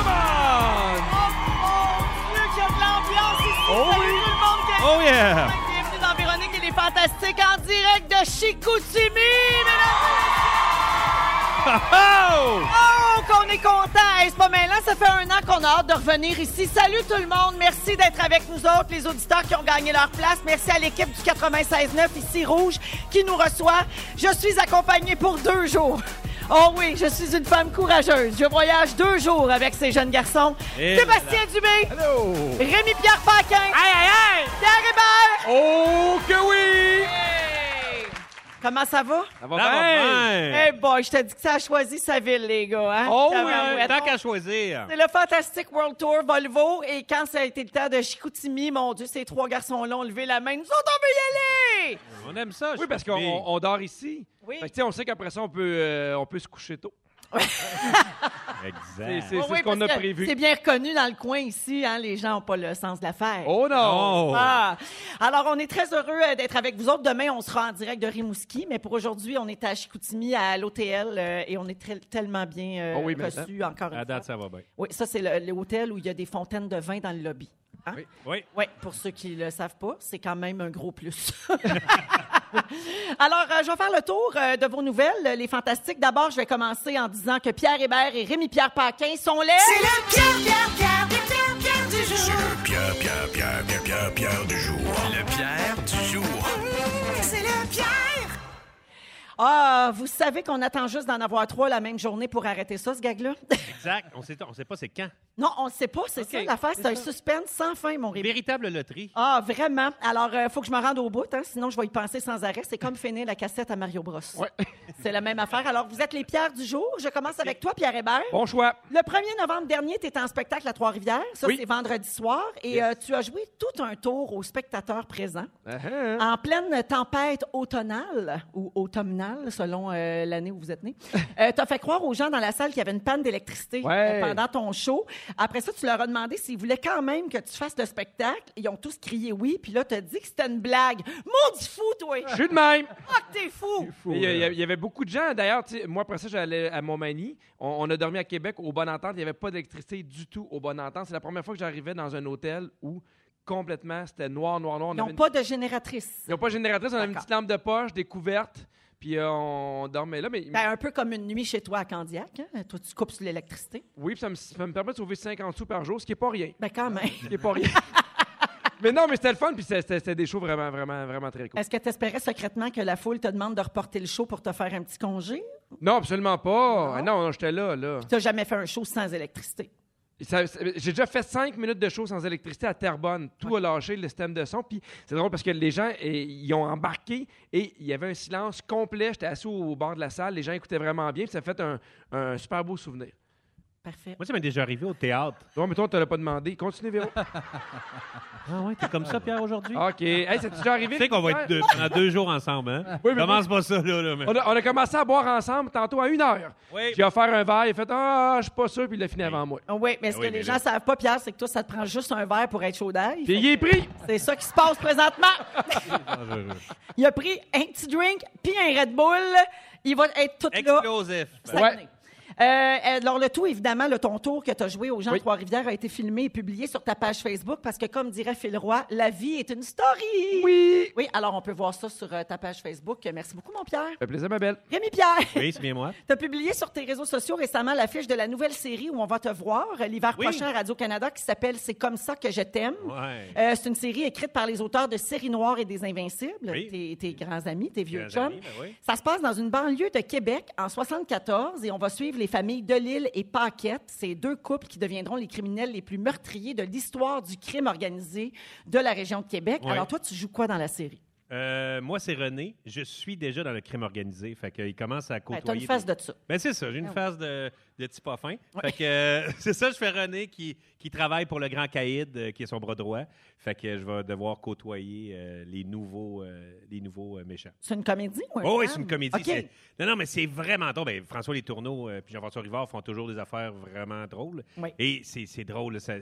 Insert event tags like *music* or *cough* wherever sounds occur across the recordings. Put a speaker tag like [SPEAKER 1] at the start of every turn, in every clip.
[SPEAKER 1] Oh,
[SPEAKER 2] fantastique en direct de Chicoutimi, mesdames
[SPEAKER 1] Oh!
[SPEAKER 2] Oh, qu'on est content! Hey, c'est pas mêlant, ça fait un an qu'on a hâte de revenir ici. Salut tout le monde, merci d'être avec nous autres, les auditeurs qui ont gagné leur place. Merci à l'équipe du 96.9 ici Rouge qui nous reçoit. Je suis accompagnée pour deux jours. Oh oui, je suis une femme courageuse. Je voyage deux jours avec ces jeunes garçons.
[SPEAKER 1] Et
[SPEAKER 2] Sébastien Dubé. Rémi-Pierre Paquin. Pierre Hébert.
[SPEAKER 3] Oh que oui!
[SPEAKER 2] Comment ça va?
[SPEAKER 3] Ça va
[SPEAKER 1] Ça va
[SPEAKER 3] bien.
[SPEAKER 2] Eh
[SPEAKER 1] bien.
[SPEAKER 2] boy, je t'ai dit que ça a choisi sa ville, les gars. Hein?
[SPEAKER 3] Oh
[SPEAKER 2] Tabarouette.
[SPEAKER 1] Ouais, Tant qu'à choisir.
[SPEAKER 2] C'est le Fantastic World Tour Volvo. Et quand ça a été le temps de Chicoutimi, mon Dieu, ces trois garçons-là ont levé la main. Nous autres, on veut y aller!
[SPEAKER 1] On aime ça.
[SPEAKER 3] Oui, parce qu'on
[SPEAKER 1] Chicoutimi.
[SPEAKER 3] on- on dort ici.
[SPEAKER 2] Oui.
[SPEAKER 3] Fait que, tu sais, on sait qu'après ça, on peut, euh, on peut se coucher tôt. C'est
[SPEAKER 1] Exact.
[SPEAKER 3] c'est-
[SPEAKER 2] Oh Oui,
[SPEAKER 3] c'est ce qu'on a
[SPEAKER 2] parce que C'est
[SPEAKER 3] prévu.
[SPEAKER 2] bien reconnu dans le coin ici. Hein? Les gens n'ont pas le sens de la fête.
[SPEAKER 3] Oh non!
[SPEAKER 1] Oh.
[SPEAKER 2] Ah. Alors, on est très heureux euh, d'être avec vous autres. Demain, on sera en direct de Rimouski, mais pour aujourd'hui, on est à Chicoutimi, à l'hôtel, euh, et on est très- tellement bien euh,
[SPEAKER 3] Oh oui, mais
[SPEAKER 2] reçus, encore une
[SPEAKER 1] À
[SPEAKER 2] fois.
[SPEAKER 1] date, ça va bien.
[SPEAKER 2] Oui, ça, c'est le- l'hôtel où il y a des fontaines de vin dans le lobby. Hein?
[SPEAKER 3] Oui.
[SPEAKER 1] Oui.
[SPEAKER 2] Oui, pour ceux qui ne le savent pas, c'est quand même un gros plus. *laughs* Alors, euh, je vais faire le tour euh, de vos nouvelles, euh, les fantastiques. D'abord, je vais commencer en disant que Pierre Hébert et Rémi-Pierre Paquin sont là.
[SPEAKER 4] C'est le Pierre, Pierre, Pierre, Pierre, Pierre, Pierre du jour.
[SPEAKER 5] Pierre, Pierre, Pierre, Pierre, Pierre, Pierre du jour. Le Pierre du jour.
[SPEAKER 4] Mmh, C'est le Pierre.
[SPEAKER 2] Ah, vous savez qu'on attend juste d'en avoir trois la même journée pour arrêter ça, ce gag-là? *laughs*
[SPEAKER 1] Exact. On sait, on sait pas c'est quand.
[SPEAKER 2] non, on ne sait pas, c'est
[SPEAKER 1] Ok,
[SPEAKER 2] ça l'affaire. C'est
[SPEAKER 1] c'est
[SPEAKER 2] un
[SPEAKER 1] ça.
[SPEAKER 2] suspense sans fin, mon Rémi.
[SPEAKER 1] Véritable loterie.
[SPEAKER 2] Ah, vraiment? Alors, il faut que je me rende au bout, hein, sinon je vais y penser sans arrêt. C'est comme finir la cassette à Mario Bros. C'est la même affaire. Alors, vous êtes les pierres du jour. Je commence avec toi, Pierre Hébert.
[SPEAKER 3] Bon choix.
[SPEAKER 2] Le 1er novembre dernier, tu étais en spectacle à Trois-Rivières. Ça,
[SPEAKER 3] Oui.
[SPEAKER 2] c'est vendredi soir. Et euh, tu as joué tout un tour aux spectateurs présents.
[SPEAKER 3] Uh-huh.
[SPEAKER 2] En pleine tempête automnale, ou automnale, selon euh, l'année où vous
[SPEAKER 3] *laughs*
[SPEAKER 2] êtes né, tu as fait croire aux gens dans la salle qu'il y avait une panne d'électricité
[SPEAKER 3] Ouais.
[SPEAKER 2] euh, pendant ton show. Après ça, tu leur as demandé s'ils voulaient quand même que tu fasses le spectacle. Ils ont tous crié oui. Puis là, tu as dit que c'était une blague. Maudit fou, toi!
[SPEAKER 3] Je suis de même.
[SPEAKER 2] Ah, que t'es fou!
[SPEAKER 3] Mais Il y, a- il y a- il y avait beaucoup de gens. D'ailleurs, tu sais, moi, après ça, j'allais à Montmagny. On, on a dormi à Québec au Bon Entente. Il n'y avait pas d'électricité du tout au Bon Entente. C'est la première fois que j'arrivais dans un hôtel où complètement c'était noir, noir, noir. On
[SPEAKER 2] Ils
[SPEAKER 3] avait
[SPEAKER 2] n'ont
[SPEAKER 3] une-
[SPEAKER 2] pas de génératrice.
[SPEAKER 3] Ils n'ont pas de génératrice. On avait une
[SPEAKER 2] D'accord.
[SPEAKER 3] petite lampe de poche, des couvertes. Puis euh, on dormait là. Mais
[SPEAKER 1] Mm.
[SPEAKER 2] Ben, un peu comme une nuit chez toi à Candiac. hein. Toi, tu coupes sur l'électricité.
[SPEAKER 3] oui, puis ça me, ça me permet de sauver 50 sous par jour, ce qui n'est pas rien.
[SPEAKER 2] Ben,
[SPEAKER 1] *laughs*
[SPEAKER 2] quand même. *laughs*
[SPEAKER 3] Il est pas rien. *laughs* mais non, mais c'était le fun, puis c'était- c'était c'était des shows vraiment, vraiment, vraiment très cool.
[SPEAKER 2] Est-ce que tu espérais secrètement que la foule te demande de reporter le show pour te faire un petit congé?
[SPEAKER 3] Non, absolument pas. Ah Non, non, j'étais là, là.
[SPEAKER 2] Tu n'as jamais fait un show sans électricité.
[SPEAKER 3] Ça- ça- J'ai déjà fait cinq minutes de show sans électricité à Terrebonne. Tout a lâché, le système de son. Puis c'est drôle parce que les gens, eh, ils ont embarqué et il y avait un silence complet. J'étais assis au bord de la salle. Les gens écoutaient vraiment bien. puis ça a fait un, un super beau souvenir.
[SPEAKER 2] Parfait.
[SPEAKER 1] Moi, ça m'est déjà arrivé au théâtre.
[SPEAKER 3] Non, mais toi, on te l'a pas demandé. Continue, Véro.
[SPEAKER 1] Ah ouais, t'es comme ça, Pierre, aujourd'hui?
[SPEAKER 3] OK. Hey, c'est déjà arrivé?
[SPEAKER 1] Tu sais qu'on va
[SPEAKER 3] Pierre?
[SPEAKER 1] être deux, pendant deux jours ensemble, hein?
[SPEAKER 3] Oui, mais
[SPEAKER 1] Commence pas ça, là. là mais...
[SPEAKER 3] On a, on a commencé à boire ensemble tantôt à une heure.
[SPEAKER 1] Oui.
[SPEAKER 3] J'ai offert un verre. Il a fait Ah, je suis pas sûr. Puis il l'a fini avant moi.
[SPEAKER 2] Ah Oui, mais ce
[SPEAKER 1] oui,
[SPEAKER 2] que les
[SPEAKER 1] mais
[SPEAKER 2] gens
[SPEAKER 1] là-
[SPEAKER 2] savent pas, Pierre, c'est que toi, ça te prend juste un verre pour être chaud d'ail.
[SPEAKER 3] Puis il est pris.
[SPEAKER 2] C'est ça qui se passe présentement. Il a pris un petit drink, puis un Red Bull. Il va être tout là.
[SPEAKER 1] Explosif.
[SPEAKER 2] stagné. Euh, alors, le tout, évidemment, le ton tour que tu as joué aux gens de
[SPEAKER 3] Oui.
[SPEAKER 2] Trois-Rivières a été filmé et publié sur ta page Facebook parce que, comme dirait Phil Roy, la vie est une story.
[SPEAKER 3] Oui.
[SPEAKER 2] Oui, alors on peut voir ça sur euh, ta page Facebook. Euh, Merci beaucoup, mon Pierre.
[SPEAKER 3] Fait plaisir, ma belle.
[SPEAKER 2] Rémi Pierre,
[SPEAKER 1] Oui, c'est bien moi.
[SPEAKER 2] tu as publié sur tes réseaux sociaux récemment l'affiche de la nouvelle série où on va te voir euh, l'hiver
[SPEAKER 1] Oui.
[SPEAKER 2] prochain à Radio-Canada qui s'appelle C'est comme ça que je t'aime.
[SPEAKER 1] Ouais.
[SPEAKER 2] Euh, c'est une série écrite par les auteurs de Série Noire et des Invincibles,
[SPEAKER 1] Oui.
[SPEAKER 2] tes, tes grands amis, tes vieux
[SPEAKER 1] Grands
[SPEAKER 2] chums.
[SPEAKER 1] amis, ben oui.
[SPEAKER 2] Ça se passe dans une banlieue de Québec en 74 et on va suivre les familles Delille et Paquette, ces deux couples qui deviendront les criminels les plus meurtriers de l'histoire du crime organisé de la région de Québec.
[SPEAKER 1] Oui.
[SPEAKER 2] Alors toi, tu joues quoi dans la série?
[SPEAKER 1] Euh, moi, c'est René. Je suis déjà dans le crime organisé. Fait qu'il commence à
[SPEAKER 2] Ben,
[SPEAKER 1] côtoyer.
[SPEAKER 2] tu as une face
[SPEAKER 1] des-
[SPEAKER 2] de ça.
[SPEAKER 1] Ben, c'est ça, j'ai une
[SPEAKER 2] Ah oui.
[SPEAKER 1] phase de, de type pas fin. Fait que euh, *laughs* c'est ça, je fais René qui, qui travaille pour le grand caïd, euh, qui est son bras droit. Fait que euh, je vais devoir côtoyer euh, les nouveaux, euh, les nouveaux euh, méchants.
[SPEAKER 2] C'est une comédie ou un
[SPEAKER 1] Oh, oui,
[SPEAKER 2] drame?
[SPEAKER 1] c'est une comédie.
[SPEAKER 2] OK.
[SPEAKER 1] c'est- Non, non, mais c'est vraiment drôle. Ben, François Les Tourneaux et Jean-François Rivard font toujours des affaires vraiment drôles.
[SPEAKER 2] Oui.
[SPEAKER 1] Et c'est c'est drôle. là, ça-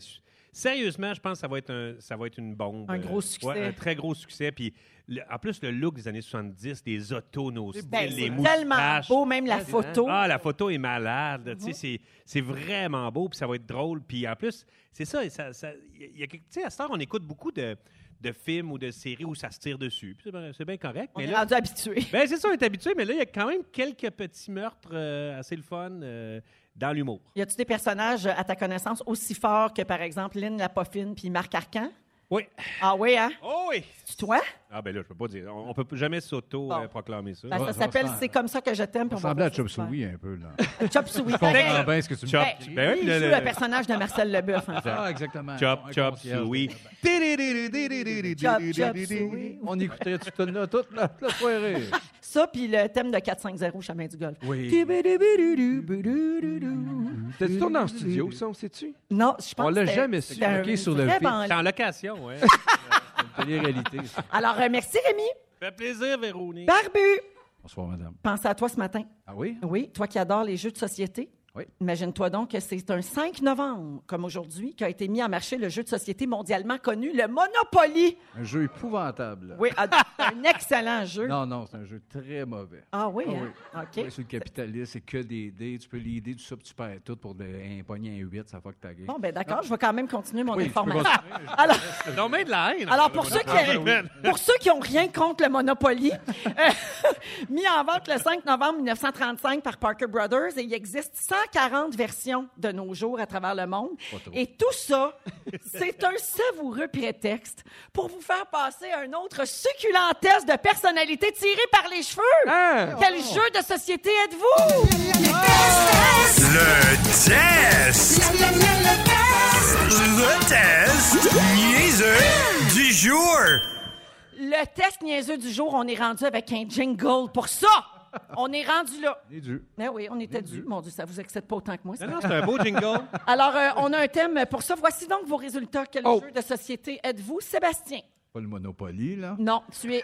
[SPEAKER 1] sérieusement, je pense que ça va être, un- ça va être une bombe.
[SPEAKER 2] Un
[SPEAKER 1] Euh,
[SPEAKER 2] gros succès.
[SPEAKER 1] ouais, un très gros succès. Puis, le- en plus, le look des années 70, des autos, nos styles,
[SPEAKER 2] Ben,
[SPEAKER 1] les
[SPEAKER 2] c'est tellement
[SPEAKER 1] moustaches.
[SPEAKER 2] beau, même la
[SPEAKER 3] Ouais, c'est
[SPEAKER 2] photo. Mhm.
[SPEAKER 1] Ah, la photo est malade. Tu sais, c'est- c'est vraiment beau, puis ça va être drôle. Puis en plus, c'est ça, ça- ça- il y a quelque- tu sais, à cette heure, on écoute beaucoup de, de films ou de séries où ça se tire dessus. Puis c'est bien- C'est bien correct.
[SPEAKER 2] On
[SPEAKER 1] mais
[SPEAKER 2] est
[SPEAKER 1] là,
[SPEAKER 2] rendu habitué.
[SPEAKER 1] ben, c'est ça, on est habitué, mais là, il y a quand même quelques petits meurtres euh, assez le fun euh, dans l'humour.
[SPEAKER 2] Y a-tu des personnages, euh, à ta connaissance, aussi forts que, par exemple, Lynn Lapoffine puis Marc Arcan?
[SPEAKER 1] Oui.
[SPEAKER 2] Ah oui, hein?
[SPEAKER 1] Oh oui!
[SPEAKER 2] Tu toi?
[SPEAKER 1] Ah ben là, je peux pas dire. On, on peut jamais
[SPEAKER 2] Bon.
[SPEAKER 1] s'auto-proclamer ça.
[SPEAKER 2] Ben,
[SPEAKER 1] Ouais.
[SPEAKER 2] ça
[SPEAKER 6] va-
[SPEAKER 2] s'appelle
[SPEAKER 6] ça va-
[SPEAKER 2] C'est comme ça que je t'aime. puis on va
[SPEAKER 6] Semblait à
[SPEAKER 2] voir si
[SPEAKER 6] Chop
[SPEAKER 2] c'est
[SPEAKER 6] Suey un peu, là.
[SPEAKER 2] super. Chop Suey.
[SPEAKER 6] Je comprends bien ce que tu me
[SPEAKER 1] Chop.
[SPEAKER 6] dis.
[SPEAKER 2] Ben,
[SPEAKER 1] Ben oui,
[SPEAKER 2] il
[SPEAKER 1] le-
[SPEAKER 2] joue
[SPEAKER 1] le-
[SPEAKER 2] le personnage de Marcel Leboeuf. hein. en fait.
[SPEAKER 6] Ah, exactement.
[SPEAKER 1] Chop,
[SPEAKER 6] Un
[SPEAKER 1] chop,
[SPEAKER 6] concierge.
[SPEAKER 1] oui.
[SPEAKER 2] Chop, chop, Suey.
[SPEAKER 6] On écoutait cette tonne toute la, toute la soirée.
[SPEAKER 2] Ça, puis le thème de 4-5-0, Chemin du Golfe.
[SPEAKER 6] Oui.
[SPEAKER 3] T'as-tu tourné en studio, ça, on sait-tu?
[SPEAKER 2] Non, je pense
[SPEAKER 3] On l'a
[SPEAKER 2] que
[SPEAKER 3] jamais
[SPEAKER 2] c'est
[SPEAKER 3] su.
[SPEAKER 2] un
[SPEAKER 6] Ok, sur le
[SPEAKER 2] vrai
[SPEAKER 6] fait.
[SPEAKER 2] bon-
[SPEAKER 1] C'est en location, *laughs* ouais.
[SPEAKER 6] Télé-réalité.
[SPEAKER 2] Alors, euh, merci Rémi.
[SPEAKER 1] fait plaisir, Véronique.
[SPEAKER 2] Barbu,
[SPEAKER 6] Bonsoir, madame.
[SPEAKER 2] pensez à toi ce matin.
[SPEAKER 6] Ah oui?
[SPEAKER 2] Oui, toi qui adores les jeux de société.
[SPEAKER 6] Oui.
[SPEAKER 2] Imagine-toi donc que c'est un 5 novembre, comme aujourd'hui, qu'a été mis en marché le jeu de société mondialement connu, le Monopoly.
[SPEAKER 6] Un jeu épouvantable. là.
[SPEAKER 2] Oui, ad- un excellent jeu.
[SPEAKER 6] Non, non, c'est un jeu très mauvais.
[SPEAKER 2] Ah oui,
[SPEAKER 6] Ah
[SPEAKER 2] hein?
[SPEAKER 6] oui.
[SPEAKER 2] OK.
[SPEAKER 6] Ouais, c'est le capitaliste, c'est que des dés. Tu peux l'idée du sub, tu perds tout pour de, un pognon à 8, ça fuck ta game.
[SPEAKER 2] Bon, ben d'accord, je vais quand même continuer mon
[SPEAKER 6] Oui, tu peux
[SPEAKER 2] information. Alors,
[SPEAKER 1] Non, mais de la haine.
[SPEAKER 2] Alors, pour ceux, qui, pour ceux qui ont rien contre le Monopoly, euh, *laughs* mis en vente le 5 novembre 1935 par Parker Brothers, et il existe 140 versions de nos jours à travers le monde. Et tout ça, c'est un savoureux prétexte pour vous faire passer un autre succulent test de personnalité tiré par les cheveux.
[SPEAKER 3] Hein?
[SPEAKER 2] Quel jeu de société êtes-vous?
[SPEAKER 4] test,
[SPEAKER 5] Le test.
[SPEAKER 4] le, le, le test,
[SPEAKER 5] Le test. Niaiseux du jour.
[SPEAKER 2] Le test niaiseux du jour, on est rendu avec un jingle pour ça. On est rendu là.
[SPEAKER 6] C'est dur.
[SPEAKER 2] Mais oui, on était dû. Mon Dieu, ça vous excite pas autant que moi. ça.
[SPEAKER 1] Non, non, *laughs* c'est un beau jingle.
[SPEAKER 2] Alors, euh, on a un thème pour ça. Voici donc vos résultats. Quel
[SPEAKER 3] Oh.
[SPEAKER 2] jeu de société êtes-vous, Sébastien?
[SPEAKER 6] Pas le Monopoly, là.
[SPEAKER 2] Non, tu es...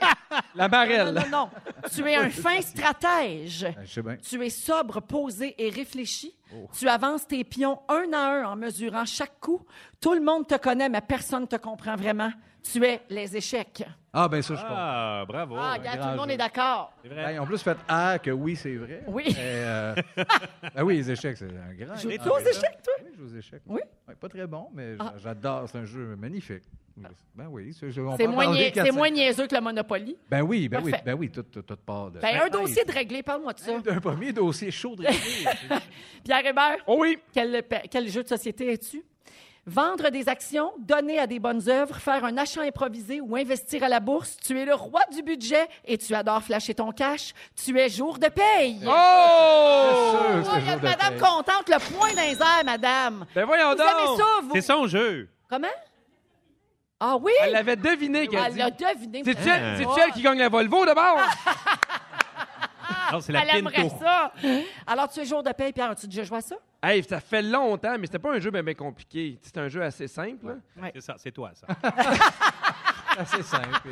[SPEAKER 3] La
[SPEAKER 2] non,
[SPEAKER 3] barrelle.
[SPEAKER 2] non, non. Tu es un fin stratège.
[SPEAKER 6] Ben, je sais bien.
[SPEAKER 2] Tu es sobre, posé et réfléchi. Tu avances tes pions un à un en mesurant chaque coup. Tout le monde te connaît, mais personne ne te comprend vraiment. Tu es les échecs.
[SPEAKER 6] Ah, ben ça, je comprends.
[SPEAKER 1] Ah, bravo.
[SPEAKER 2] ah, regarde, tout
[SPEAKER 6] grand
[SPEAKER 2] le monde
[SPEAKER 6] jeu.
[SPEAKER 2] est d'accord.
[SPEAKER 1] C'est
[SPEAKER 6] Ben,
[SPEAKER 1] vrai.
[SPEAKER 6] ils ont plus fait Ah que oui, c'est vrai.
[SPEAKER 2] Oui.
[SPEAKER 6] Et, euh, ben oui, les échecs, c'est un grand jeu.
[SPEAKER 2] Joues-tu aux échecs, toi?
[SPEAKER 6] Oui, je joue aux échecs.
[SPEAKER 2] Oui?
[SPEAKER 6] Ouais, pas très bon, mais j'a-
[SPEAKER 2] Ah.
[SPEAKER 6] j'adore. C'est un jeu magnifique. Ben oui, c'est on
[SPEAKER 2] C'est
[SPEAKER 6] peut en
[SPEAKER 2] moins,
[SPEAKER 6] parler
[SPEAKER 2] nia-
[SPEAKER 6] quatre-
[SPEAKER 2] c'est moins niaiseux que le Monopoly.
[SPEAKER 6] Ben oui, ben oui,
[SPEAKER 2] Parfait.
[SPEAKER 6] ben oui, tout, tout, tout part de.
[SPEAKER 2] Ben, un dossier de réglé, parle-moi de ça.
[SPEAKER 6] Un premier dossier chaud de
[SPEAKER 2] Pierre Hébert?
[SPEAKER 3] Oh oui!
[SPEAKER 2] Quel, pa- quel jeu de société es-tu? Vendre des actions, donner à des bonnes œuvres, faire un achat improvisé ou investir à la bourse, tu es le roi du budget et tu adores flasher ton cash, tu es jour de paye.
[SPEAKER 3] Eh, Oh!
[SPEAKER 6] sûr,
[SPEAKER 2] *laughs* Oh, il y a une madame contente, le point dans les airs, madame.
[SPEAKER 3] Ben voyons
[SPEAKER 2] Vous aimez
[SPEAKER 3] donc!
[SPEAKER 2] ça, Ah, vous?
[SPEAKER 1] C'est son jeu.
[SPEAKER 2] Comment? Ah oui?
[SPEAKER 3] Elle l'avait deviné qu'elle
[SPEAKER 2] Elle
[SPEAKER 3] dit.
[SPEAKER 2] l'a deviné. hein?
[SPEAKER 3] C'est-tu
[SPEAKER 1] Ah.
[SPEAKER 3] elle, c'est-tu elle qui gagne la Volvo de bord?
[SPEAKER 1] Non, c'est la
[SPEAKER 2] Ah, Elle aimerait
[SPEAKER 1] Pinto.
[SPEAKER 2] ça. Alors, tu es jour de paye, Pierre, as-tu déjà joué à ça?
[SPEAKER 3] hey, ça fait longtemps, mais c'était pas un jeu bien compliqué. C'est un jeu assez simple. hein. là.
[SPEAKER 1] C'est ça, c'est toi, ça.
[SPEAKER 6] assez simple.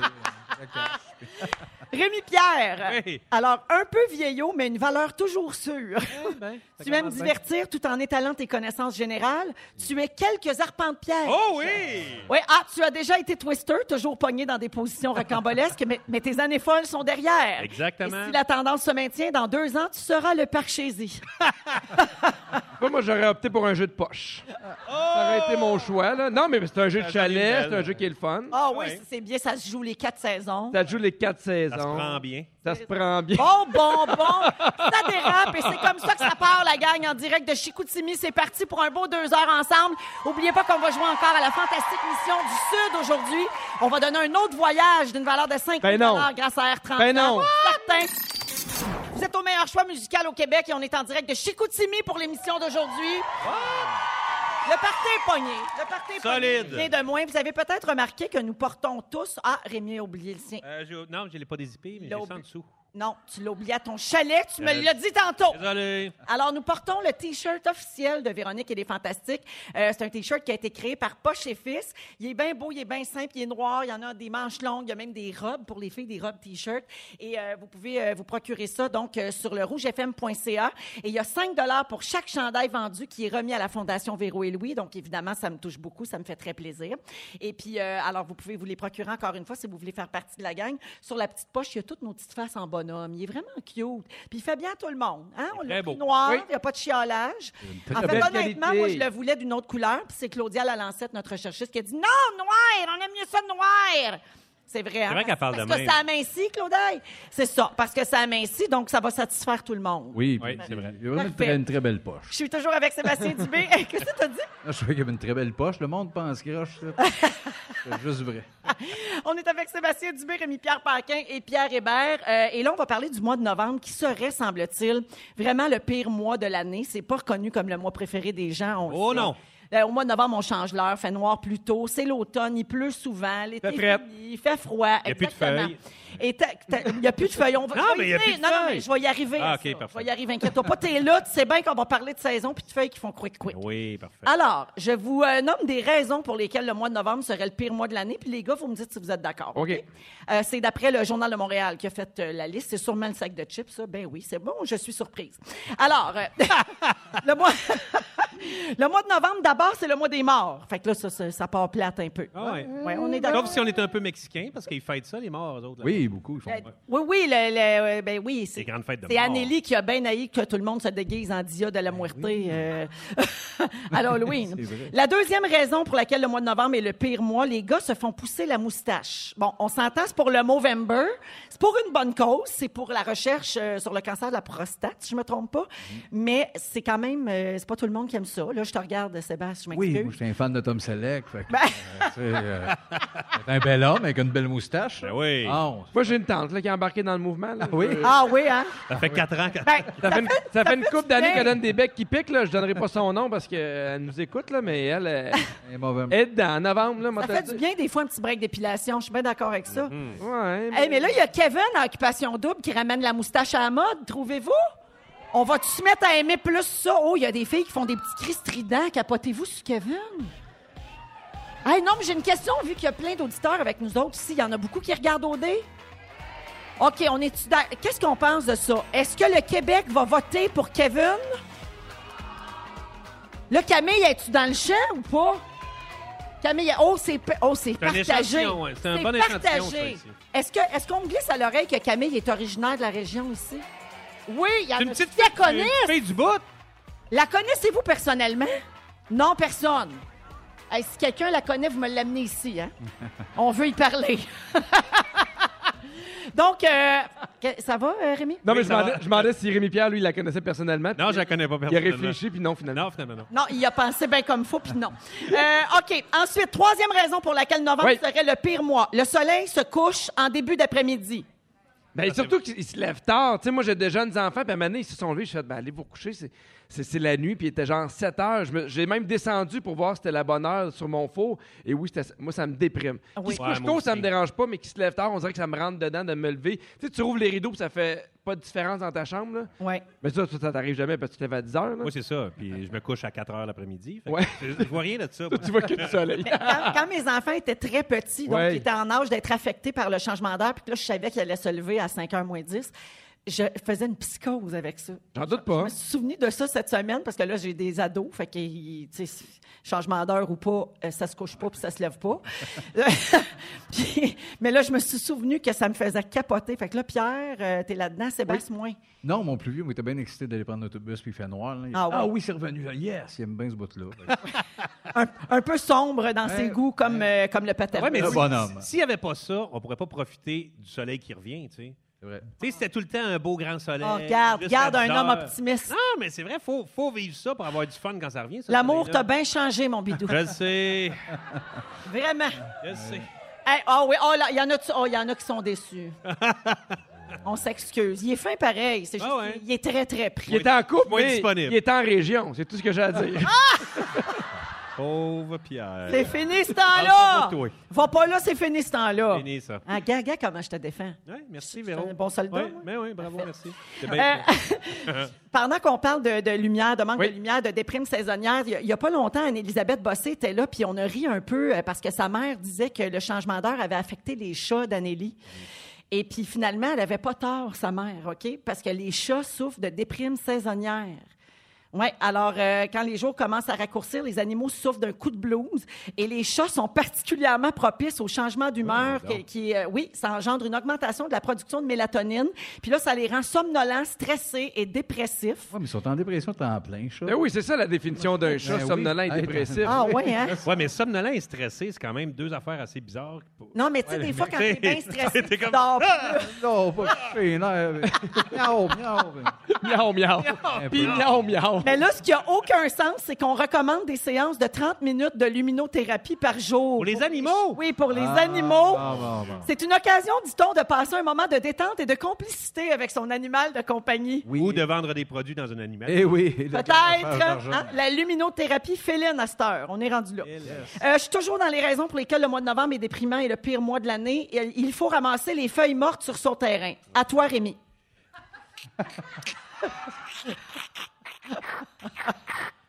[SPEAKER 2] Rémi Pierre.
[SPEAKER 1] Oui.
[SPEAKER 2] Alors, un peu vieillot, mais une valeur toujours sûre.
[SPEAKER 6] Ben,
[SPEAKER 2] tu aimes divertir tout en étalant tes connaissances générales. Tu es quelques arpents de pierre.
[SPEAKER 1] Oh oui!
[SPEAKER 2] Oui, ah, tu as déjà été twister, toujours pogné dans des positions rocambolesques, mais, mais tes années folles sont
[SPEAKER 1] *laughs*
[SPEAKER 2] derrière.
[SPEAKER 1] Exactement.
[SPEAKER 2] Et si la tendance se maintient, dans deux ans, tu seras le parchési.
[SPEAKER 3] Moi, moi, j'aurais opté pour un jeu de poche.
[SPEAKER 6] Ah!
[SPEAKER 3] Ça aurait été mon choix. Là. Non, mais c'est un jeu de chalet, c'est un jeu qui est le fun.
[SPEAKER 2] Ah oui,
[SPEAKER 1] Ouais.
[SPEAKER 2] ça, c'est bien, ça se joue les quatre saisons.
[SPEAKER 3] Ça joue les quatre saisons.
[SPEAKER 1] Ça se prend bien.
[SPEAKER 3] Ça se prend bien.
[SPEAKER 2] Bon, bon, bon, ça dérape et c'est comme ça que ça part, la gang, en direct de Chicoutimi. C'est parti pour un beau deux heures ensemble. Oubliez pas qu'on va jouer encore à la fantastique mission du Sud aujourd'hui. On va donner un autre voyage d'une valeur de 5 000
[SPEAKER 3] Ben non.
[SPEAKER 2] grâce à R30.
[SPEAKER 3] Ben non.
[SPEAKER 2] Ah, Certain. Vous êtes au meilleur choix musical au Québec et on est en direct de Chicoutimi pour l'émission d'aujourd'hui. Le party est pogné. Le party est pogné.
[SPEAKER 1] Solide.
[SPEAKER 2] Rien de moins. Vous avez peut-être remarqué que nous portons tous... Ah, Rémi a oublié le sien.
[SPEAKER 1] Euh, j'ai- non, je l'ai pas dézippé, mais j'ai
[SPEAKER 2] L'aube.
[SPEAKER 1] ça en dessous.
[SPEAKER 2] Non, tu l'as oublié à ton chalet. Tu me
[SPEAKER 1] Euh,
[SPEAKER 2] l'as dit tantôt.
[SPEAKER 1] Désolé.
[SPEAKER 2] Alors, nous portons le T-shirt officiel de Véronique et des Fantastiques. Euh, c'est un T-shirt qui a été créé par Poche et Fils. Il est bien beau, il est bien simple, il est noir, il y en a des manches longues, il y a même des robes pour les filles, des robes T-shirt. Et euh, vous pouvez euh, vous procurer ça donc euh, sur le rougefm.ca. Et il y a 5 pour chaque chandail vendu qui est remis à la Fondation Véro et Louis. Donc, évidemment, ça me touche beaucoup, ça me fait très plaisir. Et puis, euh, alors, vous pouvez vous les procurer encore une fois si vous voulez faire partie de la gang. Sur la petite poche, il y a toutes nos petites faces en bas bonhomme. Il est vraiment cute. Puis il fait bien à tout le monde. Hein? On
[SPEAKER 1] Il est
[SPEAKER 2] l'a
[SPEAKER 1] très
[SPEAKER 2] pris
[SPEAKER 1] beau.
[SPEAKER 2] noir,
[SPEAKER 3] Oui.
[SPEAKER 2] il n'y a pas de chiolage. En
[SPEAKER 3] très
[SPEAKER 2] fait,
[SPEAKER 3] belle
[SPEAKER 2] honnêtement,
[SPEAKER 3] qualité.
[SPEAKER 2] moi, je le voulais d'une autre couleur. Puis c'est Claudia Lalancette, notre recherchiste, qui a dit « Non, noir! On aime mieux ça noir! » C'est vrai. hein?
[SPEAKER 1] vrai qu'elle parle
[SPEAKER 2] Parce
[SPEAKER 1] de
[SPEAKER 2] que
[SPEAKER 1] même.
[SPEAKER 2] ça amincit, Claudia. C'est ça. Parce que ça amincit, donc ça va satisfaire tout le monde.
[SPEAKER 6] Oui,
[SPEAKER 1] Oui,
[SPEAKER 6] puis
[SPEAKER 1] c'est vrai.
[SPEAKER 6] Il y a vraiment une
[SPEAKER 2] Parfait.
[SPEAKER 6] très, une très belle poche.
[SPEAKER 2] Je suis toujours avec Sébastien Dubé. *laughs* Hey, Qu'est-ce que t'as dit?
[SPEAKER 6] Là, je sais qu'il y avait une très belle poche. Le monde pense croche, ça. C'est juste vrai.
[SPEAKER 2] On est avec Sébastien Dubé, Rémi-Pierre Paquin et Pierre Hébert. Euh, et là, on va parler du mois de novembre qui serait, semble-t-il, vraiment le pire mois de l'année. C'est pas reconnu comme le mois préféré des gens. on le
[SPEAKER 1] Oh
[SPEAKER 2] sait.
[SPEAKER 1] non!
[SPEAKER 2] Euh, au mois de novembre, on change l'heure, fait noir plus tôt. C'est l'automne, il pleut souvent, l'été
[SPEAKER 3] Fait fret.
[SPEAKER 2] fini, il fait froid.
[SPEAKER 1] Il y a plus de
[SPEAKER 2] exactement.
[SPEAKER 1] feuilles.
[SPEAKER 2] Et ta- ta- Il n'y a plus de feuilles. On va,
[SPEAKER 1] Non,
[SPEAKER 2] je vais
[SPEAKER 1] mais
[SPEAKER 2] y
[SPEAKER 1] il y a
[SPEAKER 2] venir.
[SPEAKER 1] plus de
[SPEAKER 2] non, non, mais
[SPEAKER 1] feuilles.
[SPEAKER 2] je vais y arriver.
[SPEAKER 1] Ah,
[SPEAKER 2] à
[SPEAKER 1] ok,
[SPEAKER 2] ça.
[SPEAKER 1] parfait.
[SPEAKER 2] Je vais y arriver, inquiète-toi pas. T'es là, tu sais bien qu'on va parler de saison puis de feuilles qui font quick quick.
[SPEAKER 1] Oui, parfait.
[SPEAKER 2] Alors, je vous euh, nomme des raisons pour lesquelles le mois de novembre serait le pire mois de l'année. Puis les gars, vous me dites si vous êtes d'accord.
[SPEAKER 3] OK.
[SPEAKER 2] Euh, c'est d'après le Journal de Montréal qui a fait euh, la liste. C'est sûrement le sac de chips, ça. Ben oui, c'est bon, je suis surprise. Alors, euh, *laughs* le, mois *laughs* le mois de novembre, d'abord, c'est le mois des morts. Fait que là, ça, ça, ça part plate un peu.
[SPEAKER 1] Ah ouais.
[SPEAKER 2] Ouais, on est d'accord.
[SPEAKER 1] Sauf si on est un peu mexicain, parce qu'ils fêtent ça, les morts, eux autres. là.
[SPEAKER 6] Oui, beaucoup. Ils font...
[SPEAKER 2] Euh, Oui, oui, le, le- euh, ben oui, c'est
[SPEAKER 1] Les grandes fêtes de
[SPEAKER 2] c'est
[SPEAKER 1] mort. Ben
[SPEAKER 2] Anneli qui a bien haï que tout le monde se déguise en Dia de la Muerte euh, *laughs*
[SPEAKER 1] *laughs*
[SPEAKER 2] à Halloween.
[SPEAKER 6] C'est vrai.
[SPEAKER 2] la deuxième raison pour laquelle le mois de novembre est le pire mois, les gars se font pousser la moustache. Bon, on s'entend, c'est pour le Movember, c'est pour une bonne cause, c'est pour la recherche euh, sur le cancer de la prostate, si je me trompe pas,
[SPEAKER 1] Mm.
[SPEAKER 2] mais c'est quand même, euh, c'est pas tout le monde qui aime ça. Là, je te regarde, Sébastien, je
[SPEAKER 6] Oui, moi,
[SPEAKER 2] m'excuse. Ben,
[SPEAKER 6] j'étais un fan de Tom Selleck. Fait que, euh, tu sais, euh, c'est un bel homme avec une belle moustache.
[SPEAKER 1] Ben oui.
[SPEAKER 6] Ah, on-
[SPEAKER 3] Moi, j'ai une tante là, qui est embarquée dans le mouvement. là. Euh,
[SPEAKER 6] oui.
[SPEAKER 2] *laughs* ah oui, hein?
[SPEAKER 1] Ça fait quatre ans. que- *laughs*
[SPEAKER 2] Ben,
[SPEAKER 3] Ça fait, une, ça fait une couple d'années
[SPEAKER 2] bien.
[SPEAKER 3] qu'elle donne des becs qui piquent. Là. Je donnerai pas son nom parce qu'elle nous écoute, là, mais elle euh,
[SPEAKER 6] Un mauvais homme.
[SPEAKER 3] aide dans novembre. Là, moi,
[SPEAKER 2] ça
[SPEAKER 3] t'as
[SPEAKER 2] fait
[SPEAKER 3] dit.
[SPEAKER 2] du bien des fois un petit break d'épilation, je suis bien d'accord avec
[SPEAKER 1] Mm-hmm.
[SPEAKER 2] ça.
[SPEAKER 3] Ouais, mais-
[SPEAKER 2] Hey, mais là, il y a Kevin en occupation double qui ramène la moustache à la mode, trouvez-vous? On va-tu se mettre à aimer plus ça? Oh, il y a des filles qui font des petits cris stridents. Capotez-vous sur Kevin. Hey, non, mais j'ai une question, vu qu'il y a plein d'auditeurs avec nous autres ici. Il y en a beaucoup qui regardent au dé. OK, on est Qu'est-ce qu'on pense de ça? Est-ce que le Québec va voter pour Kevin? Là, Camille, es-tu dans le champ ou pas? Camille, oh, c'est pa- oh, c'est
[SPEAKER 1] C'est un
[SPEAKER 2] partagé.
[SPEAKER 1] échantillon, ouais. C'est un bon échantillon, ça,
[SPEAKER 2] partagé.
[SPEAKER 1] ici.
[SPEAKER 2] Est-ce que est-ce qu'on me glisse à l'oreille que Camille est originaire de la région ici? Oui, il y en a
[SPEAKER 1] C'est une petite
[SPEAKER 2] qui la
[SPEAKER 1] une
[SPEAKER 2] connaissent.
[SPEAKER 1] petite fille du bout.
[SPEAKER 2] La connaissez-vous personnellement? Non, personne. Hey, si quelqu'un la connaît, vous me l'amenez ici. Hein? On veut y parler. *laughs* Donc, euh, que- ça va, euh, Rémi?
[SPEAKER 3] Non, mais
[SPEAKER 1] Oui,
[SPEAKER 3] je
[SPEAKER 1] ça
[SPEAKER 3] m'en
[SPEAKER 1] va.
[SPEAKER 3] dis- je m'en dis si Rémi Pierre, lui, il la connaissait personnellement.
[SPEAKER 1] Non,
[SPEAKER 3] puis
[SPEAKER 1] je la connais pas
[SPEAKER 3] Il a
[SPEAKER 1] personnellement.
[SPEAKER 3] réfléchi, puis non, finalement.
[SPEAKER 1] Non, finalement, non.
[SPEAKER 2] Non, il a pensé bien comme faut, puis non. Euh, OK. Ensuite, troisième raison pour laquelle novembre
[SPEAKER 3] Oui.
[SPEAKER 2] serait le pire mois. Le soleil se couche en début d'après-midi.
[SPEAKER 1] Ah,
[SPEAKER 3] Ben, surtout qu'ils se lèvent tard. Tu sais, moi, j'ai des jeunes enfants, puis à un moment donné, ils se sont levés. Je fait, ben, allez vous coucher, c'est- c'est c'est la nuit, puis il était genre 7 heures. Je me- J'ai même descendu pour voir si c'était la bonne heure sur mon four. Et oui, c'était- moi, ça me déprime.
[SPEAKER 2] Ah oui.
[SPEAKER 3] Qu'ils se
[SPEAKER 1] Ouais,
[SPEAKER 3] couchent
[SPEAKER 1] moi
[SPEAKER 3] tôt, ça
[SPEAKER 1] aussi.
[SPEAKER 3] me dérange pas, mais qu'ils se lèvent tard, on dirait que ça me rentre dedans de me lever. Tu sais, tu rouvres les rideaux, puis ça fait pas de différence dans ta chambre, là.
[SPEAKER 2] Oui.
[SPEAKER 3] Mais ça, ça, ça t'arrive jamais parce que tu te lèves à 10 heures, là.
[SPEAKER 1] Moi, c'est ça. Puis je me couche à 4 heures l'après-midi. Fait que
[SPEAKER 3] Ouais.
[SPEAKER 1] Je je vois rien de ça. moi.
[SPEAKER 3] tu vois que du
[SPEAKER 1] *laughs*
[SPEAKER 3] soleil.
[SPEAKER 2] quand, quand mes enfants étaient très petits, donc
[SPEAKER 3] Ouais.
[SPEAKER 2] ils étaient en âge d'être affectés par le changement d'heure, puis que là, je savais qu'ils allaient se lever à 5h moins 10, je faisais une psychose avec ça.
[SPEAKER 3] J'en doute pas. hein.
[SPEAKER 2] Je me suis souvenu de ça cette semaine parce que là, j'ai des ados. Fait que, ils- tu sais, changement d'heure ou pas, euh, ça se couche pas puis ça se lève pas. *laughs* Puis- mais là, je me suis souvenu que ça me faisait capoter. Fait que là, Pierre, euh, t'es là-dedans, Sébastien, moins.
[SPEAKER 6] Non, mon plus vieux, moi, était bien excité d'aller prendre l'autobus, puis il fait noir. là. Il-
[SPEAKER 2] Ah oui.
[SPEAKER 6] c'est revenu. là. Yes, il aime bien ce bout-là. Ben,
[SPEAKER 2] Un, un peu sombre dans ses
[SPEAKER 6] Ouais,
[SPEAKER 2] goûts comme, euh, comme le paternel.
[SPEAKER 1] Ouais, mais
[SPEAKER 6] Le
[SPEAKER 1] si-
[SPEAKER 6] bonhomme.
[SPEAKER 1] S'il n'y avait pas ça, on pourrait pas profiter du soleil qui revient, tu sais.
[SPEAKER 6] C'est vrai.
[SPEAKER 1] Tu sais, c'était tout le temps un beau grand soleil.
[SPEAKER 2] Oh, regarde,
[SPEAKER 1] jusqu'à
[SPEAKER 2] regarde
[SPEAKER 1] 10
[SPEAKER 2] un homme
[SPEAKER 1] heures.
[SPEAKER 2] optimiste.
[SPEAKER 1] Non, mais c'est vrai, faut, faut vivre ça pour avoir du fun quand ça revient. ça,
[SPEAKER 2] L'amour
[SPEAKER 1] ce
[SPEAKER 2] t'a
[SPEAKER 1] soleil-là.
[SPEAKER 2] bien changé, mon bidou.
[SPEAKER 1] Je le sais,
[SPEAKER 2] Vraiment.
[SPEAKER 1] je le sais.
[SPEAKER 2] Hey, Ah oui, oh là, il y, en a tu- oh, il y en a qui sont déçus. On s'excuse. Il est fin pareil. C'est juste
[SPEAKER 1] Ah ouais.
[SPEAKER 2] qu'il- il est très, très pris.
[SPEAKER 3] Il était en couple,
[SPEAKER 1] Moins
[SPEAKER 3] mais
[SPEAKER 1] disponible.
[SPEAKER 3] il était en région. C'est tout ce que j'ai à dire.
[SPEAKER 2] Ah!
[SPEAKER 1] Pauvre Pierre.
[SPEAKER 2] C'est fini ce
[SPEAKER 1] Ah,
[SPEAKER 2] temps-là!
[SPEAKER 1] c'est pour toi.
[SPEAKER 2] Va pas là, c'est fini ce temps-là.
[SPEAKER 1] Fini, ça.
[SPEAKER 2] Ah, gars, gars, comment je te défends.
[SPEAKER 1] Ouais, merci,
[SPEAKER 2] Je
[SPEAKER 1] Véro.
[SPEAKER 2] suis un bon soldat,
[SPEAKER 1] Ouais,
[SPEAKER 2] moi.
[SPEAKER 1] mais oui, bravo,
[SPEAKER 2] *laughs*
[SPEAKER 1] merci. C'est
[SPEAKER 2] Euh,
[SPEAKER 1] bien
[SPEAKER 2] pendant qu'on parle de, de lumière, de manque
[SPEAKER 3] Oui.
[SPEAKER 2] de lumière, de déprime saisonnière, il n'y a, pas longtemps, Anne-Élisabeth Bossé était là, puis on a ri un peu euh, parce que sa mère disait que le changement d'heure avait affecté les chats d'Anélie. Et puis finalement, elle n'avait pas tort, sa mère, OK? Parce que les chats souffrent de déprime saisonnière. Oui, alors euh, quand les jours commencent à raccourcir, les animaux souffrent d'un coup de blues et les chats sont particulièrement propices au changement d'humeur qui, qui, euh, oui, ça engendre une augmentation de la production de mélatonine. Puis là, ça les rend somnolents, stressés et dépressifs.
[SPEAKER 6] Ouais, mais ils sont en dépression, t'es en plein, chat.
[SPEAKER 3] Ben oui, c'est ça la définition
[SPEAKER 1] Ben
[SPEAKER 3] d'un chat
[SPEAKER 6] oui.
[SPEAKER 3] somnolent et
[SPEAKER 6] Hey,
[SPEAKER 3] dépressif.
[SPEAKER 2] Ah ouais, hein?
[SPEAKER 1] Ouais, mais somnolent et stressé, c'est quand même deux affaires assez
[SPEAKER 2] *laughs*
[SPEAKER 1] bizarres.
[SPEAKER 2] Non, mais tu sais, des fois, quand t'es bien stressé,
[SPEAKER 1] T'es
[SPEAKER 2] tu
[SPEAKER 1] comme-
[SPEAKER 2] dors plus.
[SPEAKER 6] Non, pas couché, non. euh, *laughs* Miaou, miaou.
[SPEAKER 3] Miaou, miaou. Puis miaou, miaou.
[SPEAKER 2] Mais là, ce qui n'a aucun sens, c'est qu'on recommande des séances de 30 minutes de luminothérapie par jour.
[SPEAKER 1] Pour les animaux?
[SPEAKER 2] Oui, pour les
[SPEAKER 6] Ah,
[SPEAKER 2] animaux.
[SPEAKER 6] bon, bon, bon.
[SPEAKER 2] C'est une occasion, dit-on, de passer un moment de détente et de complicité avec son animal de compagnie.
[SPEAKER 6] Oui.
[SPEAKER 1] Ou de vendre des produits dans un animal.
[SPEAKER 6] Eh oui.
[SPEAKER 2] Peut-être hein, la luminothérapie féline à cette heure. On est rendu là. Euh, je suis toujours dans les raisons pour lesquelles le mois de novembre est déprimant et le pire mois de l'année. Il- Il faut ramasser les feuilles mortes sur son terrain. À toi, Rémi.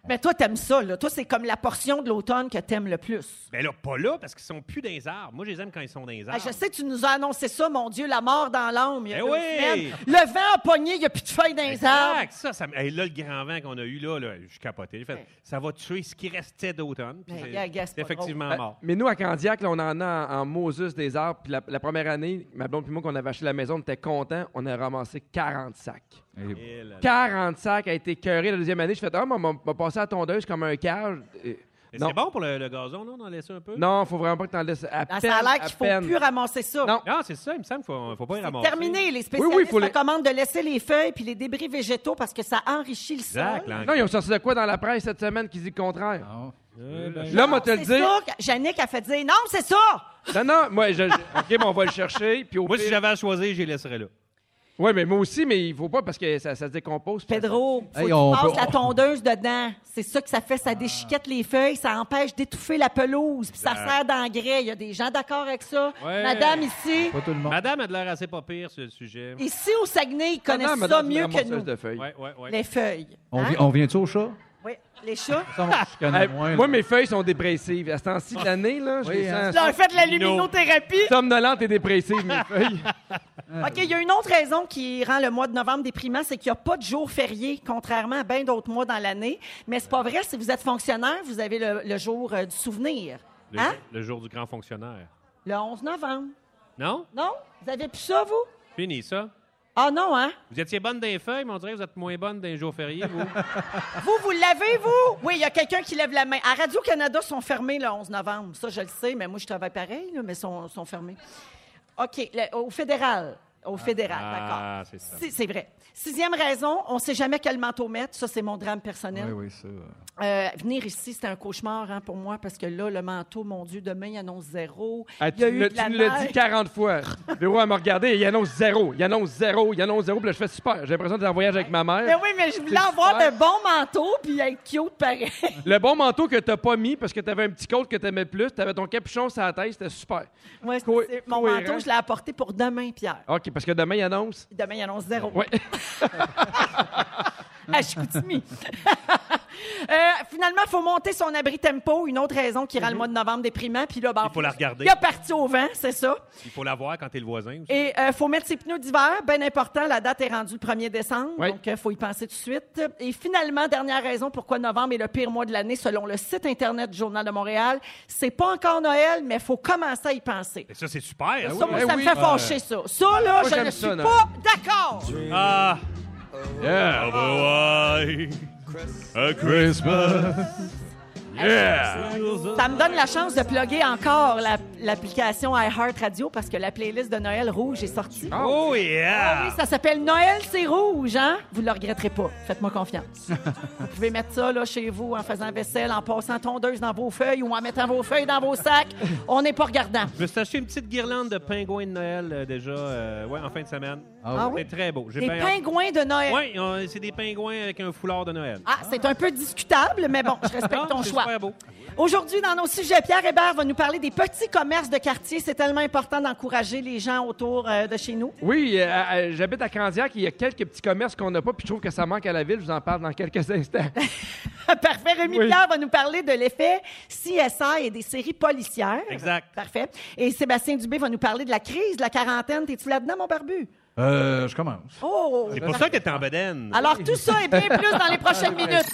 [SPEAKER 2] Mais toi, t'aimes ça, là. Toi, c'est comme la portion de l'automne que t'aimes le plus.
[SPEAKER 1] Ben là, pas là, parce qu'ils sont plus dans les arbres. Moi, je les aime quand ils sont dans les
[SPEAKER 2] Ah,
[SPEAKER 1] arbres.
[SPEAKER 2] je sais, tu nous as annoncé ça, mon Dieu, la mort dans l'âme. il y a
[SPEAKER 1] Eh
[SPEAKER 2] deux
[SPEAKER 1] oui!
[SPEAKER 2] semaines. Le vent a pogné, il n'y a plus de feuilles dans les arbres.
[SPEAKER 1] Exact, ça, ça me- hey, là, le grand vent qu'on a eu, là, là je capotais. J'ai fait,
[SPEAKER 2] Ouais.
[SPEAKER 1] Ça va tuer ce qui restait d'automne. puis
[SPEAKER 2] Ouais,
[SPEAKER 1] c'est-
[SPEAKER 2] gars, gars, c'est
[SPEAKER 1] c'est
[SPEAKER 2] pas drôle.
[SPEAKER 1] effectivement
[SPEAKER 3] Ben,
[SPEAKER 1] mort.
[SPEAKER 3] Mais nous, à Candiac, là, on en a en, en Moses des arbres. Puis la, la première année, ma blonde puis moi, qu'on avait acheté la maison, on était contents. On a ramassé 40 sacs.
[SPEAKER 6] Eh,
[SPEAKER 1] Et là, là.
[SPEAKER 3] 40 sacs a été cœuré la deuxième année. Je fais, ah, on m'a passé à la tondeuse comme un cage. Et-
[SPEAKER 1] Mais
[SPEAKER 3] Non,
[SPEAKER 1] C'est bon hein? pour le, le gazon, non? D'en laisser un peu?
[SPEAKER 3] non, faut vraiment pas que t'en laisses à
[SPEAKER 2] Ah,
[SPEAKER 3] peine.
[SPEAKER 2] ça a
[SPEAKER 3] à
[SPEAKER 2] l'air qu'il faut
[SPEAKER 3] peine.
[SPEAKER 2] plus ramasser ça.
[SPEAKER 3] Non.
[SPEAKER 1] Ah, c'est ça, il me semble qu'il ne faut pas y ramasser.
[SPEAKER 2] Terminé, les
[SPEAKER 3] oui,
[SPEAKER 2] spécialistes
[SPEAKER 3] faut les-
[SPEAKER 2] recommandent de laisser les feuilles puis les débris végétaux parce que ça enrichit le sol.
[SPEAKER 1] Exact, Euh, l'engrais.
[SPEAKER 3] Non, ils ont sorti de quoi dans la presse cette semaine qui dit le contraire?
[SPEAKER 6] non.
[SPEAKER 1] ben,
[SPEAKER 3] Là, moi, te le
[SPEAKER 2] Ah. C'est
[SPEAKER 3] dire.
[SPEAKER 2] ça que Yannick a fait dire non, c'est ça.
[SPEAKER 3] Non, non, moi, je, je- OK, mais on va le chercher. Puis au
[SPEAKER 1] Moi, si
[SPEAKER 3] pire-
[SPEAKER 1] j'avais à choisir, je les laisserais là.
[SPEAKER 3] Oui, mais moi aussi, mais il faut pas parce que ça, ça se décompose. puis ça-
[SPEAKER 2] Pedro, faut
[SPEAKER 6] Hey,
[SPEAKER 2] que
[SPEAKER 6] on
[SPEAKER 2] tu passes
[SPEAKER 6] peut-
[SPEAKER 2] la tondeuse dedans. C'est ça que ça fait, ça déchiquette les feuilles, ça empêche d'étouffer la pelouse, puis ça sert d'engrais. Il y a des gens d'accord avec ça.
[SPEAKER 1] Ouais.
[SPEAKER 2] Madame ici,
[SPEAKER 6] Pas tout le monde.
[SPEAKER 1] Madame a de l'air assez pas pire sur le sujet. Oui,
[SPEAKER 2] ici au Saguenay, ils
[SPEAKER 3] Ah Non, non,
[SPEAKER 2] connaissent ça
[SPEAKER 3] mais dans une
[SPEAKER 2] mieux que
[SPEAKER 3] ramasseuse
[SPEAKER 2] nous.
[SPEAKER 3] de feuilles.
[SPEAKER 1] Ouais, ouais, ouais.
[SPEAKER 2] Les feuilles.
[SPEAKER 6] On,
[SPEAKER 2] Hein?
[SPEAKER 6] vi- on vient-tu au chat?
[SPEAKER 2] Oui, les chats.
[SPEAKER 6] Ça, on se connaît
[SPEAKER 3] Hey,
[SPEAKER 6] moins,
[SPEAKER 3] Ah, moi,
[SPEAKER 6] là.
[SPEAKER 3] mes feuilles sont dépressives. À ce temps-ci de l'année, là, je
[SPEAKER 6] Oui,
[SPEAKER 3] les
[SPEAKER 6] hein.
[SPEAKER 3] sens
[SPEAKER 2] Là, fait de la luminothérapie.
[SPEAKER 3] somnolentes et
[SPEAKER 2] *laughs*
[SPEAKER 3] dépressives, mes feuilles.
[SPEAKER 2] OK, il y a une autre raison qui rend le mois de novembre déprimant, c'est qu'il n'y a pas de jour férié, contrairement à bien d'autres mois dans l'année. Mais c'est pas vrai, si vous êtes fonctionnaire, vous avez le, le jour euh, du souvenir.
[SPEAKER 1] Le,
[SPEAKER 2] Hein?
[SPEAKER 1] le jour du grand fonctionnaire.
[SPEAKER 2] Le 11 novembre.
[SPEAKER 1] Non?
[SPEAKER 2] Non? Vous avez plus ça, vous?
[SPEAKER 1] Fini, ça.
[SPEAKER 2] Ah non, hein?
[SPEAKER 1] Vous étiez bonne d'un feuille, mais on dirait que vous êtes moins bonne d'un jour férié, *laughs* vous.
[SPEAKER 2] Vous, vous l'avez, vous? Oui, il y a quelqu'un qui lève la main. À Radio-Canada, ils sont fermés le 11 novembre. Ça, je le sais, mais moi, je travaille pareil, là, mais ils sont, sont fermés. OK, le- au fédéral. Au fédéral,
[SPEAKER 1] Ah,
[SPEAKER 2] d'accord.
[SPEAKER 1] c'est ça.
[SPEAKER 2] Si- C'est vrai. Sixième raison, on ne sait jamais quel manteau mettre. Ça, c'est mon drame personnel.
[SPEAKER 6] Oui, oui, ça. euh,
[SPEAKER 2] Euh, venir ici, c'était un cauchemar hein, pour moi parce que là, le manteau, mon Dieu, demain, il annonce zéro.
[SPEAKER 3] Ah,
[SPEAKER 2] il y a
[SPEAKER 3] tu
[SPEAKER 2] eu
[SPEAKER 3] le-
[SPEAKER 2] de
[SPEAKER 3] tu
[SPEAKER 2] la
[SPEAKER 3] nous l'as
[SPEAKER 2] neige.
[SPEAKER 3] dit 40 fois. Véro, elle m'a regardé et il annonce zéro. Il annonce zéro. Il annonce zéro. Puis là, je fais super. J'ai l'impression d'être en voyage avec ma
[SPEAKER 2] Mais
[SPEAKER 3] mère.
[SPEAKER 2] oui, mais je voulais
[SPEAKER 3] C'est
[SPEAKER 2] avoir
[SPEAKER 3] super.
[SPEAKER 2] de bons manteaux puis être cute pareil. *laughs*
[SPEAKER 3] Le bon manteau que t'as pas mis parce que t'avais un petit coat que t'aimais plus, t'avais ton capuchon sur la tête, c'était super.
[SPEAKER 2] Moi, c'est-
[SPEAKER 3] Co-
[SPEAKER 2] c'est- mon
[SPEAKER 3] cohérent.
[SPEAKER 2] manteau, je l'ai apporté pour demain, Pierre.
[SPEAKER 3] OK, parce que demain, il annonce.
[SPEAKER 2] Demain, il annonce zéro.
[SPEAKER 3] Ouais.
[SPEAKER 2] *laughs* à Chicoutimi. *laughs* Euh, finalement, il faut monter son abri tempo, une autre raison qui rend le mois de novembre déprimant. Puis là, ben, en
[SPEAKER 1] Mhm. faut la
[SPEAKER 2] plus,
[SPEAKER 1] regarder.
[SPEAKER 2] Il a parti au vent, c'est ça.
[SPEAKER 1] Il faut la voir quand t'es le voisin. aussi.
[SPEAKER 2] Et il faut mettre ses pneus d'hiver, bien important. La date est rendue le 1er décembre,
[SPEAKER 3] Oui.
[SPEAKER 2] donc il faut y penser tout de suite. Et finalement, dernière raison pourquoi novembre est le pire mois de l'année, selon le site Internet du Journal de Montréal. C'est pas encore Noël, mais il faut commencer à y penser.
[SPEAKER 1] Et ça, c'est super.
[SPEAKER 2] Ça, moi,
[SPEAKER 3] ben
[SPEAKER 2] ça
[SPEAKER 3] oui.
[SPEAKER 2] me fait fâcher, ça. Ça, là,
[SPEAKER 3] Moi,
[SPEAKER 2] je
[SPEAKER 3] j'aime
[SPEAKER 2] ne
[SPEAKER 3] ça,
[SPEAKER 2] suis
[SPEAKER 3] Noël.
[SPEAKER 2] pas d'accord.
[SPEAKER 1] Ah! Yeah! Bye-bye. A bah Christmas! Yeah!
[SPEAKER 2] Ça me donne la chance de plugger encore la- l'application iHeartRadio parce que la playlist de Noël rouge est sortie.
[SPEAKER 1] Oh
[SPEAKER 2] Ah oui,
[SPEAKER 1] yeah!
[SPEAKER 2] ça s'appelle Noël, c'est rouge, hein? Vous le regretterez pas. Faites-moi
[SPEAKER 1] *laughs*
[SPEAKER 2] confiance. vous pouvez mettre ça là, chez vous en faisant vaisselle, en passant tondeuse dans vos feuilles ou en mettant vos feuilles dans vos sacs. On n'est pas regardant.
[SPEAKER 1] Je me suis acheté une petite guirlande de pingouins de Noël euh, déjà euh, ouais, en fin de semaine.
[SPEAKER 2] Ah
[SPEAKER 1] C'est
[SPEAKER 2] oui?
[SPEAKER 1] très beau. J'ai
[SPEAKER 2] Des
[SPEAKER 1] bien hâte.
[SPEAKER 2] pingouins de Noël.
[SPEAKER 1] Eh ben, Ouais, on- c'est des pingouins avec un foulard de Noël.
[SPEAKER 2] Ah, c'est un peu discutable, mais bon, je
[SPEAKER 1] Ah,
[SPEAKER 2] respecte ton
[SPEAKER 1] c'est
[SPEAKER 2] choix.
[SPEAKER 1] super beau.
[SPEAKER 2] Aujourd'hui, dans nos sujets, Pierre Hébert va nous parler des petits commerces de quartier. C'est tellement important d'encourager les gens autour euh, de chez nous.
[SPEAKER 3] Oui, euh, euh, j'habite à Candiac. Il y a quelques petits commerces qu'on n'a pas, puis je trouve que ça manque à la ville. Je vous en parle dans quelques instants.
[SPEAKER 2] *laughs* Parfait. Rémi
[SPEAKER 3] Oui.
[SPEAKER 2] Pierre va nous parler de l'effet CSI et des séries policières.
[SPEAKER 1] Exact.
[SPEAKER 2] Parfait. Et Sébastien Dubé va nous parler de la crise de la quarantaine. T'es-tu là-dedans, mon barbu?
[SPEAKER 6] Euh, je commence.
[SPEAKER 2] Oh!
[SPEAKER 1] C'est pour ça que t'es en bedaine.
[SPEAKER 2] Alors, tout ça est bien plus dans les prochaines minutes.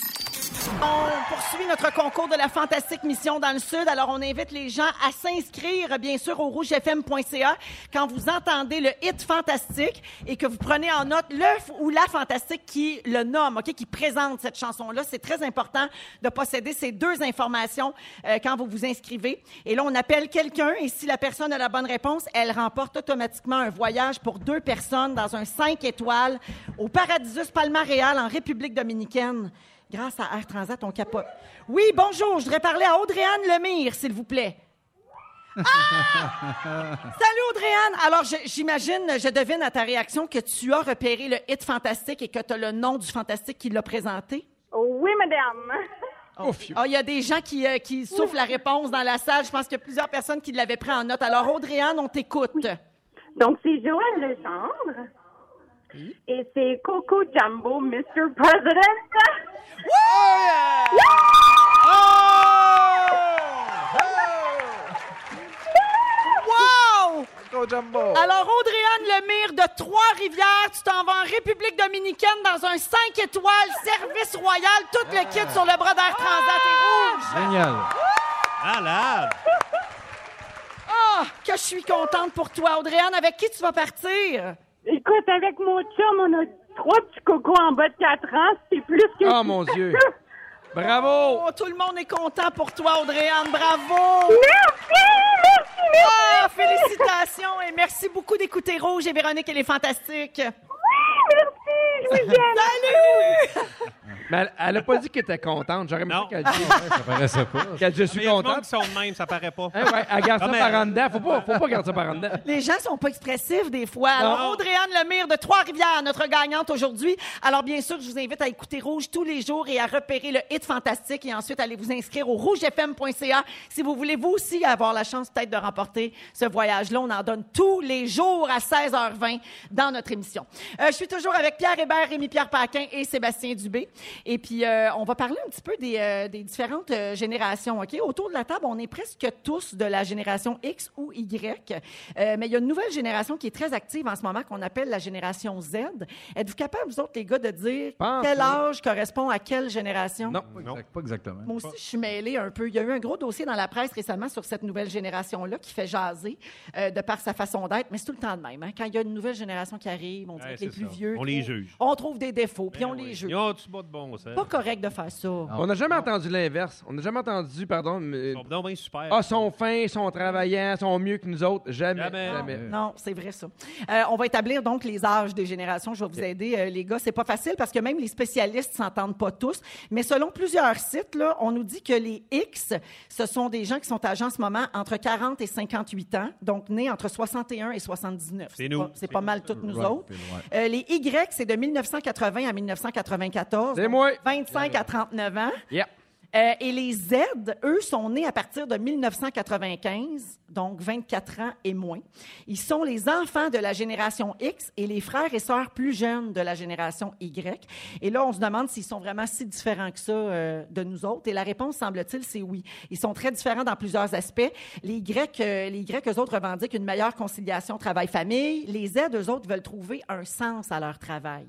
[SPEAKER 2] On poursuit notre concours de la fantastique mission dans le Sud. Alors, on invite les gens à s'inscrire, bien sûr, au rougefm.ca. Quand vous entendez le hit fantastique et que vous prenez en note le f- ou la fantastique qui le nomme, ok, qui présente cette chanson-là, c'est très important de posséder ces deux informations euh, quand vous vous inscrivez. Et là, on appelle quelqu'un et si la personne a la bonne réponse, elle remporte automatiquement un voyage pour deux personnes dans un 5 étoiles au Paradisus Palmaréal en République dominicaine. Grâce à Air Transat, on capote. Oui, bonjour, je voudrais parler à Audrey-Anne Lemire, s'il vous plaît. Ah! Salut Audrey-Anne! Alors, je- j'imagine, je devine à ta réaction que tu as repéré le hit fantastique et que tu as le nom du fantastique qui l'a présenté.
[SPEAKER 7] Oui, madame.
[SPEAKER 3] Oh, fieu.
[SPEAKER 2] Ah, il y a des gens qui, euh, qui soufflent la réponse dans la salle. Je pense qu'il y a plusieurs personnes qui l'avaient pris en note. Alors, Audrey-Anne, on t'écoute.
[SPEAKER 7] Donc, c'est Joël Legendre. Et c'est Coco Jumbo, Mr. President.
[SPEAKER 2] Wow!
[SPEAKER 6] Go Jumbo!
[SPEAKER 2] Alors, Audrey-Anne Lemire de Trois-Rivières, tu t'en vas en République dominicaine dans un 5 étoiles, service royal, tout le kit sur le bras d'Air Transat et rouge.
[SPEAKER 3] Ah!
[SPEAKER 6] Génial.
[SPEAKER 1] Malade!
[SPEAKER 2] Ah, que je suis contente pour toi, Audrey-Anne. Avec qui tu vas partir?
[SPEAKER 7] Écoute, avec mon chum, on a trois petits cocos en bas de 4 ans. C'est plus que.
[SPEAKER 3] Oh, mon Dieu. Bravo!
[SPEAKER 2] Oh, tout le monde est content pour toi, Audrey-Anne. Bravo!
[SPEAKER 7] Merci! Merci! merci.
[SPEAKER 2] Ah, félicitations et merci beaucoup d'écouter Rouge et Véronique, elle est fantastique.
[SPEAKER 7] Oui, merci! Je vous aime.
[SPEAKER 2] Salut!
[SPEAKER 3] Mais elle- elle a pas dit qu'elle était contente. J'aurais aimé ça
[SPEAKER 1] Non.
[SPEAKER 3] qu'elle dise
[SPEAKER 6] Ça paraissait pas.
[SPEAKER 3] qu'elle dise, je
[SPEAKER 1] Mais
[SPEAKER 3] suis
[SPEAKER 1] il y a du monde
[SPEAKER 3] contente.
[SPEAKER 1] qui sont de même, ça paraît pas.
[SPEAKER 3] Hein, ouais, elle garde ça
[SPEAKER 1] Ah, mais-
[SPEAKER 3] par en dedans. Faut pas, faut pas garder ça par en dedans.
[SPEAKER 2] *laughs* Les gens sont pas expressifs des fois. Alors,
[SPEAKER 1] Non.
[SPEAKER 2] Audrey-Anne Lemire de Trois-Rivières, notre gagnante aujourd'hui. Alors, bien sûr, je vous invite à écouter Rouge tous les jours et à repérer le hit fantastique et ensuite allez vous inscrire au rougefm.ca si vous voulez vous aussi avoir la chance peut-être de remporter ce voyage-là. On en donne tous les jours à 16h20 dans notre émission. Euh, je suis toujours avec Pierre Hébert, Rémi-Pierre Paquin et Sébastien Dubé. Et puis, euh, on va parler un petit peu des, euh, des différentes euh, générations, OK? Autour de la table, on est presque tous de la génération X ou Y. Euh, mais il y a une nouvelle génération qui est très active en ce moment qu'on appelle la génération Z. Êtes-vous capable, vous autres, les gars, de dire
[SPEAKER 3] Pense
[SPEAKER 2] quel
[SPEAKER 3] pas.
[SPEAKER 2] âge correspond à quelle génération?
[SPEAKER 3] Non.
[SPEAKER 6] Pas, exact- pas exactement.
[SPEAKER 2] Moi aussi, je suis mêlée un peu. Il y a eu un gros dossier dans la presse récemment sur cette nouvelle génération-là qui fait jaser euh, de par sa façon d'être, mais c'est tout le temps le même. hein. Quand il y a une nouvelle génération qui arrive, on dirait
[SPEAKER 1] Ouais,
[SPEAKER 2] que les
[SPEAKER 1] c'est
[SPEAKER 2] plus
[SPEAKER 1] ça.
[SPEAKER 2] vieux.
[SPEAKER 1] On les
[SPEAKER 2] trouvent-
[SPEAKER 1] juge. Ben
[SPEAKER 2] On trouve des défauts, puis on les juge.
[SPEAKER 1] Ils ont du bas de bon sens.
[SPEAKER 2] Pas correct de faire ça.
[SPEAKER 3] On n'a jamais entendu l'inverse. On n'a jamais entendu, pardon, mais-
[SPEAKER 1] Ils sont donc bien super.
[SPEAKER 3] ah, sont fins, sont travaillants, sont mieux que nous autres. Jamais, jamais.
[SPEAKER 1] Jamais.
[SPEAKER 2] Non, c'est vrai ça. Euh, on va établir donc les âges des générations. Je vais vous aider, euh, les gars. C'est pas facile parce que même les spécialistes s'entendent pas tous. Mais selon plusieurs sites, là, on nous dit que les X, ce sont des gens qui sont âgés en ce moment entre 40 et 58 ans, donc nés entre 61 et 79.
[SPEAKER 1] C'est nous.
[SPEAKER 2] pas- C'est pas mal toutes nous
[SPEAKER 6] Right,
[SPEAKER 2] autres.
[SPEAKER 6] right.
[SPEAKER 2] Euh, les Y, c'est de 1980 à 1994.
[SPEAKER 3] C'est
[SPEAKER 2] donc
[SPEAKER 3] moi.
[SPEAKER 2] 25 à 39 ans.
[SPEAKER 3] Yeah.
[SPEAKER 2] Euh, et les Z, eux, sont nés à partir de 1995, donc 24 ans et moins. Ils sont les enfants de la génération X et les frères et sœurs plus jeunes de la génération Y. Et là, on se demande s'ils sont vraiment si différents que ça euh, de nous autres. Et la réponse, semble-t-il, c'est oui. Ils sont très différents dans plusieurs aspects. Les Y, euh, les Y, eux autres, revendiquent une meilleure conciliation travail-famille. Les Z, eux autres, veulent trouver un sens à leur travail.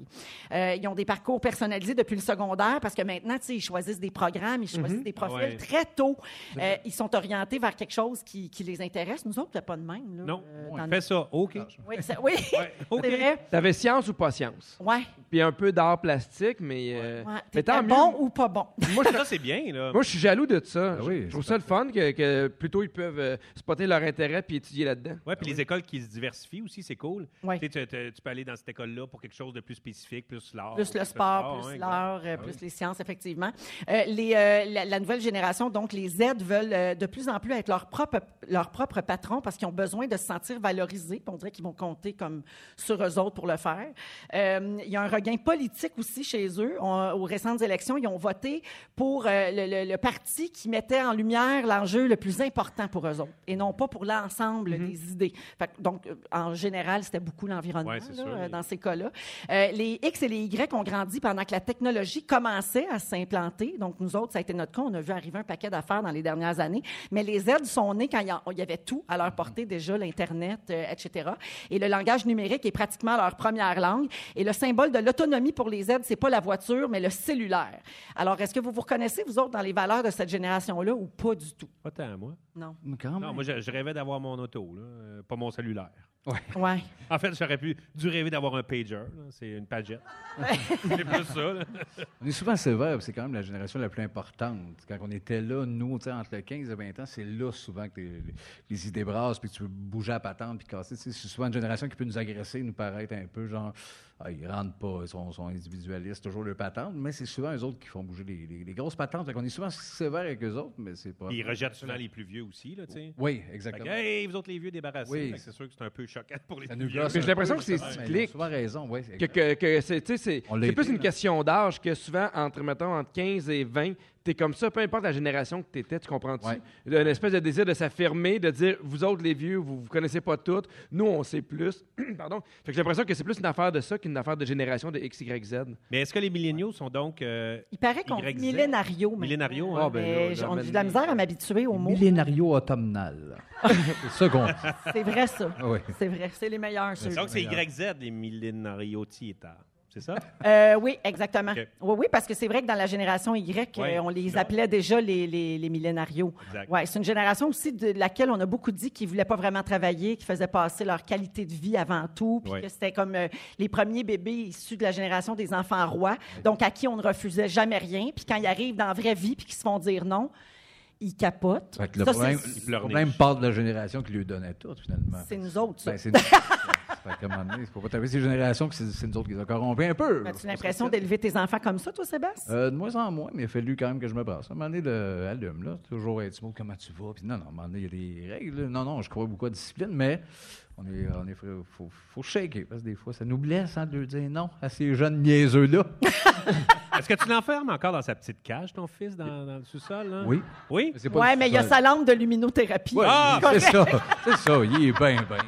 [SPEAKER 2] Euh, ils ont des parcours personnalisés depuis le secondaire parce que maintenant, tu sais, ils choisissent des programmes, ils choisissent des profils
[SPEAKER 1] Mhm. Ouais.
[SPEAKER 2] très tôt. Euh, ils sont orientés vers quelque chose qui, qui les intéresse. Nous autres, il n'y a pas de même. Là,
[SPEAKER 1] Non,
[SPEAKER 2] euh, dans
[SPEAKER 1] on fait ça. OK.
[SPEAKER 6] Ah.
[SPEAKER 2] nos- Oui, c'est oui,
[SPEAKER 1] *laughs* OK.
[SPEAKER 2] c'est vrai.
[SPEAKER 3] T'avais science ou pas science?
[SPEAKER 2] Ouais,
[SPEAKER 3] Puis un peu d'art plastique, mais. euh,
[SPEAKER 2] ouais.
[SPEAKER 3] mais
[SPEAKER 2] T'es
[SPEAKER 3] tant mieux.
[SPEAKER 2] bon ou pas bon?
[SPEAKER 3] Moi, je-
[SPEAKER 1] Ça, c'est bien, là.
[SPEAKER 3] Moi, je suis jaloux de ça.
[SPEAKER 6] Ah oui,
[SPEAKER 3] je trouve
[SPEAKER 6] c'est
[SPEAKER 3] ça le fun que, que plutôt ils peuvent euh, spotter leur intérêt puis étudier là-dedans.
[SPEAKER 1] Ouais, puis les écoles qui se diversifient aussi, c'est cool.
[SPEAKER 2] Ouais.
[SPEAKER 1] Tu sais, Tu, tu- tu peux aller dans cette école-là pour quelque chose de plus spécifique, plus l'art.
[SPEAKER 2] Plus le sport,
[SPEAKER 1] hein,
[SPEAKER 2] plus
[SPEAKER 1] exact.
[SPEAKER 2] l'art, euh, plus les sciences, effectivement. Euh, les, euh, la, la nouvelle génération, donc les Z, veulent euh, de plus en plus être leur propre, leur propre patron parce qu'ils ont besoin de se sentir valorisés. Puis On dirait qu'ils vont compter comme sur eux autres pour le faire. Euh, il y a un regain politique aussi chez eux. On- aux récentes élections, ils ont voté pour euh, le, le- le parti qui mettait en lumière l'enjeu le plus important pour eux autres et non pas pour l'ensemble des idées. Fait que, donc, euh, en général, c'était beaucoup l'environnement
[SPEAKER 1] Mm-hmm. Ouais, c'est
[SPEAKER 2] là,
[SPEAKER 1] sûr,
[SPEAKER 2] euh,
[SPEAKER 1] les-
[SPEAKER 2] dans ces cas-là. Euh, les X et les Y ont grandi pendant que la technologie commençait à s'implanter. Donc, nous autres, ça a été été notre cas. On a vu arriver un paquet d'affaires dans les dernières années. Mais les aides sont nées quand il y en- il y avait tout à leur portée déjà, l'Internet, euh, etc. Et le langage numérique est pratiquement leur première langue. Et le symbole de l'autonomie pour les aides, c'est pas la voiture, mais le cellulaire. Alors, est-ce que vous vous reconnaissez, vous autres, dans les valeurs de cette génération-là ou pas du tout?
[SPEAKER 1] Pas tant, moi.
[SPEAKER 2] Non.
[SPEAKER 6] Quand
[SPEAKER 1] Non, moi, je, je rêvais d'avoir mon auto, là, euh, pas mon cellulaire.
[SPEAKER 2] Ouais.
[SPEAKER 1] En fait, j'aurais pu dû rêver d'avoir un pager. là, C'est une pagette. c'est plus ça. là.
[SPEAKER 6] On est souvent sévère, puis c'est quand même la génération la plus importante. Quand on était là, nous, tu sais, entre le 15 et 20 ans, c'est là souvent que les, les idées brassent, puis que tu peux bouger à patente, puis casser. Tu sais, C'est souvent une génération qui peut nous agresser, nous paraître un peu genre, ah, ils rentrent pas, ils sont, sont individualistes, toujours le patente, mais c'est souvent eux autres qui font bouger les, les- les grosses patentes. Fait qu'on est souvent sévère avec eux autres, mais c'est pas.
[SPEAKER 1] Puis ils rejettent souvent les plus vieux aussi, là, tu sais.
[SPEAKER 6] Oui,
[SPEAKER 1] Fait
[SPEAKER 6] exactement.
[SPEAKER 1] que, hey, vous autres, les vieux débarrassés.
[SPEAKER 6] Oui.
[SPEAKER 1] Fait que C'est sûr que c'est un peu choquant pour les
[SPEAKER 6] Ça
[SPEAKER 1] plus
[SPEAKER 6] nous
[SPEAKER 1] vieux.
[SPEAKER 6] gosse hein.
[SPEAKER 3] Mais j'ai
[SPEAKER 6] un
[SPEAKER 3] l'impression
[SPEAKER 6] peu,
[SPEAKER 3] que c'est
[SPEAKER 6] justement, mais
[SPEAKER 3] cyclique.
[SPEAKER 6] Ils ont souvent raison, oui.
[SPEAKER 3] que, que, que c'est, tu sais, c'est,
[SPEAKER 6] On l'a
[SPEAKER 3] c'est plus
[SPEAKER 6] été,
[SPEAKER 3] une
[SPEAKER 6] là.
[SPEAKER 3] question d'âge que souvent, entre, mettons, entre 15 et 20, t'es comme ça, peu importe la génération que t'étais, tu comprends-tu?
[SPEAKER 6] Ouais.
[SPEAKER 3] Une espèce de désir de s'affirmer, de dire, vous autres, les vieux, vous vous connaissez pas toutes, nous, on sait plus. *clears throat* Pardon. Fait que j'ai l'impression que c'est plus une affaire de ça qu'une affaire de génération de X, Y, Z.
[SPEAKER 1] Mais est-ce que les milléniaux sont donc. euh,
[SPEAKER 2] Il paraît qu'on
[SPEAKER 1] YZ.
[SPEAKER 2] millénario. maintenant.
[SPEAKER 1] Millénario, hein?
[SPEAKER 3] Ah, ben là,
[SPEAKER 2] Mais j-
[SPEAKER 3] là,
[SPEAKER 2] on a
[SPEAKER 3] ben-
[SPEAKER 2] de la misère à m'habituer aux mots.
[SPEAKER 6] Millénario automnal. *laughs* c'est ça qu'on dit.
[SPEAKER 2] C'est vrai, ça.
[SPEAKER 6] Ah oui.
[SPEAKER 2] C'est vrai. C'est les meilleurs, ceux
[SPEAKER 1] Donc, c'est YZ, les millénariotiétards. C'est ça?
[SPEAKER 2] Euh, oui, exactement.
[SPEAKER 1] OK.
[SPEAKER 2] Oui, oui, parce que c'est vrai que dans la génération Y, euh,
[SPEAKER 1] Ouais.
[SPEAKER 2] on les appelait déjà les, les, les millénarios.
[SPEAKER 1] Exact.
[SPEAKER 2] Ouais, c'est une génération aussi de laquelle on a beaucoup dit qu'ils ne voulaient pas vraiment travailler, qu'ils faisaient passer leur qualité de vie avant tout, puis
[SPEAKER 1] Ouais.
[SPEAKER 2] que c'était comme euh, les premiers bébés issus de la génération des enfants rois, donc à qui on ne refusait jamais rien. Puis quand ils arrivent dans la vraie vie puis qu'ils se font dire non, ils capotent.
[SPEAKER 6] Fait que le
[SPEAKER 2] Ça, c'est-
[SPEAKER 6] problème,
[SPEAKER 1] Il
[SPEAKER 6] le
[SPEAKER 1] pleurniche.
[SPEAKER 6] problème part de la génération qui lui donnait tout, finalement.
[SPEAKER 2] c'est nous autres, ça.
[SPEAKER 6] Ben, c'est nous. Fait qu'à un moment donné, faut pas taper ces générations que c'est c'est nous autres qui les a corrompus un peu.
[SPEAKER 2] As-tu l'impression d'élever tes enfants comme ça, toi, Sébastien?
[SPEAKER 6] Euh, de moins en moins, mais il a fallu quand même que je me brasse. À un moment donné, le, allume, là. Toujours être smooth, comment tu vas? Puis non, non, à un moment donné, il y a des règles. là. Non, non, je crois beaucoup à la discipline, mais on est, on est, faut, faut shaker. Parce que des fois, ça nous blesse, hein, de leur dire non à ces jeunes niaiseux-là.
[SPEAKER 1] *laughs* Est-ce que tu l'enfermes encore dans sa petite cage, ton fils, dans, dans le sous-sol? là?
[SPEAKER 6] Oui.
[SPEAKER 1] Oui?
[SPEAKER 6] C'est pas
[SPEAKER 2] Oui,
[SPEAKER 6] du
[SPEAKER 2] mais il y a
[SPEAKER 6] sol.
[SPEAKER 2] sa lampe de luminothérapie.
[SPEAKER 6] Ouais,
[SPEAKER 1] Ah,
[SPEAKER 6] c'est ça. C'est ça. Il est bien, bien.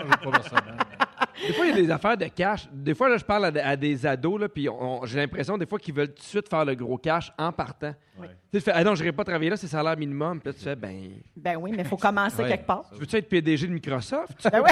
[SPEAKER 6] Je veux pas personnel.
[SPEAKER 3] Des fois, il y a des affaires de cash. Des fois, là, je parle à, à des ados, là, puis on- j'ai l'impression des fois qu'ils veulent tout de suite faire le gros cash en partant. Tu sais, Tu fais, ah non, je pas travailler là, c'est salaire minimum. Puis là, tu fais, ben,
[SPEAKER 2] Ben oui, mais il faut commencer
[SPEAKER 6] Ouais.
[SPEAKER 2] quelque part.
[SPEAKER 3] tu veux-tu être PDG de Microsoft?
[SPEAKER 6] *laughs*
[SPEAKER 3] Tu
[SPEAKER 2] Ben ouais.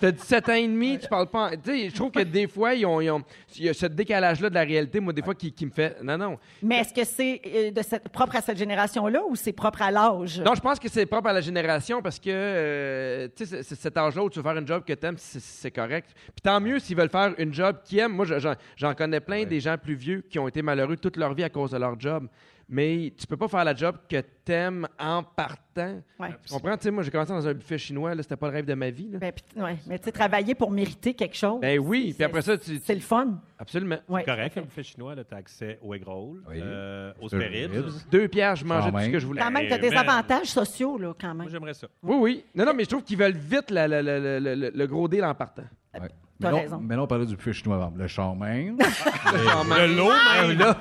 [SPEAKER 3] T'as 17 ans et demi, tu parles pas. en- Tu sais, je trouve que des fois, ils ont, ils ont- il y a ce décalage-là de la réalité, moi, des fois, qui, qui me fait. Non, non.
[SPEAKER 2] Mais est-ce que c'est euh, de cette, propre à cette génération-là ou c'est propre à l'âge?
[SPEAKER 3] Non, je pense que c'est propre à la génération parce que, euh, tu sais, c'est- c'est cet âge-là où tu veux faire une job que t'aimes, c'est- c'est correct. Puis tant mieux s'ils veulent faire une job qu'ils aiment. Moi, je- j'en j'en connais plein des gens plus vieux qui ont été malheureux toute leur vie à cause de leur job. Mais tu peux pas faire la job que t'aimes en partant.
[SPEAKER 2] Ouais.
[SPEAKER 3] Tu comprends? Tu sais, moi, j'ai commencé dans un buffet chinois, là, c'était pas le rêve de ma vie. là.
[SPEAKER 2] Ben, puis- ouais. Mais tu sais, travailler pour mériter quelque chose,
[SPEAKER 3] Ben oui, puis
[SPEAKER 2] c'est-
[SPEAKER 3] après ça, tu.
[SPEAKER 2] c'est le fun.
[SPEAKER 3] Absolument.
[SPEAKER 2] Ouais.
[SPEAKER 1] Correct, comme fait chinois, tu as accès au eggroll,
[SPEAKER 6] Oui.
[SPEAKER 1] euh, aux
[SPEAKER 6] Sur le
[SPEAKER 1] spéribs.
[SPEAKER 6] ribs.
[SPEAKER 3] Deux pierres, je mangeais
[SPEAKER 6] Quand
[SPEAKER 3] tout ce
[SPEAKER 6] même.
[SPEAKER 3] que je voulais.
[SPEAKER 2] Quand même, tu as
[SPEAKER 1] Ben,
[SPEAKER 2] des
[SPEAKER 1] man.
[SPEAKER 2] avantages sociaux, là, quand
[SPEAKER 1] Moi,
[SPEAKER 2] même.
[SPEAKER 1] j'aimerais ça.
[SPEAKER 3] Oui, oui. Non, non, mais je trouve qu'ils veulent vite la- la- la- la- la- le, le gros deal en partant.
[SPEAKER 6] Ouais.
[SPEAKER 2] T'as
[SPEAKER 6] Mais non,
[SPEAKER 2] raison.
[SPEAKER 6] Mais là, on parlait du buffet chinois avant.
[SPEAKER 2] *laughs*
[SPEAKER 6] Le charmaine.
[SPEAKER 1] Le low main, là.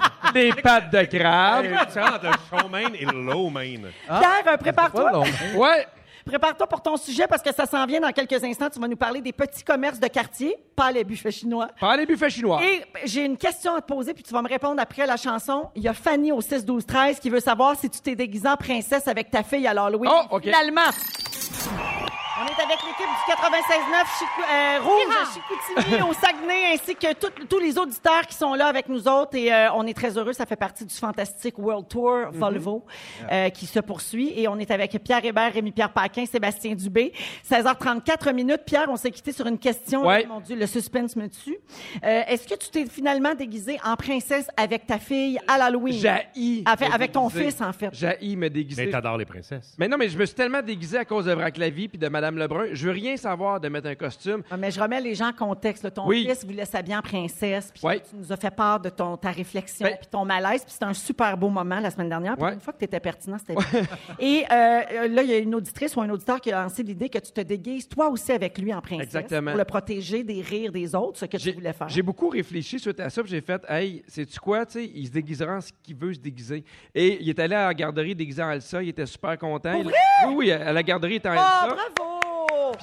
[SPEAKER 3] *laughs* Des pattes de crabe.
[SPEAKER 1] Pourquoi tu rentres le show main et le low main?
[SPEAKER 2] Pierre, euh,
[SPEAKER 6] Pas
[SPEAKER 2] prépare-toi.
[SPEAKER 6] long.
[SPEAKER 3] Ouais.
[SPEAKER 2] Prépare-toi pour ton sujet parce que ça s'en vient dans quelques instants. Tu vas nous parler des petits commerces de quartier, pas les buffets chinois.
[SPEAKER 3] Par les buffets chinois.
[SPEAKER 2] Et ben, j'ai une question à te poser, puis tu vas me répondre après la chanson. Il y a Fanny au 6-12-13 qui veut savoir si tu t'es déguisée en princesse avec ta fille à l'Halloween.
[SPEAKER 3] Oh, OK.
[SPEAKER 2] Finalement. On est avec l'équipe du 96-9 Chico- euh, Rouge à Chicoutimi, au Saguenay, ainsi que tout- tous les auditeurs qui sont là avec nous autres. Et euh, on est très heureux. Ça fait partie du fantastique World Tour
[SPEAKER 3] Mhm.
[SPEAKER 2] Volvo euh, qui se poursuit. Et on est avec Pierre Hébert, Rémi-Pierre Paquin, Sébastien Dubé. 16h34 minutes. Pierre, on s'est quitté sur une question.
[SPEAKER 3] Ouais.
[SPEAKER 2] Mon Dieu, le suspense me tue. Euh, Est-ce que tu t'es finalement déguisée en princesse avec ta fille à l'Halloween?
[SPEAKER 3] J'ai
[SPEAKER 2] Avec, Ah, avec ton fils, en fait.
[SPEAKER 3] J'ai me déguiser.
[SPEAKER 1] Mais
[SPEAKER 3] Mais,
[SPEAKER 1] t'adores les princesses.
[SPEAKER 3] non, mais je me suis tellement déguisé à cause de Vraclavie puis de Madame Lebrun. Je veux rien savoir de mettre un costume.
[SPEAKER 2] Ouais, Ah, mais je remets les gens en contexte. là. Ton
[SPEAKER 3] Oui.
[SPEAKER 2] fils voulait s'habiller en princesse. Puis
[SPEAKER 3] Ouais.
[SPEAKER 2] tu nous as fait part de ton, ta réflexion
[SPEAKER 3] Ben-
[SPEAKER 2] puis ton malaise. Puis c'était un super beau moment la semaine dernière. Puis
[SPEAKER 3] Ouais.
[SPEAKER 2] Une fois que tu étais pertinent, c'était bien.
[SPEAKER 3] *laughs*
[SPEAKER 2] Et euh, là, il y a une auditrice ou un auditeur qui a lancé l'idée que tu te déguises toi aussi avec lui en princesse.
[SPEAKER 3] Exactement.
[SPEAKER 2] Pour le protéger des rires des autres, ce que tu
[SPEAKER 3] J'ai-
[SPEAKER 2] voulais faire.
[SPEAKER 3] J'ai beaucoup réfléchi suite à ça, puis j'ai fait, hey, sais-tu quoi, tu sais, il se déguisera en ce qu'il veut se déguiser. Et il est allé à la garderie déguisé en Elsa, il était super content. Il- Oui, oui, à la garderie, il était en
[SPEAKER 2] Ah,
[SPEAKER 3] Elsa.
[SPEAKER 2] bravo!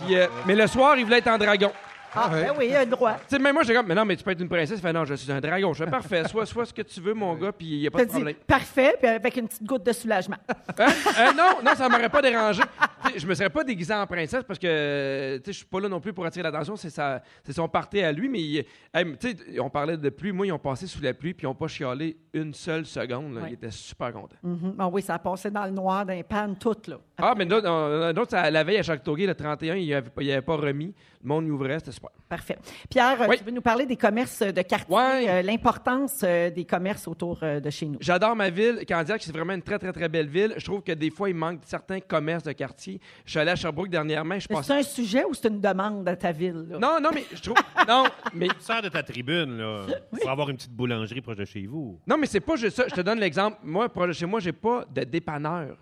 [SPEAKER 3] Puis, euh, mais le soir, il voulait être en dragon.
[SPEAKER 2] Ah, ben oui, il a le droit.
[SPEAKER 3] Tu sais, même moi, j'étais comme, mais non, mais tu peux être une princesse. Il fait, non, je suis un dragon. Je fais, parfait, sois, sois ce que tu veux, mon gars, puis il n'y a pas
[SPEAKER 2] T'as
[SPEAKER 3] de
[SPEAKER 2] dit
[SPEAKER 3] problème.
[SPEAKER 2] parfait, puis avec une petite goutte de soulagement.
[SPEAKER 3] Hein? Euh, non, non, ça m'aurait pas dérangé. Tu sais, Je me serais pas déguisé en princesse parce que tu sais, je suis pas là non plus pour attirer l'attention. C'est sa- c'est son party à lui. Mais il- hey, mais tu sais, on parlait de pluie. Moi, ils ont passé sous la pluie puis ils ont pas chialé une seule seconde. là.
[SPEAKER 2] Ouais.
[SPEAKER 3] Ils étaient super contents.
[SPEAKER 2] Mhm. Ah oui, ça a passé dans le noir, dans les pannes, toutes, là.
[SPEAKER 3] Ah, mais d'autres, euh, d'autres, ça- la veille à Châteauguay, le 31, il avait, pas- il avait pas remis. Le monde y ouvrait, c'était super.
[SPEAKER 2] Parfait. Pierre, euh,
[SPEAKER 3] Oui.
[SPEAKER 2] tu veux nous parler des commerces de quartier,
[SPEAKER 3] Ouais.
[SPEAKER 2] euh, l'importance euh, des commerces autour euh, de chez nous.
[SPEAKER 3] J'adore ma ville. Candiac, c'est vraiment une très, très, très belle ville. Je trouve que des fois, il manque certains commerces de quartier. Je suis allé à Sherbrooke dernièrement. Je
[SPEAKER 2] C'est
[SPEAKER 3] passais.
[SPEAKER 2] un sujet ou c'est une demande à ta ville? là?
[SPEAKER 3] Non, non, mais je
[SPEAKER 2] *laughs*
[SPEAKER 3] trouve. Non, mais
[SPEAKER 1] Tu sors de ta tribune, là, pour avoir une petite boulangerie proche de chez vous.
[SPEAKER 3] Non, mais c'est pas juste ça. Je te donne l'exemple. Moi, proche de chez moi, j'ai pas de dépanneur.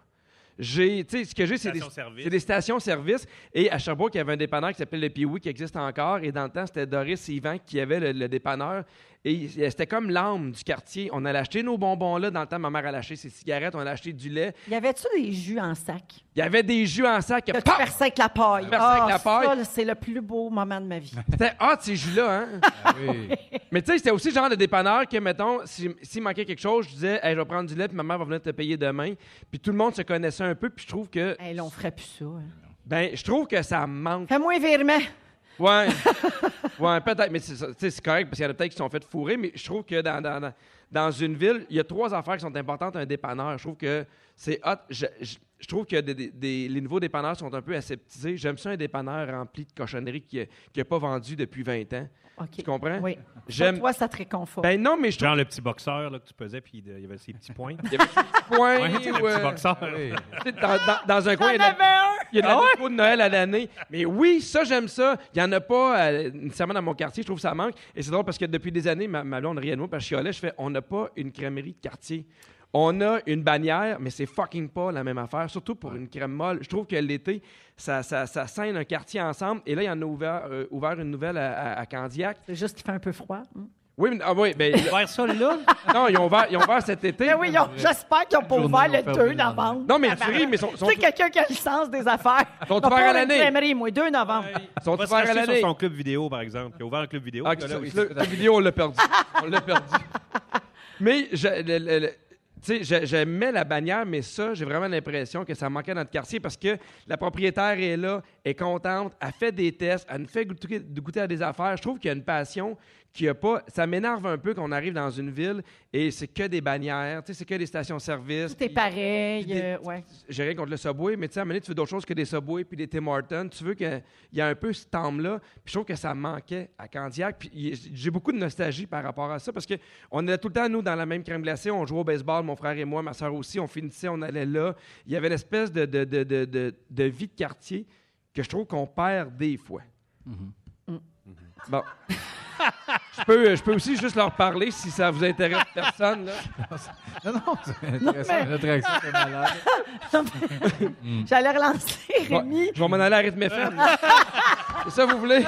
[SPEAKER 3] J'ai, tu sais, ce que j'ai, c'est des,
[SPEAKER 1] Stations-service.
[SPEAKER 3] c'est des stations-service. Et à Sherbrooke, il y avait un dépanneur qui s'appelle le Pioui qui existe encore. Et dans le temps, c'était Doris Yvan qui avait le, le dépanneur. Et c'était comme l'âme du quartier. On allait acheter nos bonbons là. Dans le temps, ma mère allait acheter ses cigarettes, on allait acheter du lait.
[SPEAKER 2] Y avait-tu des jus en sac?
[SPEAKER 3] Il y avait des jus en sac.
[SPEAKER 2] T'as-tu
[SPEAKER 3] Paf!
[SPEAKER 2] percé avec la paille.
[SPEAKER 3] Percé Euh, avec
[SPEAKER 2] Ah,
[SPEAKER 3] la paille.
[SPEAKER 2] ça, là, c'est le plus beau moment de ma
[SPEAKER 3] *laughs*
[SPEAKER 2] vie.
[SPEAKER 3] C'était hot, ces jus-là, hein?
[SPEAKER 6] Oui.
[SPEAKER 3] Mais tu sais, c'était aussi le genre de dépanneur que, mettons, si- s'il manquait quelque chose, je disais, hey, je vais prendre du lait, puis ma mère va venir te payer demain. Puis tout le monde se connaissait un peu, puis je trouve que,
[SPEAKER 2] Hey, là, on ferait plus ça. hein.
[SPEAKER 3] ben, je trouve que ça manque.
[SPEAKER 2] Fais-moi un virement.
[SPEAKER 3] Ouais, ouais peut-être, mais c'est ça. Tu sais, c'est correct, parce qu'il y en a peut-être qui se sont fait fourrer, mais je trouve que dans, dans, dans- dans une ville, il y a trois affaires qui sont importantes à un dépanneur. Je trouve que c'est hot. Je, je- je trouve que des- des- des- les nouveaux dépanneurs sont un peu aseptisés. J'aime ça un dépanneur rempli de cochonneries qui n'a pas vendu depuis 20 ans.
[SPEAKER 2] OK.
[SPEAKER 3] Tu comprends?
[SPEAKER 2] Oui.
[SPEAKER 3] J'aime-
[SPEAKER 2] Toi, ça te réconforte.
[SPEAKER 3] Ben non, mais je trouve
[SPEAKER 1] Genre le petit boxeur là, que tu pesais, puis de- il y avait ses petits points.
[SPEAKER 3] Il y avait des coins,
[SPEAKER 1] Ouais, tu sais, le
[SPEAKER 3] ouais.
[SPEAKER 1] petit boxeur.
[SPEAKER 3] euh,
[SPEAKER 1] Ah
[SPEAKER 3] Tu sais, dans, dans- dans un coin, il y en a- il y a de la déco de Noël à l'année. Mais oui, ça, j'aime ça. Il n'y en a pas euh, nécessairement dans mon quartier. Je trouve que ça manque. Et c'est drôle parce que depuis des années, ma, ma blonde riait de moi parce que je chialais. Je fais on n'a pas une crèmerie de quartier. On a une bannière, mais c'est fucking pas la même affaire, surtout pour une crème molle. Je trouve que l'été, ça, ça, ça scène un quartier ensemble. Et là, il y en a ouvert, euh, ouvert une nouvelle à, à- à Candiac.
[SPEAKER 2] C'est juste qu'il fait un peu froid. hein.
[SPEAKER 3] Oui, mais, *laughs* ah oui, ben,
[SPEAKER 1] Faire ça là,
[SPEAKER 3] non, ils ont ouvert, ils ont ouvert cet été.
[SPEAKER 2] Ben oui, ils ont- j'espère qu'ils ont pas
[SPEAKER 6] Journée,
[SPEAKER 2] ouvert
[SPEAKER 6] on
[SPEAKER 2] le
[SPEAKER 6] ferme
[SPEAKER 2] 2
[SPEAKER 6] le lendemain.
[SPEAKER 2] novembre.
[SPEAKER 3] Non, mais
[SPEAKER 2] Ah, ben,
[SPEAKER 3] tu ris, mais sont-
[SPEAKER 2] Tu
[SPEAKER 3] sont-
[SPEAKER 2] sais, quelqu'un qui a le sens des affaires.
[SPEAKER 3] Sont
[SPEAKER 2] Va
[SPEAKER 3] ouverts à
[SPEAKER 2] pas
[SPEAKER 3] l'année.
[SPEAKER 2] une crèmerie, moi, 2 novembre.
[SPEAKER 3] Ils sont
[SPEAKER 1] on va se
[SPEAKER 3] ouverts à
[SPEAKER 1] racheter
[SPEAKER 3] l'année.
[SPEAKER 1] sur son club vidéo, par exemple. Il a ouvert un club vidéo.
[SPEAKER 3] Ah,
[SPEAKER 1] ce gars-là
[SPEAKER 3] ça,
[SPEAKER 1] aussi.
[SPEAKER 3] le- la vidéo, on l'a perdu. On l'a perdu. *laughs* Mais je, le- le- le- tu sais, je- j'aimais la bannière, mais ça, j'ai vraiment l'impression que ça manquait dans notre quartier parce que la propriétaire est là, est contente, elle fait des tests, elle nous fait goûter, goûter à des affaires. Je trouve qu'il y a une passion qu'il n'y a pas. Ça m'énerve un peu qu'on arrive dans une ville et c'est que des bannières, tu sais, c'est que des stations-service.
[SPEAKER 2] Tout est pareil.
[SPEAKER 3] Puis des-
[SPEAKER 2] euh, ouais.
[SPEAKER 3] J'ai rien contre le Subway, mais tu sais, à un moment donné, tu veux d'autres choses que des Subway puis des Tim Hortons. Tu veux qu'il y a un peu cette âme-là. Puis je trouve que ça manquait à Candiac. Puis y- j'ai beaucoup de nostalgie par rapport à ça parce que on était tout le temps, nous, dans la même crème glacée. On jouait au baseball, mon frère et moi, ma soeur aussi. On finissait, on allait là. Il y avait l'espèce de, de, de, de, de- de vie de quartier que je trouve qu'on perd des fois. Bon. *laughs* je, peux, je peux aussi juste leur parler si ça vous intéresse personne. là.
[SPEAKER 6] Non, non, c'est intéressant.
[SPEAKER 2] mais-
[SPEAKER 6] Notre réaction, c'est malade.
[SPEAKER 2] J'allais relancer
[SPEAKER 3] Mm. Ouais,
[SPEAKER 2] Rémi.
[SPEAKER 3] Je vais m'en aller à rythme FM. C'est *laughs* ça,
[SPEAKER 2] *laughs*
[SPEAKER 3] vous voulez?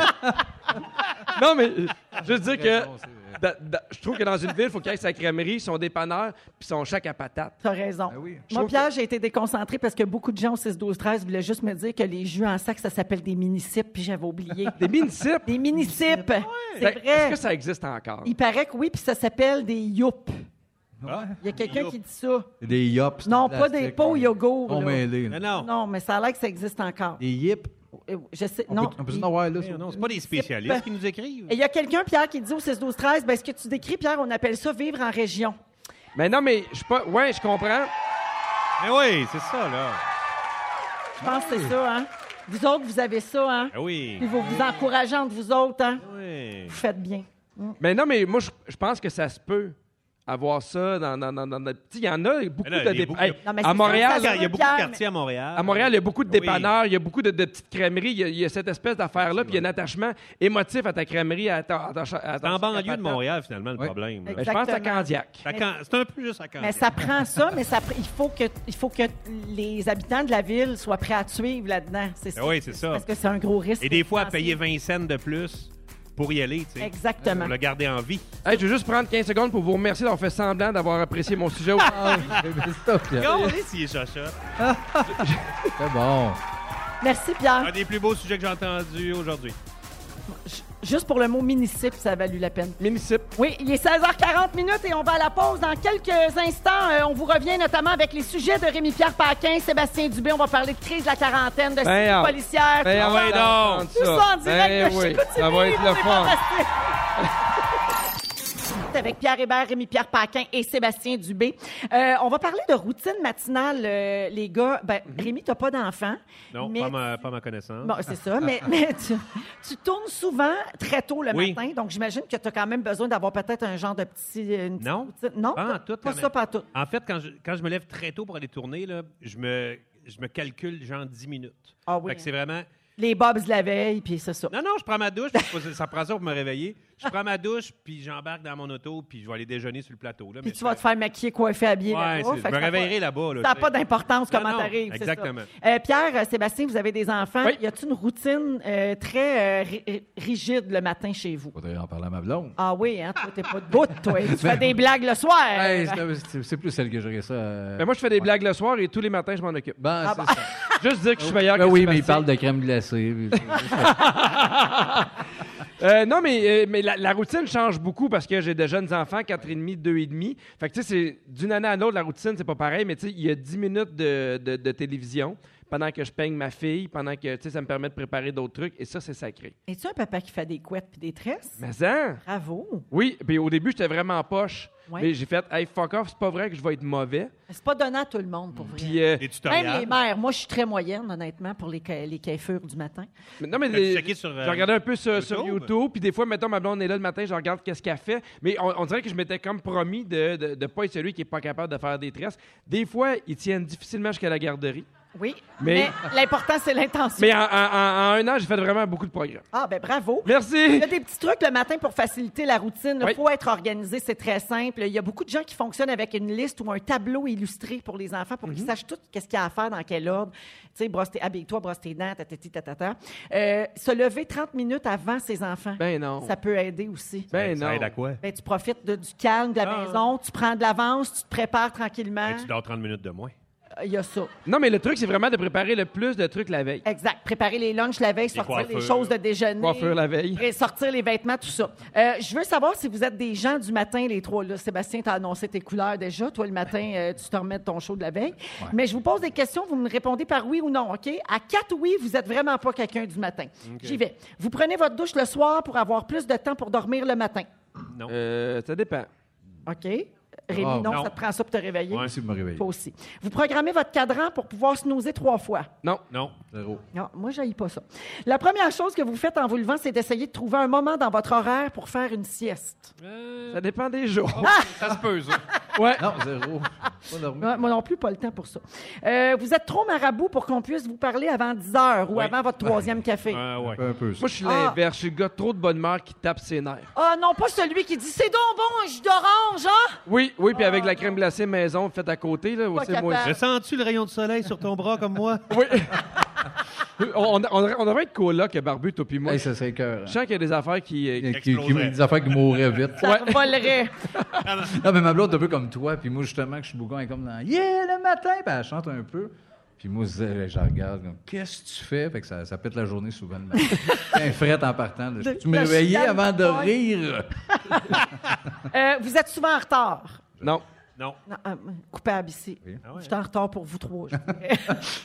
[SPEAKER 3] non, mais euh, juste dire que
[SPEAKER 6] Raison, c'est vrai.
[SPEAKER 3] da- da- je trouve que dans une ville, il faut qu'il y ait sa crèmerie, son dépanneur, puis son chac à patate.
[SPEAKER 2] T'as raison.
[SPEAKER 6] Ben oui.
[SPEAKER 2] Moi,
[SPEAKER 3] trouve
[SPEAKER 2] Pierre, j'ai été déconcentrée parce que beaucoup de gens au 6, 12, 13 voulaient juste me dire que les jus en sac, ça s'appelle des municipes, puis j'avais oublié.
[SPEAKER 3] *laughs* Des municipes.
[SPEAKER 2] des municipes! C'est
[SPEAKER 3] Ben, Est-ce
[SPEAKER 2] vrai!
[SPEAKER 3] que ça existe encore?
[SPEAKER 2] Il paraît que oui, puis ça s'appelle des youp. Il y a quelqu'un qui dit ça.
[SPEAKER 6] Des yops.
[SPEAKER 2] Ah! Non, pas des pots au yogourt.
[SPEAKER 6] On
[SPEAKER 2] là.
[SPEAKER 6] mêlé.
[SPEAKER 1] Non,
[SPEAKER 6] là.
[SPEAKER 1] non.
[SPEAKER 2] Non, mais ça a l'air que ça existe encore.
[SPEAKER 6] Des yips.
[SPEAKER 2] Euh, Je sais,
[SPEAKER 6] On
[SPEAKER 2] non.
[SPEAKER 6] peut- on peut s'en avoir là. ça.
[SPEAKER 1] Non, non, c'est pas des spécialistes qui nous écrivent.
[SPEAKER 2] Et il y a quelqu'un, Pierre, qui dit au 6, 12, 13, ben, ce que tu décris, Pierre, on appelle ça vivre en région.
[SPEAKER 3] Mais non, mais je suis pas. Ouais, je comprends.
[SPEAKER 1] Mais Eh oui, c'est ça, là.
[SPEAKER 2] Je pense que c'est ça, hein? Vous autres, vous avez ça,
[SPEAKER 3] Ben
[SPEAKER 2] hein?
[SPEAKER 1] Ah oui. Eh.
[SPEAKER 2] Puis
[SPEAKER 1] *laughs*
[SPEAKER 2] vous vous encouragez entre vous autres, hein?
[SPEAKER 1] Oui.
[SPEAKER 2] Vous faites bien.
[SPEAKER 3] Mais non, mais moi, je, je pense que ça se peut avoir ça dans. dans, dans, dans- tu sais, Il y en a
[SPEAKER 1] Mais
[SPEAKER 3] beaucoup
[SPEAKER 1] là,
[SPEAKER 3] de
[SPEAKER 1] il y a
[SPEAKER 3] dép-
[SPEAKER 1] beaucoup-
[SPEAKER 3] Hey,
[SPEAKER 2] Non, mais c'est
[SPEAKER 3] à Montréal,
[SPEAKER 2] comme ça,
[SPEAKER 1] Il y a beaucoup de
[SPEAKER 2] Pierre,
[SPEAKER 1] quartiers à Montréal. Eh
[SPEAKER 3] À Montréal, il y a beaucoup de
[SPEAKER 1] Oui.
[SPEAKER 3] dépanneurs, il y a beaucoup de, de petites crèmeries, il y a- il y, a cette espèce d'affaire-là, puis il y a un attachement émotif à ta crèmerie, à ta, à ta cha- à
[SPEAKER 1] C'est
[SPEAKER 3] ta
[SPEAKER 1] en
[SPEAKER 3] chac à
[SPEAKER 1] banlieue de
[SPEAKER 3] patate.
[SPEAKER 1] Montréal, finalement, le
[SPEAKER 6] Oui.
[SPEAKER 1] problème. là.
[SPEAKER 3] Ben, je pense à
[SPEAKER 2] Exactement.
[SPEAKER 3] Candiac.
[SPEAKER 1] Ça can- C'est un peu juste à quand.
[SPEAKER 2] Mais ça prend ça, mais ça, pr- il, faut que, il faut que les habitants de la ville soient prêts à te suivre là-dedans. C'est
[SPEAKER 1] Ben oui, c'est ça.
[SPEAKER 2] Parce que c'est un gros risque.
[SPEAKER 1] Et des fois, à payer
[SPEAKER 2] financier.
[SPEAKER 1] 20 cents de plus pour y aller, tu sais.
[SPEAKER 2] Exactement.
[SPEAKER 1] Pour le garder en vie.
[SPEAKER 3] Hey, je veux juste prendre 15 secondes pour vous remercier d'avoir fait semblant d'avoir apprécié mon sujet. Ah,
[SPEAKER 6] Ah, oui, mais ça, Pierre.
[SPEAKER 1] *laughs* Regardez s'il est chachotte.
[SPEAKER 6] C'est bon.
[SPEAKER 2] Merci, Pierre.
[SPEAKER 1] Un des plus beaux sujets que j'ai entendus aujourd'hui.
[SPEAKER 2] Juste pour le mot municipal, ça a valu la peine.
[SPEAKER 3] Municipal.
[SPEAKER 2] Oui, il est 16h40 minutes et on va à la pause dans quelques instants. Euh, on vous revient notamment avec les sujets de Rémi-Pierre Paquin, Sébastien Dubé. On va parler de crise de la quarantaine, de
[SPEAKER 3] Ben,
[SPEAKER 2] sécurité
[SPEAKER 3] ah.
[SPEAKER 2] policière.
[SPEAKER 3] Ben,
[SPEAKER 2] tout
[SPEAKER 3] ah, ouais,
[SPEAKER 2] ça.
[SPEAKER 3] donc.
[SPEAKER 2] Tout ça en direct
[SPEAKER 3] Ben,
[SPEAKER 2] de
[SPEAKER 3] oui.
[SPEAKER 2] Chicoutimi,
[SPEAKER 3] Ça va être le
[SPEAKER 2] c'est
[SPEAKER 3] fun.
[SPEAKER 2] fantastique. avec Pierre Hébert, Rémi-Pierre Paquin et Sébastien Dubé. Euh, on va parler de routine matinale, euh, les gars. Ben, Rémi, t'as pas d'enfant.
[SPEAKER 1] Mhm. Non,
[SPEAKER 2] mais-
[SPEAKER 1] pas, ma, pas ma connaissance.
[SPEAKER 2] Bon, c'est ça,
[SPEAKER 1] *laughs*
[SPEAKER 2] mais, mais tu, tu tournes souvent très tôt le
[SPEAKER 1] Oui.
[SPEAKER 2] matin, donc j'imagine que tu as quand même besoin d'avoir peut-être un genre de petit... euh, une petite
[SPEAKER 1] Non.
[SPEAKER 2] routine. Non,
[SPEAKER 1] Pas en
[SPEAKER 2] pas,
[SPEAKER 1] tout,
[SPEAKER 2] pas
[SPEAKER 1] quand
[SPEAKER 2] ça,
[SPEAKER 1] même.
[SPEAKER 2] pas en tout.
[SPEAKER 1] En fait, quand je, quand je me lève très tôt pour aller tourner, là, je, me, je me calcule genre 10 minutes.
[SPEAKER 2] Ah oui,
[SPEAKER 1] Fait que
[SPEAKER 2] hein.
[SPEAKER 1] c'est vraiment.
[SPEAKER 2] Les bobs de la veille, puis c'est ça.
[SPEAKER 1] Non, non, je prends ma douche, puis je pose- ça prend ça pour me réveiller. Je prends ma douche, puis j'embarque dans mon auto, puis je vais aller déjeuner sur le plateau. Là,
[SPEAKER 2] Puis
[SPEAKER 1] mais
[SPEAKER 2] tu vas te faire maquiller, coiffer, habiller.
[SPEAKER 1] Ouais,
[SPEAKER 2] là-bas, Oh,
[SPEAKER 1] c'est-
[SPEAKER 2] fait
[SPEAKER 1] je
[SPEAKER 2] que
[SPEAKER 1] me
[SPEAKER 2] ça a pas-
[SPEAKER 1] réveillerai là-bas. Là,
[SPEAKER 2] Ça n'a
[SPEAKER 1] tu sais.
[SPEAKER 2] pas d'importance
[SPEAKER 1] Non,
[SPEAKER 2] comment
[SPEAKER 1] non,
[SPEAKER 2] t'arrives. c'est ça.
[SPEAKER 1] exactement.
[SPEAKER 2] Euh, Pierre, euh, Sébastien, vous avez des enfants.
[SPEAKER 3] Oui.
[SPEAKER 2] Y a-t-il une routine euh, très euh, ri- ri- rigide le matin chez vous?
[SPEAKER 6] Faudrait en parler à ma blonde.
[SPEAKER 2] Ah oui, hein? Toi, t'es pas de bout, toi. tu
[SPEAKER 1] Ben
[SPEAKER 2] fais des blagues le soir.
[SPEAKER 6] Hey, c'est- c'est c'est plus celle que j'aurais ça. euh,
[SPEAKER 3] Mais Ben, moi, je fais des
[SPEAKER 6] ouais.
[SPEAKER 3] blagues le soir et tous les matins, je m'en occupe.
[SPEAKER 6] Ben,
[SPEAKER 2] Ah,
[SPEAKER 6] c'est
[SPEAKER 2] bah.
[SPEAKER 6] ça.
[SPEAKER 3] *laughs* Juste dire que je suis meilleur
[SPEAKER 6] Ben
[SPEAKER 3] que
[SPEAKER 6] oui, mais il
[SPEAKER 3] Sébastien.
[SPEAKER 6] parle de
[SPEAKER 3] *laughs*
[SPEAKER 6] crème glacée. puis-
[SPEAKER 3] Euh, non, mais, euh, mais la, la routine change beaucoup parce que j'ai de jeunes enfants, 4,5, 2,5. Fait que, tu sais, c'est d'une année à l'autre, la routine, c'est pas pareil, mais tu sais, il y a 10 minutes de, de- de télévision pendant que je peigne ma fille, pendant que, tu sais, ça me permet de préparer d'autres trucs, et ça, c'est sacré.
[SPEAKER 2] Es-tu un papa qui fait des couettes puis des tresses?
[SPEAKER 3] Mais hein? ça,
[SPEAKER 2] Bravo.
[SPEAKER 3] oui, puis au début, j'étais vraiment poche.
[SPEAKER 2] Ouais.
[SPEAKER 3] Mais j'ai fait, hey, fuck off, c'est pas vrai que je vais être mauvais.
[SPEAKER 2] C'est pas donné à tout le monde, pour vrai.
[SPEAKER 3] Puis, euh,
[SPEAKER 1] Des tutoriels.
[SPEAKER 2] Même les mères. Moi, je suis très moyenne, honnêtement, pour les, ca- les coiffures du matin.
[SPEAKER 3] Mais Non, mais
[SPEAKER 1] T'as-tu
[SPEAKER 3] les-
[SPEAKER 1] checké sur, euh,
[SPEAKER 3] je regardais un peu sur
[SPEAKER 1] YouTube?
[SPEAKER 3] sur YouTube, puis des fois, mettons, ma blonde est là le matin, je regarde qu'est-ce qu'elle fait, mais on, on dirait que je m'étais comme promis de ne pas être celui qui est pas capable de faire des tresses. Des fois, ils tiennent difficilement jusqu'à la garderie,
[SPEAKER 2] Oui. Mais,
[SPEAKER 3] Mais-
[SPEAKER 2] l'important, c'est l'intention.
[SPEAKER 3] mais en, en- en- en un an, j'ai fait vraiment beaucoup de progrès.
[SPEAKER 2] Ah, ben bravo. Il
[SPEAKER 3] Merci!
[SPEAKER 2] y a des petits trucs le matin pour faciliter la routine. Il
[SPEAKER 3] Oui.
[SPEAKER 2] faut être organisé, c'est très simple. Il y a beaucoup de gens qui fonctionnent avec une liste ou un tableau illustré pour les enfants pour
[SPEAKER 3] Mmh.
[SPEAKER 2] qu'ils sachent tout qu'est-ce qu'il y a à faire, dans quel ordre. Tu sais, brosse tes- habille-toi, brosse tes dents, tatati, tatata. Euh, se lever 30 minutes avant ses enfants,
[SPEAKER 3] Ben non.
[SPEAKER 2] ça peut aider aussi.
[SPEAKER 3] Ben
[SPEAKER 1] Ça
[SPEAKER 3] non.
[SPEAKER 1] aide à quoi?
[SPEAKER 2] Ben, tu profites de- du calme de la
[SPEAKER 1] Ah.
[SPEAKER 2] maison, tu prends de l'avance, tu te prépares tranquillement.
[SPEAKER 1] Ben, tu dors 30 minutes de moins.
[SPEAKER 2] Euh, Il y a ça.
[SPEAKER 3] Non, mais le truc, c'est vraiment de préparer le plus de trucs la veille.
[SPEAKER 2] Exact. Préparer les lunchs la veille, sortir les
[SPEAKER 1] coiffures.
[SPEAKER 2] choses de déjeuner.
[SPEAKER 3] Coiffure la veille.
[SPEAKER 2] Et sortir les vêtements, tout ça. Euh, je veux savoir si vous êtes des gens du matin, les trois. Là. Sébastien, t'as annoncé tes couleurs déjà. Toi, le matin, euh, tu te remets de ton show de la veille. Mais je vous pose des questions, vous me répondez par oui ou non, OK? À quatre oui, vous êtes vraiment pas quelqu'un du matin. J'y vais. Vous prenez votre douche le soir pour avoir plus de temps pour dormir le matin.
[SPEAKER 3] Euh, ça dépend.
[SPEAKER 2] OK? Rémi,
[SPEAKER 6] Ah,
[SPEAKER 2] non,
[SPEAKER 1] non.
[SPEAKER 2] ça te prend ça pour te réveiller.
[SPEAKER 1] Ouais.
[SPEAKER 6] Merci de me réveiller.
[SPEAKER 2] Toi aussi. Vous programmez votre cadran pour pouvoir snoozer trois fois.
[SPEAKER 3] Non.
[SPEAKER 1] Non.
[SPEAKER 6] Zéro.
[SPEAKER 2] Non, moi, je pas ça. La première chose que vous faites en vous levant, c'est d'essayer de trouver un moment dans votre horaire pour faire une sieste.
[SPEAKER 3] Ça dépend des jours.
[SPEAKER 1] *laughs* Ça se peut, ça.
[SPEAKER 3] Ouais.
[SPEAKER 6] Non, zéro. Pas dormi.
[SPEAKER 2] Ouais, Ah, moi non plus, pas le temps pour ça. Euh, vous êtes trop marabout pour qu'on puisse vous parler avant 10 heures ou
[SPEAKER 1] Oui.
[SPEAKER 2] avant votre troisième café.
[SPEAKER 1] Ah, ouais.
[SPEAKER 6] Un peu, ça.
[SPEAKER 3] Moi, je suis l'inverse. Je suis le gars de trop de bonne humeur qui tape ses nerfs.
[SPEAKER 2] Ah non, pas celui qui dit c'est donc bon un jus d'orange, hein?
[SPEAKER 3] Oui, Ah! oui, puis avec la crème glacée maison faite à côté, là, aussi, moi
[SPEAKER 2] capable.
[SPEAKER 1] Je sens-tu le rayon de soleil sur ton bras comme moi?
[SPEAKER 3] Oui. *laughs* on, on, on devrait être coloc à Barbu, toi puis moi.
[SPEAKER 6] Hey, ça serait cœur. hein.
[SPEAKER 3] Je sens qu'il y a des affaires qui... euh, qui-
[SPEAKER 6] Qui, qui, qui,
[SPEAKER 1] exploserait.
[SPEAKER 6] des affaires qui
[SPEAKER 2] *laughs*
[SPEAKER 6] mourraient vite.
[SPEAKER 2] Ça volerait.
[SPEAKER 6] Non, mais ma blonde, est un peu comme toi. Puis moi, justement, que je suis bougon, elle est comme dans Yeah, le matin. Puis elle chante un peu. Puis moi, je je la regarde, comme, qu'est-ce que tu fais? Fait que ça, ça pète la journée souvent le
[SPEAKER 2] *laughs*
[SPEAKER 6] matin. C'est un fret en partant. là. Tu me
[SPEAKER 2] la
[SPEAKER 6] réveillais
[SPEAKER 2] chicane,
[SPEAKER 6] avant de
[SPEAKER 2] ouais.
[SPEAKER 6] rire.
[SPEAKER 2] Euh, vous êtes souvent en retard.
[SPEAKER 3] Non.
[SPEAKER 1] Non.
[SPEAKER 2] Non, euh, coupable ici. Je suis en retard pour vous trois. je dirais.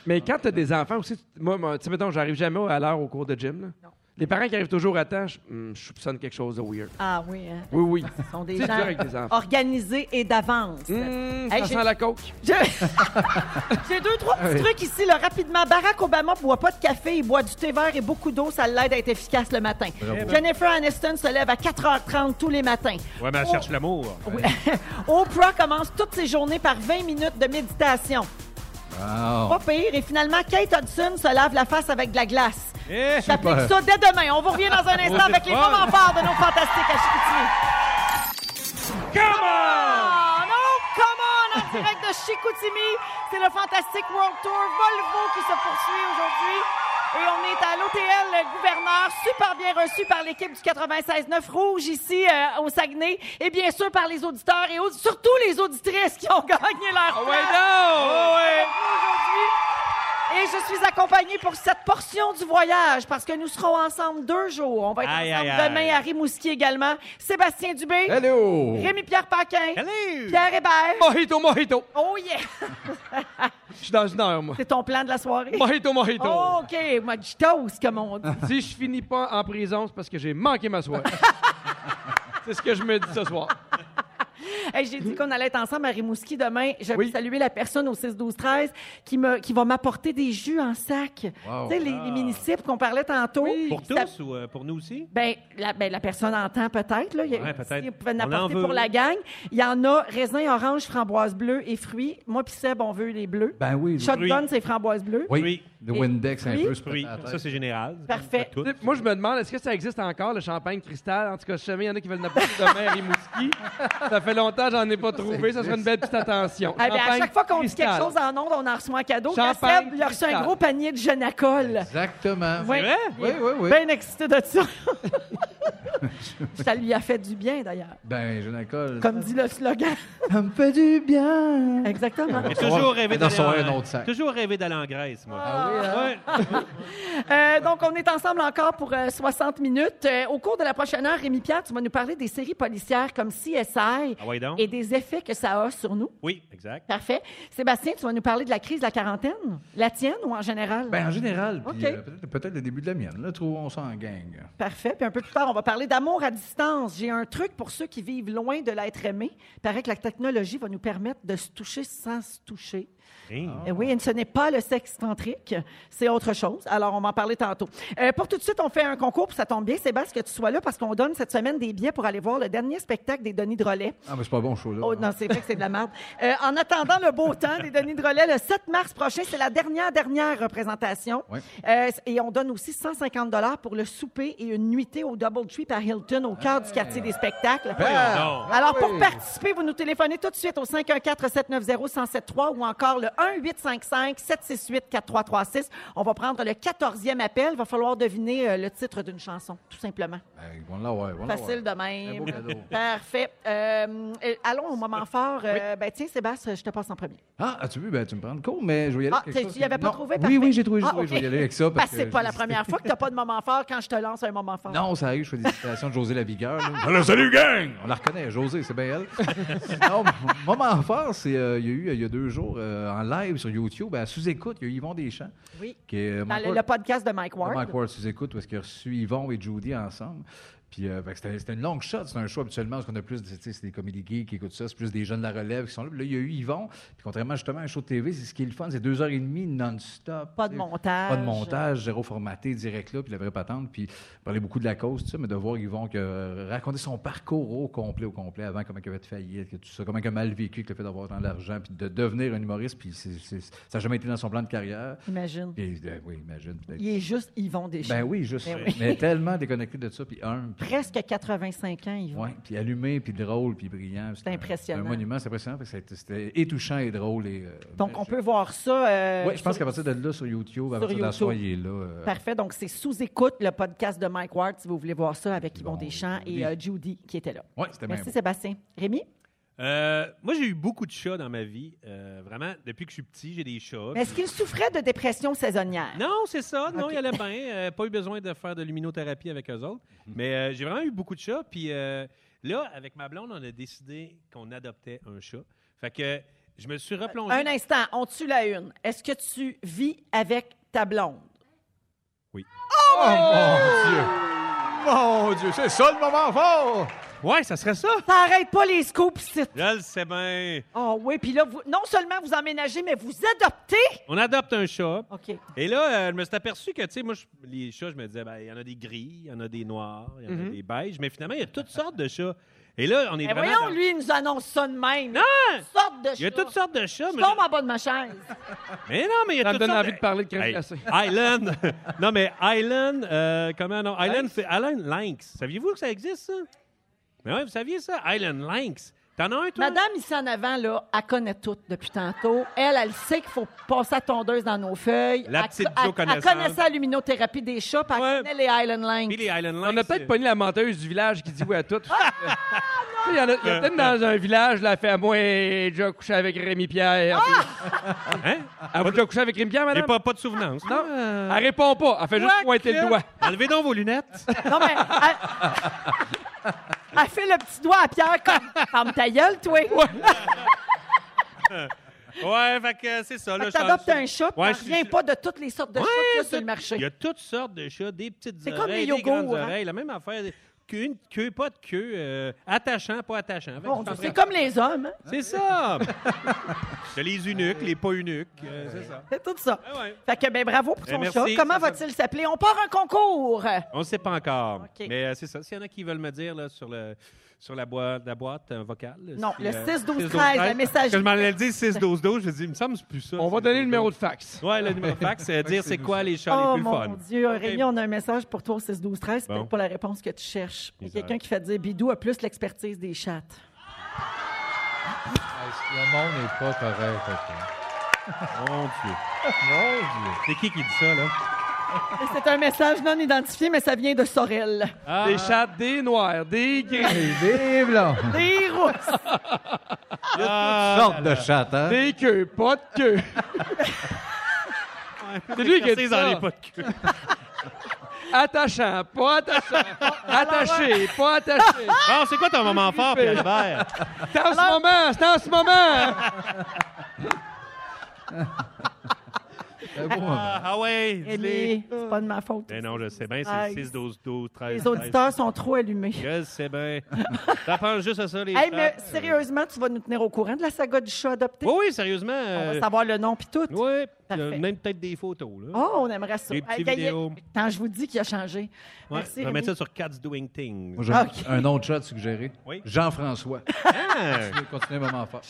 [SPEAKER 3] Mais quand t'as des enfants aussi, tu- moi, moi, tu sais, mettons, j'arrive jamais à l'heure au cours de gym. là. Les parents qui arrivent toujours à temps, je, hum, je soupçonne quelque chose de weird.
[SPEAKER 2] ah oui, hein?
[SPEAKER 3] Oui,
[SPEAKER 2] *laughs*
[SPEAKER 3] oui.
[SPEAKER 2] Ce sont des
[SPEAKER 3] C'est dur
[SPEAKER 2] gens
[SPEAKER 3] avec les enfants.
[SPEAKER 2] organisés et d'avance.
[SPEAKER 3] Hum,
[SPEAKER 2] Hey,
[SPEAKER 3] ça
[SPEAKER 2] j'ai-
[SPEAKER 3] sent la coke.
[SPEAKER 2] *laughs* Je- J'ai deux, trois petits trucs ici, là, rapidement. Barack Obama boit pas de café, il boit du thé vert et beaucoup d'eau. Ça l'aide à être efficace le matin. Jennifer Aniston se lève à 4h30 tous les matins.
[SPEAKER 1] Ouais, mais elle cherche l'amour.
[SPEAKER 2] Oprah commence toutes ses journées par 20 minutes de méditation. Oh,
[SPEAKER 6] Wow. Ah,
[SPEAKER 2] Pas pire. Et finalement, Kate Hudson se lave la face avec de la glace.
[SPEAKER 1] Eh,
[SPEAKER 2] J'applique ça dès demain. On vous revient dans un instant avec les
[SPEAKER 1] fun.
[SPEAKER 2] moments forts de nos fantastiques à Chicoutimi. Come on! Oh, come on! En direct de Chicoutimi, c'est le Fantastic World Tour Volvo qui se poursuit aujourd'hui. Et on est à l'OTL le Gouverneur, super bien reçu par l'équipe du 96-9 Rouge ici euh, au Saguenay et bien sûr par les auditeurs et au- *laughs*
[SPEAKER 3] Oh,
[SPEAKER 2] surtout les auditrices qui ont gagné leur place
[SPEAKER 3] non!
[SPEAKER 2] aujourd'hui. Et je suis accompagnée pour cette portion du voyage parce que nous serons ensemble deux jours. On va être
[SPEAKER 1] Aïe,
[SPEAKER 2] ensemble
[SPEAKER 1] aïe, aïe.
[SPEAKER 2] demain à Rimouski également. Sébastien Dubé.
[SPEAKER 6] Hello!
[SPEAKER 2] Rémi-Pierre Paquin.
[SPEAKER 1] Hello!
[SPEAKER 2] Pierre Hébert.
[SPEAKER 3] Mojito, mojito.
[SPEAKER 2] Oh yeah! *laughs*
[SPEAKER 3] Je suis dans une heure, moi.
[SPEAKER 2] C'est ton plan de la soirée?
[SPEAKER 3] Mojito, mojito.
[SPEAKER 2] Oh, OK, Magitos, comme
[SPEAKER 1] *laughs*
[SPEAKER 2] on dit.
[SPEAKER 3] Si je finis pas en prison, c'est parce que j'ai manqué
[SPEAKER 2] *laughs*
[SPEAKER 3] ma soirée. c'est ce que je me dis ce soir.
[SPEAKER 2] Hey, J'ai dit qu'on allait être ensemble à Rimouski demain. Je veux
[SPEAKER 3] Oui.
[SPEAKER 2] saluer la personne au 6-12-13 qui, me, qui va m'apporter des jus en sac.
[SPEAKER 6] Wow.
[SPEAKER 2] Tu sais, les, les municipes qu'on parlait tantôt.
[SPEAKER 1] Pour tous
[SPEAKER 2] Ça-
[SPEAKER 1] ou euh, pour nous aussi?
[SPEAKER 2] Ben la, ben, la personne entend peut-être. Là. Il y a-
[SPEAKER 1] Ouais, peut-être.
[SPEAKER 2] si on pouvait en
[SPEAKER 1] On en
[SPEAKER 2] apporter
[SPEAKER 1] veut.
[SPEAKER 2] pour la gang. Il y en a raisin, orange, framboise bleue et fruits. Moi puis Seb, on veut les bleus.
[SPEAKER 6] Ben oui.
[SPEAKER 2] Shotgun, c'est framboise bleue.
[SPEAKER 6] Oui.
[SPEAKER 1] Fruits.
[SPEAKER 6] Le Windex, un
[SPEAKER 2] Fruits.
[SPEAKER 6] peu. se
[SPEAKER 1] Fruits.
[SPEAKER 6] prête à la
[SPEAKER 1] Ça,
[SPEAKER 6] tête.
[SPEAKER 1] c'est général.
[SPEAKER 2] Parfait.
[SPEAKER 1] Tout.
[SPEAKER 3] Tu sais, Moi, je me demande, est-ce que ça existe encore, le champagne cristal? En tout cas, si jamais il y en a qui veulent n'importe demain à *laughs* Rimouski, ça fait longtemps que j'en ai pas trouvé. Ça serait une belle petite attention.
[SPEAKER 2] Ah, ben, à
[SPEAKER 3] Champagne
[SPEAKER 2] chaque fois qu'on dit quelque
[SPEAKER 3] cristal.
[SPEAKER 2] chose en ondes, on en reçoit un cadeau. Quand
[SPEAKER 3] Champagne
[SPEAKER 2] Seb, il a reçu un
[SPEAKER 3] cristal.
[SPEAKER 2] gros panier de Genacol.
[SPEAKER 6] Ben, Exactement.
[SPEAKER 2] Oui.
[SPEAKER 1] vrai?
[SPEAKER 6] Oui, oui, oui.
[SPEAKER 2] Bien excité de ça. ça lui a fait du bien, d'ailleurs.
[SPEAKER 6] Ben, je n'accole.
[SPEAKER 2] Comme dit le slogan.
[SPEAKER 6] Ça me fait du bien.
[SPEAKER 2] Exactement.
[SPEAKER 1] J'ai
[SPEAKER 6] Dans
[SPEAKER 1] toujours
[SPEAKER 6] son-
[SPEAKER 1] rêvé
[SPEAKER 6] dans
[SPEAKER 1] d'aller
[SPEAKER 6] son un
[SPEAKER 1] en-
[SPEAKER 6] autre sac.
[SPEAKER 1] Toujours rêvé d'aller en Grèce, moi.
[SPEAKER 2] Ah hein?
[SPEAKER 1] Ouais.
[SPEAKER 2] Euh, donc, on est ensemble encore pour euh, 60 minutes. Euh, au cours de la prochaine heure, Rémi Pierre, tu vas nous parler des séries policières comme CSI
[SPEAKER 1] Ah ouais, donc?
[SPEAKER 2] et des effets que ça a sur nous.
[SPEAKER 1] Oui, exact.
[SPEAKER 2] Parfait. Sébastien, tu vas nous parler de la crise de la quarantaine, la tienne ou en général?
[SPEAKER 6] Ben, en général, puis
[SPEAKER 2] OK.
[SPEAKER 6] euh, peut-être peut-être le début de la mienne. Là, trouvons ça en gang.
[SPEAKER 2] Parfait. Puis un peu plus tard, on va parler d'amour à distance. J'ai un truc pour ceux qui vivent loin de l'être aimé. Il paraît que la technologie va nous permettre de se toucher sans se toucher.
[SPEAKER 1] Hey.
[SPEAKER 2] Eh Oui, et ce n'est pas le sexe tantrique, c'est autre chose. Alors, on va en parler tantôt. Euh, pour tout de suite, on fait un concours, puis ça tombe bien, Sébastien, que tu sois là, parce qu'on donne cette semaine des billets pour aller voir le dernier spectacle des Denis Drolet.
[SPEAKER 6] Ah, mais c'est pas bon, chaud, là.
[SPEAKER 2] Oh, non, c'est vrai que c'est de la merde. Euh, en attendant le beau temps des Denis Drolet, le 7 mars prochain, c'est la dernière, dernière représentation.
[SPEAKER 6] Ouais.
[SPEAKER 2] Euh, et on donne aussi 150 pour le souper et une nuitée au Double Tree par Hilton, au cœur du quartier des spectacles. Euh,
[SPEAKER 6] Ah,
[SPEAKER 1] Voyons donc.
[SPEAKER 2] Alors, pour participer, vous nous téléphonez tout de suite au 514-790-1073 ou encore le 1-855-768-4336. On va prendre le 14e appel. Il va falloir deviner euh, le titre d'une chanson, tout simplement.
[SPEAKER 6] Ben, on l'a, ouais. on l'a,
[SPEAKER 2] Facile de
[SPEAKER 6] ouais.
[SPEAKER 2] même.
[SPEAKER 6] Un beau cadeau.
[SPEAKER 2] *laughs* Parfait. Euh, euh, allons au moment fort. Euh, ben, tiens, Sébastien, je te passe en premier.
[SPEAKER 6] Ah, as-tu vu? Ben, tu me prends le cours, mais je vais y aller.
[SPEAKER 2] Ah,
[SPEAKER 6] avec quelque
[SPEAKER 2] tu
[SPEAKER 6] chose
[SPEAKER 2] n'y avais
[SPEAKER 6] que-
[SPEAKER 2] pas
[SPEAKER 6] Non.
[SPEAKER 2] trouvé?
[SPEAKER 6] Oui,
[SPEAKER 2] Parfait.
[SPEAKER 6] oui, j'ai trouvé, j'ai
[SPEAKER 2] Ah,
[SPEAKER 6] trouvé. Je vais y
[SPEAKER 2] OK.
[SPEAKER 6] aller avec ça.
[SPEAKER 2] *laughs* Parce
[SPEAKER 6] Parce
[SPEAKER 2] que c'est
[SPEAKER 6] que
[SPEAKER 2] pas
[SPEAKER 6] je-
[SPEAKER 2] la première fois que tu n'as pas de moment fort quand je te lance un moment fort.
[SPEAKER 6] Non, ça arrive, je fais des citations de José Lavigueur. là. Alors, salut, gang! On la reconnaît, José, c'est bien elle. *laughs* non, mon moment fort, c'est euh, il y a eu euh, il y a deux jours euh, en live sur YouTube, à sous-écoute, il y a eu Yvon Deschamps.
[SPEAKER 2] Oui.
[SPEAKER 6] Qui est, euh,
[SPEAKER 2] Dans
[SPEAKER 6] mon
[SPEAKER 2] le, le podcast de Mike Ward.
[SPEAKER 6] Mike Ward sous-écoute parce qu'il a reçu Yvon et Judy ensemble. Puis euh, fait que c'était c'était une longue shot. C'est un show habituellement parce qu'on a plus, de- tu sais, c'est des comédies gays qui écoutent ça, c'est plus des jeunes de la relève qui sont là. Puis là, il y a eu Yvon. Puis contrairement justement à un show de TV, c'est ce qui est le fun, c'est deux heures et demie non-stop.
[SPEAKER 2] Pas de
[SPEAKER 6] tu sais.
[SPEAKER 2] montage.
[SPEAKER 6] Pas de montage, zéro formaté, direct là, puis la vraie patente. Puis il parlait beaucoup de la cause, tu sais, mais de voir Yvon que, euh, raconter son parcours au complet, au complet, avant comment il avait de faillite, que tout ça, comment il a mal vécu avec le fait d'avoir tant d'argent, puis de devenir un humoriste, puis c'est- c'est- ça n'a jamais été dans son plan de carrière.
[SPEAKER 2] Imagine.
[SPEAKER 6] Puis, euh, oui, imagine. peut-être.
[SPEAKER 2] Il est juste Yvon Deschamps.
[SPEAKER 6] Ben oui, juste.
[SPEAKER 2] Ben oui.
[SPEAKER 6] Mais tellement déconnecté de ça, puis un, puis,
[SPEAKER 2] Presque 85 ans, Yvon.
[SPEAKER 6] ouais, puis allumé, puis drôle, puis brillant.
[SPEAKER 2] Ben C'est impressionnant.
[SPEAKER 6] Un monument, c'est impressionnant, parce que c'était- c'était et touchant et drôle. Et, euh,
[SPEAKER 2] Donc,
[SPEAKER 6] ben,
[SPEAKER 2] on peut voir ça. euh,
[SPEAKER 6] Ouais, je pense
[SPEAKER 2] sur-
[SPEAKER 6] qu'à partir de là, sur YouTube, à
[SPEAKER 2] sur
[SPEAKER 6] partir de la
[SPEAKER 2] YouTube.
[SPEAKER 6] soirée, il est là. euh,
[SPEAKER 2] Parfait. Donc, c'est Sous-Écoute, le podcast de Mike Ward, si vous voulez voir ça, avec Yvon
[SPEAKER 6] Yvon
[SPEAKER 2] Deschamps
[SPEAKER 6] et Judy.
[SPEAKER 2] et euh, Judy, qui était là.
[SPEAKER 6] ouais, c'était bien
[SPEAKER 2] Merci,
[SPEAKER 6] beau.
[SPEAKER 2] Sébastien. Rémi?
[SPEAKER 1] Euh, moi, j'ai eu beaucoup de chats dans ma vie. Euh, vraiment, depuis que je suis petit, j'ai des chats.
[SPEAKER 2] Mais Est-ce qu'il souffrait de dépression saisonnière?
[SPEAKER 1] Non, c'est ça. Non, il allait bien. Euh, pas eu besoin de faire de luminothérapie avec eux autres.
[SPEAKER 6] Mhm.
[SPEAKER 1] Mais euh, j'ai vraiment eu beaucoup de chats. Puis euh, là, avec ma blonde, on a décidé qu'on adoptait un chat. Fait que je me suis replongé.
[SPEAKER 2] Un instant, on tue la une. Est-ce que tu vis avec ta blonde?
[SPEAKER 6] Oh mon Dieu! Mon Dieu, c'est ça le moment fort!
[SPEAKER 1] Ouais, ça serait ça.
[SPEAKER 2] Ça arrête pas les scoops, c'est...
[SPEAKER 1] Je le sais bien.
[SPEAKER 2] Oh oui, puis là, vous- non seulement vous emménagez, mais vous adoptez? Ben
[SPEAKER 1] On adopte un chat.
[SPEAKER 2] OK.
[SPEAKER 1] Et là, euh, je me suis aperçu que, tu sais, moi, je- les chats, je me disais, ben, il y en a des gris, il y en a des noirs, il y
[SPEAKER 3] Mm-hmm.
[SPEAKER 1] en a des beiges, mais finalement, il y a toutes sortes de chats. Et là, on est
[SPEAKER 2] Mais
[SPEAKER 1] vraiment.
[SPEAKER 2] voyons,
[SPEAKER 1] dans-
[SPEAKER 2] lui, il nous annonce ça de même.
[SPEAKER 1] Non!
[SPEAKER 2] Toutes sortes de
[SPEAKER 1] Il y a
[SPEAKER 2] chats.
[SPEAKER 1] toutes sortes de chats.
[SPEAKER 2] Je
[SPEAKER 1] mais
[SPEAKER 2] tombe en bas de ma chaise.
[SPEAKER 1] Mais non, mais il y a
[SPEAKER 3] Ça me
[SPEAKER 1] toutes
[SPEAKER 3] donne
[SPEAKER 1] sortes
[SPEAKER 3] envie de parler de crème
[SPEAKER 1] Hey,
[SPEAKER 3] glacée.
[SPEAKER 1] *laughs* Island. non, mais Island, euh, comment non? Island, c'est Island Lynx. Saviez-vous que ça existe, ça? Mais ouais, vous saviez ça? Island Lynx. T'en as un, toi?
[SPEAKER 2] Madame ici en avant, là, elle connaît tout depuis tantôt. Elle, elle sait qu'il faut passer à tondeuse dans nos feuilles.
[SPEAKER 1] La
[SPEAKER 2] Elle-
[SPEAKER 1] petite
[SPEAKER 2] elle,
[SPEAKER 1] Jo
[SPEAKER 2] elle
[SPEAKER 1] connaissante.
[SPEAKER 2] connaissait la luminothérapie des chats, puis elle
[SPEAKER 1] Ouais.
[SPEAKER 2] connaît les Highland
[SPEAKER 1] Puis
[SPEAKER 2] Lines.
[SPEAKER 1] les Highland Lines.
[SPEAKER 3] On a peut-être
[SPEAKER 1] euh,
[SPEAKER 3] pogné la menteuse du village qui dit oui à tout. Tu
[SPEAKER 2] Ah!
[SPEAKER 3] *laughs* sais, Il y en a, il y a peut-être dans un village, la femme, moi, j'ai déjà couché avec Rémi Pierre.
[SPEAKER 1] Hein?
[SPEAKER 2] Ah!
[SPEAKER 3] Avez-vous déjà couché avec Rémi Pierre,
[SPEAKER 1] J'ai
[SPEAKER 3] madame?
[SPEAKER 1] pas, pas de souvenance.
[SPEAKER 3] Non? Elle répond pas. Elle fait juste
[SPEAKER 1] Quoi
[SPEAKER 3] pointer
[SPEAKER 1] que-
[SPEAKER 3] le doigt.
[SPEAKER 1] Enlevez donc vos
[SPEAKER 3] *laughs*
[SPEAKER 1] lunettes.
[SPEAKER 2] Non, mais elle...
[SPEAKER 1] *laughs*
[SPEAKER 2] elle fait le petit doigt à Pierre comme « Ferme ta gueule, toi!
[SPEAKER 1] ouais, fait que euh, c'est ça. là, je
[SPEAKER 2] T'adoptes
[SPEAKER 1] suis-
[SPEAKER 2] un chat, puis
[SPEAKER 1] Ouais,
[SPEAKER 2] t'en
[SPEAKER 1] je suis-
[SPEAKER 2] reviens pas de toutes les sortes de
[SPEAKER 1] Ouais,
[SPEAKER 2] chats qu'il y a
[SPEAKER 1] ça-
[SPEAKER 2] sur le marché.
[SPEAKER 1] Il y a toutes sortes de chats, des petites
[SPEAKER 2] C'est
[SPEAKER 1] oreilles,
[SPEAKER 2] comme les
[SPEAKER 1] des grandes
[SPEAKER 2] yogourts, hein.
[SPEAKER 1] oreilles, la même affaire. Qu'une queue, pas de queue, euh, attachant, pas attachant. Fait que
[SPEAKER 2] Bon,
[SPEAKER 1] tu t'en
[SPEAKER 2] c'est
[SPEAKER 1] prends-
[SPEAKER 2] comme les hommes, hein?
[SPEAKER 1] C'est
[SPEAKER 2] *laughs*
[SPEAKER 1] ça! Il y a les eunuques, les pas eunuques. euh, c'est ça.
[SPEAKER 2] c'est tout ça.
[SPEAKER 1] Ah ouais.
[SPEAKER 2] Fait que, ben bravo pour
[SPEAKER 1] Eh,
[SPEAKER 2] son
[SPEAKER 1] merci,
[SPEAKER 2] chat. Comment
[SPEAKER 1] ça, ça-
[SPEAKER 2] va-t-il s'appeler? On part un concours!
[SPEAKER 1] On ne sait pas encore.
[SPEAKER 2] OK.
[SPEAKER 1] Mais euh, c'est ça. S'il y en a qui veulent me dire là, sur, le, sur la, boîte, la boîte euh, vocale.
[SPEAKER 2] Non,
[SPEAKER 1] si,
[SPEAKER 2] le
[SPEAKER 1] euh,
[SPEAKER 2] 6-12-13,
[SPEAKER 1] 6-12-13,
[SPEAKER 2] la messagerie.
[SPEAKER 1] Que je m'en allais dire 6-12-12, je dis, il me semble que c'est plus ça.
[SPEAKER 3] On va donner le numéro de fax.
[SPEAKER 1] Ouais, le numéro de fax,
[SPEAKER 3] *laughs*
[SPEAKER 1] euh, dire c'est quoi les chats
[SPEAKER 2] oh
[SPEAKER 1] les plus
[SPEAKER 2] mon
[SPEAKER 1] fun.
[SPEAKER 2] Dieu,
[SPEAKER 1] Ok.
[SPEAKER 2] Rémi, on a un message pour toi au 6 12 13
[SPEAKER 1] Bon.
[SPEAKER 2] peut-être pour la réponse que tu cherches. Il y a
[SPEAKER 1] Misère.
[SPEAKER 2] quelqu'un qui fait dire Bidou a plus l'expertise des chattes.
[SPEAKER 6] Le monde n'est pas correct. ok.
[SPEAKER 1] Mon
[SPEAKER 3] *laughs*
[SPEAKER 1] Dieu.
[SPEAKER 6] Mon Dieu.
[SPEAKER 1] C'est qui qui dit ça, là?
[SPEAKER 2] Et C'est un message non identifié, mais ça vient de Sorel.
[SPEAKER 3] Des chattes, des noirs, des gris, *laughs*
[SPEAKER 6] Et vive là!
[SPEAKER 1] *laughs*
[SPEAKER 2] Des rousses.
[SPEAKER 1] Ah,
[SPEAKER 6] Sorte de chatte, hein?
[SPEAKER 3] des queues, pas de queue. C'est lui qui a dit
[SPEAKER 1] Expertise dans
[SPEAKER 3] ça.
[SPEAKER 1] les pas de queue.
[SPEAKER 3] Attachant, pas attachant. Attaché, pas attaché.
[SPEAKER 1] Bon, Ah, c'est quoi ton moment fort,
[SPEAKER 3] fais.
[SPEAKER 1] Pierre-Albert?
[SPEAKER 3] C'est en ce moment, c'est en ce moment.
[SPEAKER 6] Un beau moment.
[SPEAKER 1] Ah, *laughs* ah ouais, dis-les.
[SPEAKER 2] Rémi, c'est pas de ma faute.
[SPEAKER 1] Mais non, je sais bien,
[SPEAKER 2] Ah,
[SPEAKER 1] c'est 6, 12, 12, 13.
[SPEAKER 2] Les auditeurs sont trop allumés.
[SPEAKER 1] Je sais bien. Ça pense juste à ça, les
[SPEAKER 2] Hey,
[SPEAKER 1] chats.
[SPEAKER 2] mais sérieusement, tu vas nous tenir au courant de la saga du chat adopté?
[SPEAKER 1] Oui, oui, sérieusement.
[SPEAKER 2] On va
[SPEAKER 1] euh,
[SPEAKER 2] savoir le nom puis tout.
[SPEAKER 1] Oui, il y a
[SPEAKER 2] Parfait.
[SPEAKER 1] même peut-être des photos. Là.
[SPEAKER 2] Oh, on aimerait ça.
[SPEAKER 1] Des petits
[SPEAKER 2] gars, il y a-
[SPEAKER 1] vidéos.
[SPEAKER 2] Quand je vous dis qu'il a changé.
[SPEAKER 1] Ouais,
[SPEAKER 2] Merci.
[SPEAKER 1] je vais
[SPEAKER 2] Rémi. *laughs*
[SPEAKER 1] mettre ça sur Cats Doing Things.
[SPEAKER 6] Moi, j'ai
[SPEAKER 2] Ah, ok.
[SPEAKER 6] un autre chat suggéré.
[SPEAKER 1] Oui.
[SPEAKER 6] Jean-François.
[SPEAKER 1] Ah!
[SPEAKER 6] Continuez, moment fort.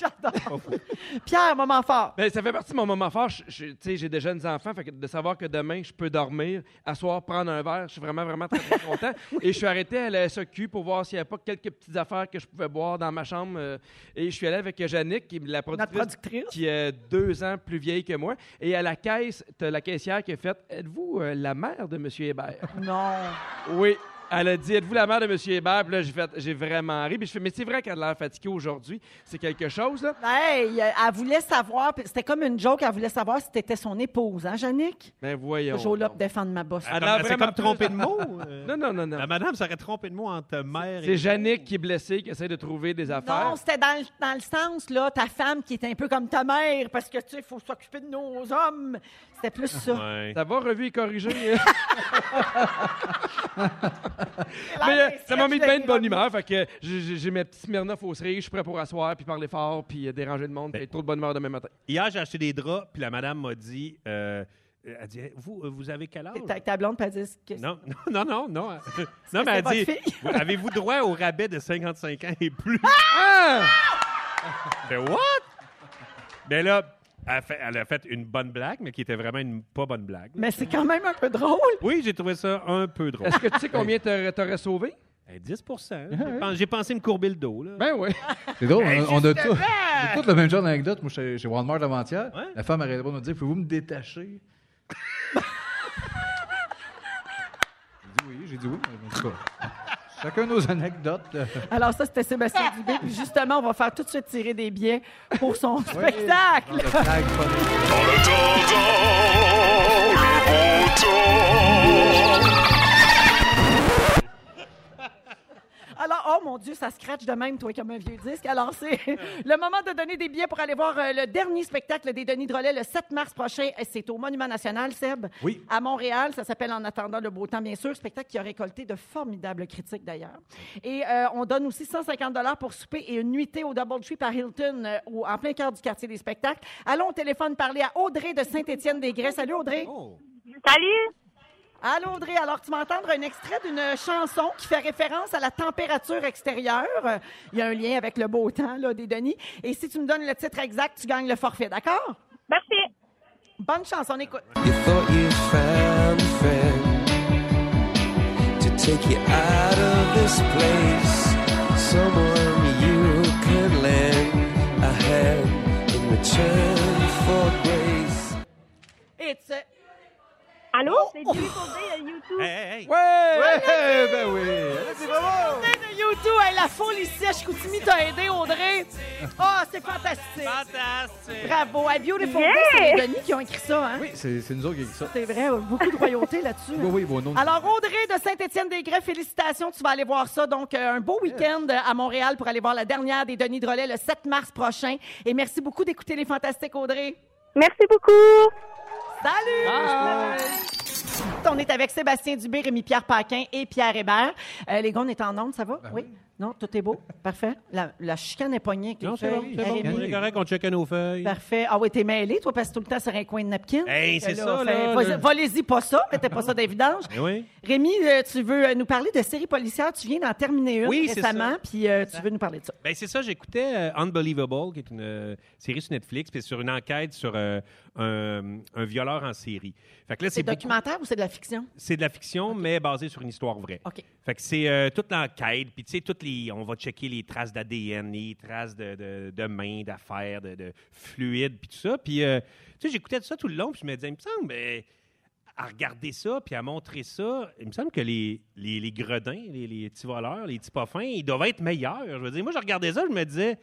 [SPEAKER 2] Pierre, moment fort.
[SPEAKER 3] *laughs* Ben, ça fait partie de mon moment fort. Je- je- Tu sais, j'ai des jeunes enfants, fait que de savoir que demain, je peux dormir, asseoir, prendre un verre, je suis vraiment, vraiment très, très *laughs* content. Et je suis arrêté à la SQ pour voir s'il n'y avait pas quelques petites affaires que je pouvais boire dans ma chambre. euh, et je suis allé avec Yannick, qui est la
[SPEAKER 2] Notre
[SPEAKER 3] productrice
[SPEAKER 2] productrice.
[SPEAKER 3] qui est deux ans plus vieille que moi. Et à la caisse, t'as la caissière qui a fait Êtes-vous euh, la mère de M. Hébert
[SPEAKER 2] Non.
[SPEAKER 3] *laughs* Oui. Elle a dit Êtes-vous la mère de M. Hébert Puis là, j'ai fait J'ai vraiment ri. Puis je fais Mais c'est vrai qu'elle a l'air fatiguée aujourd'hui. C'est quelque chose, là.
[SPEAKER 2] Hey, euh, elle voulait savoir, puis c'était comme une joke, elle voulait savoir si t'étais son épouse, hein, Jannick?
[SPEAKER 3] Ben voyons.
[SPEAKER 2] Toujours là
[SPEAKER 3] donc.
[SPEAKER 2] pour défendre ma bosse.
[SPEAKER 3] Ah,
[SPEAKER 1] Elle
[SPEAKER 3] non,
[SPEAKER 1] comme- C'est
[SPEAKER 3] vraiment
[SPEAKER 1] comme trompé de
[SPEAKER 3] plus.
[SPEAKER 1] mots. euh.
[SPEAKER 3] Non, non, non, non.
[SPEAKER 1] La madame serait trompée de mots entre mère et.
[SPEAKER 3] C'est Yannick qui est blessé, qui essaie de trouver des affaires.
[SPEAKER 2] Non, c'était dans, le- dans le sens, là, ta femme qui est un peu comme ta mère, parce que, tu sais, il faut s'occuper de nos hommes. C'était plus ça.
[SPEAKER 1] Ouais.
[SPEAKER 3] ça va, revu et corrigé.
[SPEAKER 2] Là,
[SPEAKER 3] *laughs* Mais euh,
[SPEAKER 2] les
[SPEAKER 3] ça m'a mis de bien de bonne
[SPEAKER 2] sketchs
[SPEAKER 3] humeur. Fait que j'ai- j'ai j'ai mes petits Smirnoff au cerise, je suis prêt pour asseoir, puis parler fort, puis euh, déranger le monde,
[SPEAKER 1] Ben.
[SPEAKER 3] puis être trop de bonne humeur demain matin.
[SPEAKER 1] Hier, j'ai acheté des draps, puis la madame m'a dit. euh, elle dit Vous, euh, vous avez quel âge
[SPEAKER 2] T'es avec ta blonde, pas dit que
[SPEAKER 1] Non, *laughs* non, non, non. Non, non mais
[SPEAKER 2] c'est
[SPEAKER 1] elle
[SPEAKER 2] votre
[SPEAKER 1] dit
[SPEAKER 2] fille.
[SPEAKER 1] Vous- Avez-vous droit au rabais de 55 ans et plus
[SPEAKER 3] Ah!
[SPEAKER 1] Mais what Mais là, elle a, fait, elle a fait une bonne blague, mais qui était vraiment une pas bonne blague.
[SPEAKER 2] Mais c'est quand même un peu drôle.
[SPEAKER 1] Oui, j'ai trouvé ça un peu *laughs* drôle.
[SPEAKER 3] Est-ce que tu sais combien t'aurais t'aurais sauvé?
[SPEAKER 1] Eh, 10 J'ai pen- J'ai pensé me courber le dos. Là.
[SPEAKER 3] Ben oui.
[SPEAKER 6] C'est drôle,
[SPEAKER 2] Ben,
[SPEAKER 6] on- on, a tout, on a tout le même genre d'anecdote. Moi, j'étais chez Walmart avant-hier.
[SPEAKER 1] Ouais.
[SPEAKER 6] La femme arrêtait pas de me dire Pouvez-vous me détacher J'ai dit oui, j'ai dit oui. mais en tout cas, Chacun nos anecdotes. là.
[SPEAKER 2] Alors ça, c'était Sébastien Dubé. Puis justement, on va faire tout de suite tirer des billets pour son spectacle.
[SPEAKER 6] Dans le flag, pas de-
[SPEAKER 5] Dans le temps, dans le beau temps.
[SPEAKER 2] Alors, oh mon Dieu, ça scratche de même, toi, comme un vieux disque. Alors, c'est *laughs* le moment de donner des billets pour aller voir euh, le dernier spectacle des Denis Drolet le 7 mars prochain. Et C'est au Monument National, Seb.
[SPEAKER 6] Oui.
[SPEAKER 2] À Montréal. Ça s'appelle En attendant le beau temps, bien sûr. Spectacle qui a récolté de formidables critiques, d'ailleurs. Et euh, on donne aussi 150 pour souper et une nuitée au Double Tree par Hilton, euh, au- en plein cœur du quartier des spectacles. Allons au téléphone parler à Audrey de Saint-Étienne-des-Grès. Salut, Audrey.
[SPEAKER 7] Salut!
[SPEAKER 2] Allô, Audrey. Alors, tu m'entendre un extrait d'une chanson qui fait référence à la température extérieure. Euh, Il y a un lien avec le beau temps, là, des Denis. Et si tu me donnes le titre exact, tu gagnes le forfait, d'accord?
[SPEAKER 7] Merci!
[SPEAKER 2] Bonne chanson, on écoute.
[SPEAKER 8] You thought you found a friend to take you out of this place. Someone you could and lend a hand in return for grace.
[SPEAKER 2] It's a-
[SPEAKER 7] Allô?
[SPEAKER 2] Oh,
[SPEAKER 7] C'est
[SPEAKER 2] oh.
[SPEAKER 7] Julie Côté, euh, YouTube.
[SPEAKER 1] Hey, hey, hey.
[SPEAKER 3] Ouais!
[SPEAKER 6] Ouais, ben oui!
[SPEAKER 2] de YouTube, hey, la foule ici à Chicoutimi t'a aidé, Audrey. Ah, c'est fantastique.
[SPEAKER 1] Fantastique!
[SPEAKER 2] Bravo. À Beautiful
[SPEAKER 7] Yeah!
[SPEAKER 2] Day, c'est les Denis qui ont écrit ça. Hein?
[SPEAKER 6] Oui, c'est c'est nous autres qui avons dit ça.
[SPEAKER 2] C'est vrai, beaucoup de royauté là-dessus.
[SPEAKER 6] Oui, oui, bon nom.
[SPEAKER 2] Alors, Audrey de Saint-Étienne-des-Grès, félicitations. Tu vas aller voir ça. Donc, euh, un beau week-end euh, à Montréal pour aller voir la dernière des Denis Drolet le 7 mars prochain. Et merci beaucoup d'écouter les Fantastiques, Audrey.
[SPEAKER 7] Merci beaucoup.
[SPEAKER 2] Salut! On est avec Sébastien Dubé, Rémi-Pierre Paquin et Pierre Hébert. Euh, les gars, on est en onde, ça va? oui. Non, tout est beau. Parfait. La, la chicane est pognée avec les
[SPEAKER 1] Non, c'est bon,
[SPEAKER 2] feuilles.
[SPEAKER 1] c'est
[SPEAKER 2] Rémi.
[SPEAKER 1] bon. On est correct, on check nos feuilles.
[SPEAKER 2] Parfait. Ah oui, t'es mêlé, toi, parce que tout le temps, c'est un coin de napkin.
[SPEAKER 1] Hey,
[SPEAKER 2] Fait que
[SPEAKER 1] c'est ça, là,
[SPEAKER 2] fait-
[SPEAKER 1] le-
[SPEAKER 2] Volez-y pas ça, mettez pas ça d'évidence.
[SPEAKER 1] Eh oui.
[SPEAKER 2] Rémi, euh, tu veux euh, nous parler de séries policières. Tu viens d'en terminer une
[SPEAKER 1] Oui, c'est
[SPEAKER 2] récemment,
[SPEAKER 1] ça.
[SPEAKER 2] puis euh, tu veux nous parler de ça.
[SPEAKER 1] Ben c'est ça, j'écoutais euh, Unbelievable, qui est une euh, série sur Netflix, puis sur une enquête sur euh, un, un violeur en série. Fait que là,
[SPEAKER 2] C'est
[SPEAKER 1] c'est beaucoup-
[SPEAKER 2] documentaire ou c'est de la fiction?
[SPEAKER 1] c'est de la fiction, mais basée sur une histoire vraie.
[SPEAKER 2] OK.
[SPEAKER 1] Fait que c'est euh, toute l'enquête, puis tu sais, toutes les, on va checker les traces d'ADN, les traces de, de, de mains, d'affaires, de, de fluides, puis tout ça. Puis, euh, tu sais, j'écoutais tout ça tout le long, puis je me disais, il me semble, euh, à regarder ça, puis à montrer ça, il me semble que les, les, les gredins, les, les petits voleurs, les petits pas fins, ils doivent être meilleurs. Je veux dire, moi, je regardais ça, je me disais,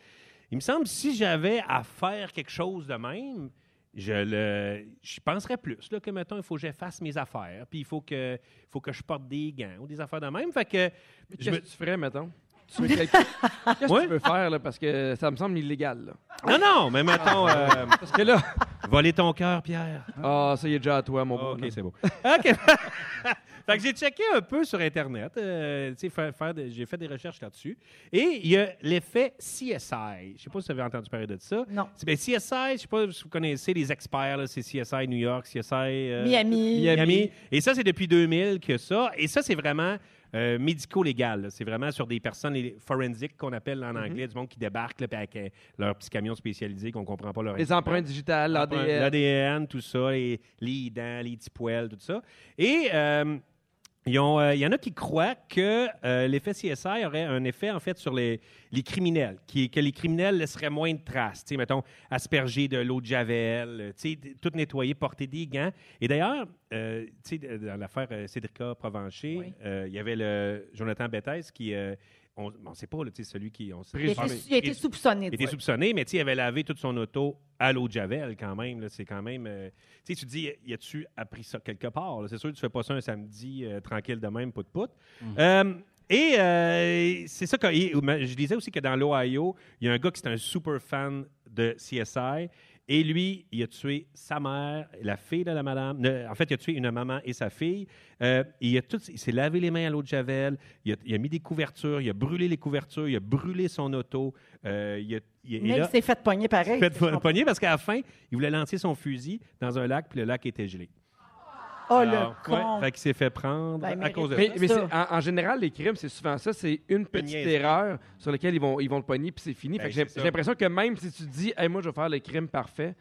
[SPEAKER 1] il me semble, si j'avais à faire quelque chose de même, je le je penserais plus là, que mettons il faut que j'efface mes affaires puis il faut que il faut que je porte des gants ou des affaires de même fait que je
[SPEAKER 3] Qu'est-ce
[SPEAKER 1] me-
[SPEAKER 3] que tu ferais, mettons? Tu veux quelqu'un- Qu'est-ce que
[SPEAKER 1] Ouais.
[SPEAKER 3] tu veux faire, là? Parce que ça me semble illégal, là.
[SPEAKER 1] non non mais mettons euh,
[SPEAKER 3] Ah. Parce que là...
[SPEAKER 1] voler ton cœur Pierre
[SPEAKER 3] Ah, ça, il est déjà à toi, mon
[SPEAKER 1] Ah,
[SPEAKER 3] beau.
[SPEAKER 1] ok
[SPEAKER 3] *laughs*
[SPEAKER 1] c'est beau ok *laughs* fait que j'ai checké un peu sur internet euh, tu sais, faire, faire des- j'ai fait des recherches là-dessus et il y a l'effet CSI je sais pas si vous avez entendu parler de ça
[SPEAKER 2] Non.
[SPEAKER 1] C'est- ben, CSI je sais pas si vous connaissez les experts là, c'est CSI New York CSI euh,
[SPEAKER 2] Miami.
[SPEAKER 1] Miami. Et ça, c'est depuis 2000 que ça. Et ça, c'est vraiment euh, médico-légal. là. C'est vraiment sur des personnes les forensiques qu'on appelle
[SPEAKER 2] Mhm.
[SPEAKER 1] en anglais, du monde qui débarque là, puis avec euh, leur petit camion spécialisé qu'on comprend pas leur
[SPEAKER 3] Les empreintes digitales, l'ADN.
[SPEAKER 1] l'ADN, tout ça, les, les dents, les petits poils, tout ça. Et euh, ils ont, euh, il y en a qui croient que euh, l'effet CSI aurait un effet, en fait, sur les, les criminels, qui, que les criminels laisseraient moins de traces. Tu sais, mettons, asperger de l'eau de Javel, euh, tu sais, d- tout nettoyer, porter des gants. Et d'ailleurs, euh, tu sais, d- dans l'affaire euh, Cédrica Provencher,
[SPEAKER 2] Oui.
[SPEAKER 1] euh, il y avait le Jonathan Bethes qui... euh, on ne sait pas, là, tu sais, celui qui... On sait-
[SPEAKER 2] Il a été, il a été soupçonné.
[SPEAKER 1] il était
[SPEAKER 2] dis-moi.
[SPEAKER 1] soupçonné, mais tu sais, il avait lavé toute son auto à l'eau de Javel quand même. là. C'est quand même. euh, tu sais, tu te dis, y a-tu appris ça quelque part? là? C'est sûr que tu fais pas ça un samedi euh, tranquille de même, pout pout. Euh, et euh, c'est ça que. et, mais je disais aussi que dans l'Ohio, il y a un gars qui est un super fan de CSI. Et lui, il a tué sa mère, la fille de la madame. ne, en fait, il a tué une maman et sa fille. Euh, il a tout- il s'est lavé les mains à l'eau de Javel. Il a, il a mis des couvertures. Il a brûlé les couvertures. Il a brûlé son auto. Euh, il a- il a- et
[SPEAKER 2] Mais
[SPEAKER 1] là,
[SPEAKER 2] il s'est fait pogner pareil.
[SPEAKER 1] il s'est fait pogner parce qu'à la fin, il voulait lancer son fusil dans un lac, puis le lac était gelé.
[SPEAKER 2] Oh,
[SPEAKER 1] Alors,
[SPEAKER 2] le con.
[SPEAKER 1] Ah, ouais, fait qu'il s'est fait prendre
[SPEAKER 2] Ben, il
[SPEAKER 1] à cause de
[SPEAKER 3] Mais,
[SPEAKER 2] mérite.
[SPEAKER 3] mais
[SPEAKER 2] Ça.
[SPEAKER 3] c'est- en, en général, les crimes, c'est souvent ça. C'est une petite
[SPEAKER 1] niaiserie.
[SPEAKER 3] erreur sur laquelle ils vont, ils vont le pogner, puis c'est fini.
[SPEAKER 1] Ben,
[SPEAKER 3] Fait que
[SPEAKER 1] c'est
[SPEAKER 3] j'ai
[SPEAKER 1] ça.
[SPEAKER 3] j'ai l'impression que même si tu dis, hey, moi, je vais faire le crime parfait,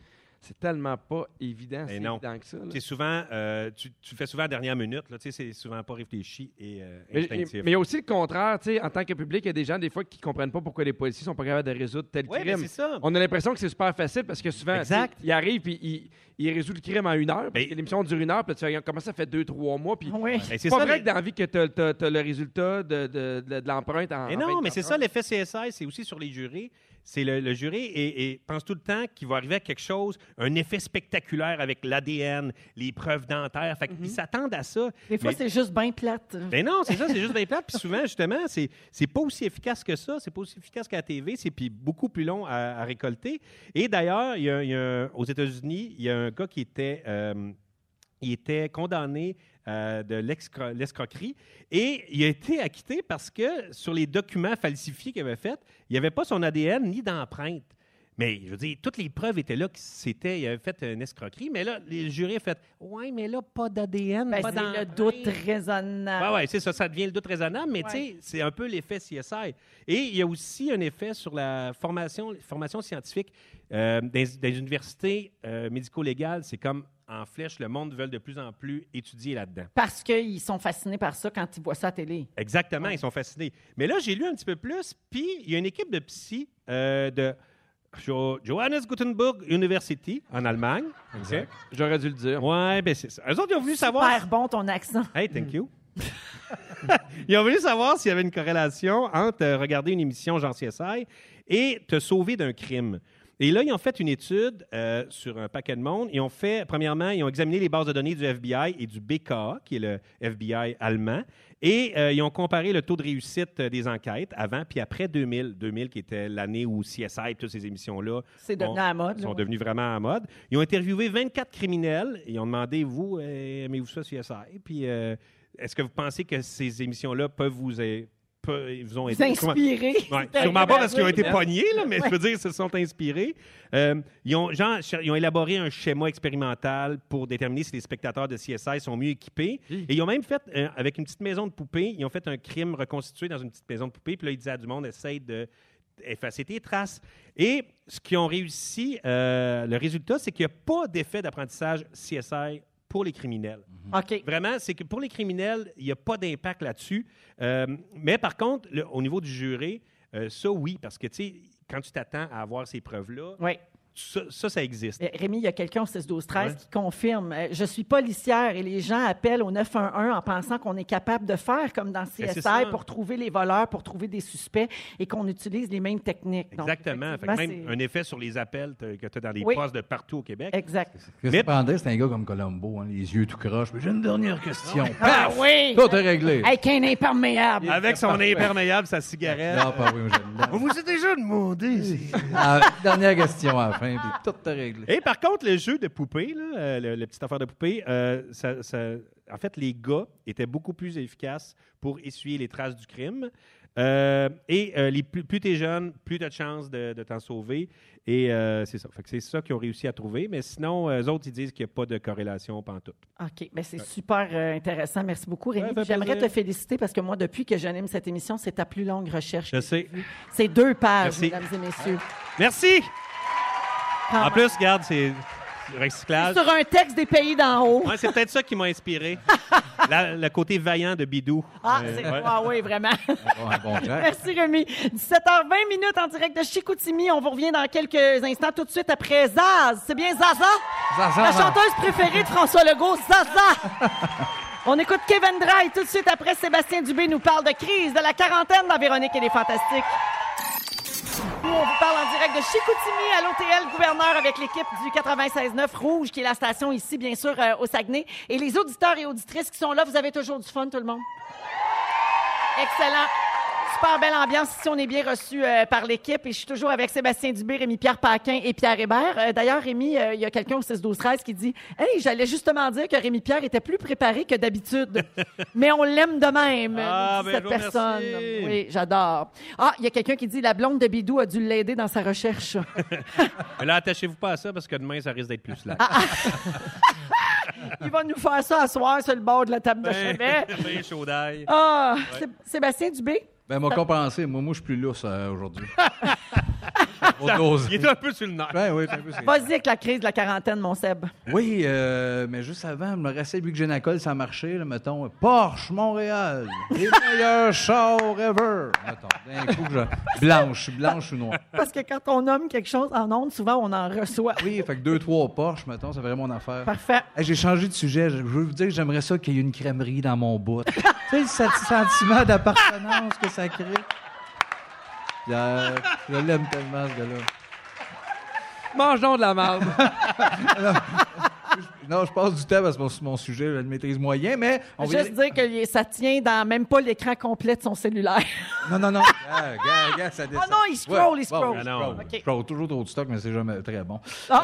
[SPEAKER 3] c'est tellement pas évident, c'est
[SPEAKER 1] Ben non.
[SPEAKER 3] évident que ça. là.
[SPEAKER 1] C'est souvent, euh, tu, tu le fais souvent à la dernière minute, là, tu sais, c'est souvent pas réfléchi et euh,
[SPEAKER 3] Mais
[SPEAKER 1] instinctif.
[SPEAKER 3] mais oh, il y a aussi le contraire, tu sais, en tant que public, il y a des gens des fois qui comprennent pas pourquoi les policiers sont pas capables de résoudre tel
[SPEAKER 1] Ouais, mais
[SPEAKER 3] crime.
[SPEAKER 1] c'est ça.
[SPEAKER 3] On a l'impression que c'est super facile parce que souvent,
[SPEAKER 1] Exact.
[SPEAKER 3] tu sais, ils arrivent puis ils, ils résoudent le crime en une heure. Parce
[SPEAKER 1] Ben,
[SPEAKER 3] que l'émission dure une heure, puis tu fais, comment ça fait deux, trois mois, puis
[SPEAKER 2] Oui.
[SPEAKER 1] Ben,
[SPEAKER 3] c'est
[SPEAKER 1] c'est
[SPEAKER 3] pas
[SPEAKER 1] ça,
[SPEAKER 3] vrai
[SPEAKER 1] mais-
[SPEAKER 3] que dans la vie que t'as, t'as- t'as le résultat de, de- de- de l'empreinte en.
[SPEAKER 1] Mais
[SPEAKER 3] en
[SPEAKER 1] non,
[SPEAKER 3] 24
[SPEAKER 1] mais c'est
[SPEAKER 3] heures.
[SPEAKER 1] ça l'effet CSI, c'est aussi sur les jurés. C'est le, le jury et, et pense tout le temps qu'il va arriver à quelque chose, un effet spectaculaire avec l'ADN, les preuves dentaires. Fait
[SPEAKER 3] Mhm.
[SPEAKER 1] qu'ils s'attendent à ça.
[SPEAKER 2] Des fois,
[SPEAKER 1] Mais-
[SPEAKER 2] c'est juste bien plate.
[SPEAKER 1] Ben non, c'est ça, c'est juste des plates. Puis souvent, justement, c'est, c'est pas aussi efficace que ça. C'est pas aussi efficace qu'à la TV. C'est puis beaucoup plus long à, à récolter. Et d'ailleurs, il y a- il y a un- aux États-Unis, il y a un gars qui était, euh, il était condamné euh, de l'escro- l'escroquerie et il a été acquitté parce que sur les documents falsifiés qu'il avait faits, il n'y avait pas son ADN ni d'empreinte. Mais je veux dire, toutes les preuves étaient là que c'était, il avait fait une escroquerie, mais là, le jury a fait Ouais, mais là, pas d'ADN,
[SPEAKER 2] Ben,
[SPEAKER 1] pas
[SPEAKER 2] c'est le
[SPEAKER 1] d'empreinte.
[SPEAKER 2] doute raisonnable.
[SPEAKER 1] Oui, ouais, c'est ça. Ça devient le doute raisonnable, mais
[SPEAKER 2] Ah Ouais.
[SPEAKER 1] tu sais, c'est un peu l'effet CSI. Et il y a aussi un effet sur la formation, formation scientifique euh, des, des universités euh, médico-légales. C'est comme en flèche, le monde veut de plus en plus étudier là-dedans.
[SPEAKER 2] Parce qu'ils sont fascinés par ça quand ils voient ça à télé.
[SPEAKER 1] Exactement, ils sont fascinés. Mais là, j'ai lu un petit peu plus, puis il y a une équipe de psy euh, de Jo- Johannes Gutenberg University en Allemagne. Exact.
[SPEAKER 3] J'aurais dû le dire.
[SPEAKER 1] Ouais, ben c'est ça. Eux autres, ils ont voulu savoir.
[SPEAKER 2] Super bon ton accent.
[SPEAKER 1] Hey, thank you. *laughs* ils ont voulu savoir s'il y avait une corrélation entre euh, regarder une émission Jean CSI et te sauver d'un crime. Et là, ils ont fait une étude euh, sur un paquet de monde. Ils ont fait, premièrement, ils ont examiné les bases de données du FBI et du BKA, qui est le FBI allemand, et euh, ils ont comparé le taux de réussite euh, des enquêtes avant puis après 2000. 2000 qui était l'année où CSI et toutes ces émissions-là
[SPEAKER 2] C'est devenu
[SPEAKER 1] ont-
[SPEAKER 2] à la mode, là,
[SPEAKER 1] sont
[SPEAKER 2] ouais.
[SPEAKER 1] devenus vraiment à mode. Ils ont interviewé 24 criminels. Ils ont demandé, vous, euh, aimez-vous ça, CSI? Puis, euh, est-ce que vous pensez que ces émissions-là peuvent vous... euh, peu- vous ont
[SPEAKER 2] Vous
[SPEAKER 1] aidé? Comment-
[SPEAKER 2] inspirez. *laughs*
[SPEAKER 1] Ouais,
[SPEAKER 2] C'est
[SPEAKER 1] sûrement pas
[SPEAKER 2] terrible
[SPEAKER 1] parce
[SPEAKER 2] à
[SPEAKER 1] qu'ils ont
[SPEAKER 2] dire.
[SPEAKER 1] été pognés, là, mais je veux dire, ils se sont inspirés. Euh, ils, ont, genre, ch- ils ont élaboré un schéma expérimental pour déterminer si les spectateurs de CSI sont mieux équipés. Et ils ont même fait, euh, avec une petite maison de poupée, ils ont fait un crime reconstitué dans une petite maison de poupée. Puis là, ils disaient à du monde, essaye de effacer tes traces. Et ce qu'ils ont réussi, euh, le résultat, c'est qu'il n'y a pas d'effet d'apprentissage CSI pour les criminels.
[SPEAKER 2] OK.
[SPEAKER 1] Vraiment, c'est que pour les criminels, il n'y a pas d'impact là-dessus. Euh, mais par contre, le- au niveau du juré, euh, ça, oui, parce que, tu sais, quand tu t'attends à avoir ces preuves-là,
[SPEAKER 2] Oui.
[SPEAKER 1] ça, ça, ça existe.
[SPEAKER 2] Euh, Rémi, il y a quelqu'un au 6-12-13
[SPEAKER 1] Ouais.
[SPEAKER 2] qui confirme euh, Je suis policière et les gens appellent au 911 en pensant qu'on est capable de faire comme dans
[SPEAKER 1] Ben, c'est
[SPEAKER 2] CSI
[SPEAKER 1] ça.
[SPEAKER 2] pour trouver les voleurs, pour trouver des suspects et qu'on utilise les mêmes techniques. Donc,
[SPEAKER 1] Exactement. Fait que
[SPEAKER 2] effectivement,
[SPEAKER 1] même
[SPEAKER 2] c'est-
[SPEAKER 1] un effet sur les appels t'as- que tu as dans les
[SPEAKER 2] Oui.
[SPEAKER 1] postes de partout au Québec.
[SPEAKER 2] Exact.
[SPEAKER 6] Chris
[SPEAKER 1] Mais-
[SPEAKER 6] Pandey, c'est un gars comme Colombo, hein, les yeux tout croches. Mais J'ai une dernière question.
[SPEAKER 2] Ah oui!
[SPEAKER 6] Tout est réglé.
[SPEAKER 2] Avec un imperméable.
[SPEAKER 1] Avec son imperméable, sa cigarette.
[SPEAKER 6] Non, pas oui, moi, j'aime
[SPEAKER 5] On vous a déjà demandé. si-
[SPEAKER 6] bien. Ah, Dernière question à la fin, puis tout
[SPEAKER 2] *laughs*
[SPEAKER 6] est réglé.
[SPEAKER 1] Et par contre, le jeu de poupée, là, euh, le, le petit affaire de poupée, euh, ça- ça- en fait, les gars étaient beaucoup plus efficaces pour essuyer les traces du crime. Euh, et euh, les plus, plus t'es jeune, plus t'as de chances de, de t'en sauver. Et euh, c'est ça. Fait que c'est ça qu'ils ont réussi à trouver. Mais sinon, euh, eux autres, ils disent qu'il n'y a pas de corrélation pantoute.
[SPEAKER 2] OK. Ben c'est super euh, intéressant. Merci beaucoup, Rémi.
[SPEAKER 1] Ouais, fait
[SPEAKER 2] J'aimerais te
[SPEAKER 1] plaisir.
[SPEAKER 2] féliciter parce que moi, depuis que j'anime cette émission, c'est ta plus longue recherche.
[SPEAKER 1] Je sais.
[SPEAKER 2] C'est deux pages,
[SPEAKER 1] Merci.
[SPEAKER 2] mesdames et messieurs.
[SPEAKER 1] Merci!
[SPEAKER 2] Quand
[SPEAKER 1] En
[SPEAKER 2] même.
[SPEAKER 1] plus, regarde, c'est du recyclage.
[SPEAKER 2] Sur un texte des pays d'en haut.
[SPEAKER 1] Ouais, c'est peut-être ça qui m'a
[SPEAKER 2] *laughs*
[SPEAKER 1] inspiré. La- le côté vaillant de Bidou.
[SPEAKER 2] Ah,
[SPEAKER 1] Euh,
[SPEAKER 2] c'est
[SPEAKER 1] ouais.
[SPEAKER 2] ah oui, vraiment.
[SPEAKER 6] Bon, un bon Jack.
[SPEAKER 2] Merci Rémi. 17h20 minutes en direct de Chicoutimi. On vous revient dans quelques instants tout de suite après Zaz. C'est bien Zaza?
[SPEAKER 6] Zaza.
[SPEAKER 2] La chanteuse préférée de François Legault,
[SPEAKER 6] *laughs*
[SPEAKER 2] Zaza. On écoute Kevin Dry tout de suite après Sébastien Dubé nous parle de crise de la quarantaine dans Véronique et les Fantastiques. Nous, on vous parle en direct de Chicoutimi à l'OTL Gouverneur avec l'équipe du 96.9 Rouge, qui est la station ici, bien sûr, euh, au Saguenay. Et les auditeurs et auditrices qui sont là, vous avez toujours du fun, tout le monde? Excellent. Super belle ambiance. Ici, on est bien reçu euh, par l'équipe. Et je suis toujours avec Sébastien Dubé, Rémi-Pierre Paquin et Pierre Hébert. Euh, D'ailleurs, Rémi, euh, il y a quelqu'un au 6-12-13 qui dit « Hey, j'allais justement dire que Rémi-Pierre était plus préparé
[SPEAKER 1] *laughs*
[SPEAKER 2] que d'habitude. Mais on l'aime de même,
[SPEAKER 1] Ah,
[SPEAKER 2] nous
[SPEAKER 1] ben,
[SPEAKER 2] dit cette
[SPEAKER 1] je vous remercie.
[SPEAKER 2] personne. Oui, j'adore. Ah, il y a quelqu'un qui dit « La blonde de Bidou a dû l'aider dans sa recherche.
[SPEAKER 1] *laughs* Mais là, attachez-vous pas à ça parce que demain, ça risque d'être plus
[SPEAKER 2] *laughs*
[SPEAKER 1] slack.
[SPEAKER 2] il va nous faire ça à soir sur le bord de la table de
[SPEAKER 1] *laughs*
[SPEAKER 2] chevet.
[SPEAKER 1] Ben, » ben, chaud d'ail.
[SPEAKER 2] Ah, Sé- Sébastien Dubé,
[SPEAKER 6] Ben, m'a compensé. Moi, moi, je suis plus lousse euh,
[SPEAKER 1] *laughs*
[SPEAKER 6] aujourd'hui. Au dose.
[SPEAKER 1] Il est un peu sur le nerf.
[SPEAKER 6] Ben oui, c'est un peu ça.
[SPEAKER 2] vas-y avec la crise de la quarantaine, mon Seb.
[SPEAKER 6] Oui, euh, mais juste avant, je me restait, vu que Génacol, ça marchait, là, mettons, Porsche Montréal, les meilleurs chars ever, mettons. D'un coup, je... blanche, blanche ou noire.
[SPEAKER 2] Parce que quand on nomme quelque chose en ondes, souvent, on en reçoit.
[SPEAKER 6] Oui, fait que deux, trois Porsche, mettons, c'est vraiment mon affaire.
[SPEAKER 2] Parfait.
[SPEAKER 6] Hey, J'ai changé de sujet. Je veux vous dire que j'aimerais ça qu'il y ait une crèmerie dans mon bout. tu sais, le sati- sentiment d'appartenance que ça crée. Euh, je l'aime tellement, ce gars-là.
[SPEAKER 3] Mange donc de la marde.
[SPEAKER 6] Non, je passe du temps parce que mon- mon sujet, je le maîtrise moyen, mais on va y
[SPEAKER 2] Juste
[SPEAKER 6] aller-
[SPEAKER 2] dire que les- ça tient dans même pas l'écran complet de son cellulaire.
[SPEAKER 6] Non,
[SPEAKER 2] *laughs*
[SPEAKER 6] non, non. Regarde, regarde, regarde, ça descend.
[SPEAKER 2] Ah non, il scroll, il scroll.
[SPEAKER 6] il
[SPEAKER 1] Ah non.
[SPEAKER 6] scroll.
[SPEAKER 2] OK.
[SPEAKER 6] Scroll, toujours trop de stock, mais c'est jamais
[SPEAKER 2] *laughs*
[SPEAKER 6] très bon.
[SPEAKER 2] Ah!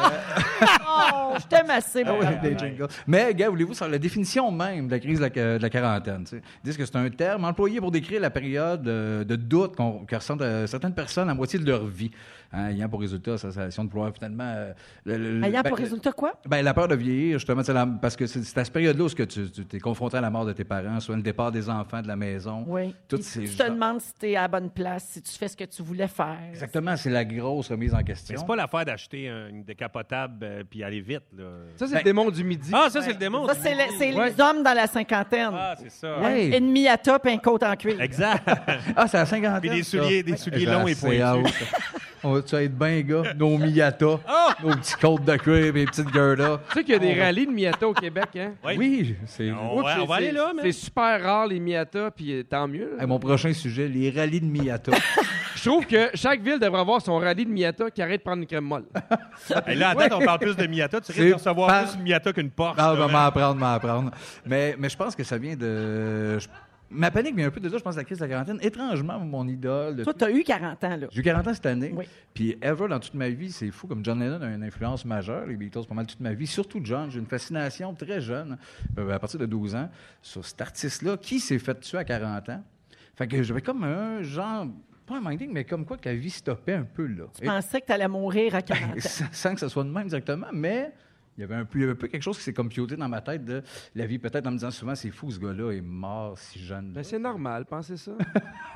[SPEAKER 2] oh, je t'aime assez. mon
[SPEAKER 6] Euh, Ah Ouais,
[SPEAKER 2] gars.
[SPEAKER 6] des jingles. Mais, gars, voulez-vous, sur la définition même de la crise de la, euh, de la quarantaine, tu sais. ils disent que c'est un terme employé pour décrire la période euh, de doute qu'on- que ressentent euh, certaines personnes à moitié de leur vie, hein, ayant pour résultat la sensation de pouvoir finalement... euh, le- le- le-
[SPEAKER 2] Ayant pour
[SPEAKER 6] ben,
[SPEAKER 2] résultat quoi?
[SPEAKER 6] Ben, la peur de vieillir, justement, c'est la- parce que c'est c'est à cette période-là où ce que tu, tu es confronté à la mort de tes parents, soit le départ des enfants de la maison.
[SPEAKER 2] Oui.
[SPEAKER 6] Toutes
[SPEAKER 2] Puis
[SPEAKER 6] ces
[SPEAKER 2] tu te demandes si t'es à la bonne place, si tu fais ce que tu voulais faire.
[SPEAKER 6] Exactement, c'est la grosse remise en
[SPEAKER 1] Mais
[SPEAKER 6] question.
[SPEAKER 1] c'est pas l'affaire d'acheter un- une décapotable euh, puis aller vite. Là.
[SPEAKER 3] *laughs* Ça, c'est le démon du midi.
[SPEAKER 1] Ah, ça, c'est le démon.
[SPEAKER 2] Ça, c'est le- c'est
[SPEAKER 3] Ouais.
[SPEAKER 2] les hommes dans la cinquantaine.
[SPEAKER 1] Ah, c'est ça.
[SPEAKER 6] Hey!
[SPEAKER 2] Ennemi à top, un côte en cuir.
[SPEAKER 1] Exact.
[SPEAKER 6] Ah, c'est à 50
[SPEAKER 1] Puis des souliers- des souliers longs et pointus.
[SPEAKER 6] On va-tu être bien, gars? Nos Miata,
[SPEAKER 1] Ah!
[SPEAKER 6] nos petits côtes de cuir, mes petites gueulas.
[SPEAKER 3] Tu sais qu'il y a des rallyes de Miata au Québec, hein?
[SPEAKER 1] *laughs* Oui.
[SPEAKER 6] Oui, c'est.
[SPEAKER 1] On
[SPEAKER 3] Oups,
[SPEAKER 1] va, on va
[SPEAKER 3] c'est-
[SPEAKER 1] aller là, mais.
[SPEAKER 3] C'est super rare, les Miata, puis euh, tant mieux.
[SPEAKER 6] Hey, mon prochain sujet, les rallyes de Miata.
[SPEAKER 3] Je trouve que chaque ville devrait avoir son rallye de Miata qui arrête de prendre une crème molle.
[SPEAKER 1] Hey, Là, attends, on parle plus de Miata. Tu risques de recevoir
[SPEAKER 6] par-
[SPEAKER 1] plus de Miata qu'une Porsche.
[SPEAKER 6] Ah,
[SPEAKER 1] là,
[SPEAKER 6] ben, m'en apprendre, m'en apprendre. Mais, mais je pense que ça vient de. je- Ma panique vient un peu de ça, je pense, de la crise de la quarantaine. Étrangement, mon idole. de
[SPEAKER 2] Toi, t'as eu 40 ans, là.
[SPEAKER 6] J'ai eu 40 ans cette année.
[SPEAKER 2] Oui.
[SPEAKER 6] Puis Ever, dans toute ma vie, c'est fou. Comme John Lennon a une influence majeure, les Beatles, pas mal toute ma vie. Surtout John, j'ai une fascination très jeune, euh, à partir de 12 ans, sur cet artiste-là qui s'est fait tuer à 40 ans. Fait que j'avais comme un genre, pas un minding, mais comme quoi que la vie stoppait un peu là.
[SPEAKER 2] Je pensais que t'allais mourir à 40
[SPEAKER 6] Et
[SPEAKER 2] ans.
[SPEAKER 6] sans, sans que ce soit de même directement, mais il y avait un peu, il y avait un peu quelque chose qui s'est comme pioté dans ma tête de la vie, peut-être en me disant souvent, c'est fou, ce gars-là est mort si jeune.
[SPEAKER 3] Ben, c'est normal, pensez ça.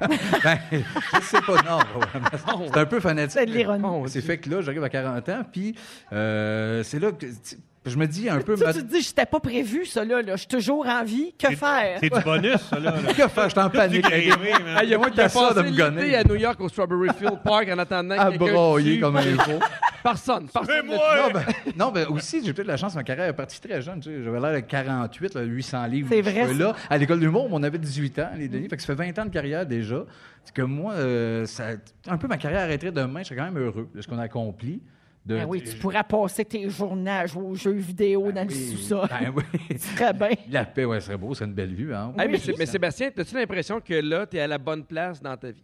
[SPEAKER 6] Ben, *laughs* je sais pas, *laughs* non. vraiment. C'est un peu fanatique.
[SPEAKER 2] C'est de l'ironie.
[SPEAKER 6] Mais C'est fait que là, j'arrive à 40 ans, puis euh, c'est là que tu sais, je me dis un
[SPEAKER 2] *laughs*
[SPEAKER 6] peu...
[SPEAKER 2] Toi,
[SPEAKER 6] ma-
[SPEAKER 2] tu te dis, j'étais pas prévu, ça, là. là. Je suis toujours en vie. Que
[SPEAKER 1] C'est-
[SPEAKER 2] faire? Ben
[SPEAKER 1] C'est du bonus, ça, là. là.
[SPEAKER 6] Que faire? Je suis en panique.
[SPEAKER 1] C'est arrivé, man.
[SPEAKER 3] Il y a moi
[SPEAKER 6] qui a ça de me
[SPEAKER 3] l'été
[SPEAKER 6] gonner.
[SPEAKER 3] à New York au Strawberry Field Park en attendant
[SPEAKER 6] À
[SPEAKER 3] que quelqu'un
[SPEAKER 6] broyer
[SPEAKER 3] tue.
[SPEAKER 6] comme
[SPEAKER 2] *laughs*
[SPEAKER 6] un faux.
[SPEAKER 3] Personne, personne. ne
[SPEAKER 1] Fais-moi!
[SPEAKER 6] Non, ben, non, ben, aussi, j'ai peut-être la chance, ma carrière est partie très jeune. tu sais, J'avais l'air de 48, là, 800 livres.
[SPEAKER 2] C'est
[SPEAKER 6] de
[SPEAKER 2] vrai, Mm.
[SPEAKER 6] cheveux, Là, à l'école de l'humour, on avait 18 ans, les Denis. Fait que ça fait 20 ans de carrière déjà. C'est que moi, euh, ça, un peu ma carrière arrêterait demain. Je serais quand même heureux de ce qu'on a accompli. De,
[SPEAKER 2] Ben oui, tu pourrais passer tes journées à jouer aux jeux vidéo dans le sous-sol.
[SPEAKER 6] Ben oui.
[SPEAKER 2] *laughs* Très bien.
[SPEAKER 6] La paix, ouais, ce serait beau, c'est une belle vue. Hein?
[SPEAKER 3] Hey, mais, c'est- mais Sébastien, as-tu l'impression que là, tu es à la bonne place dans ta vie?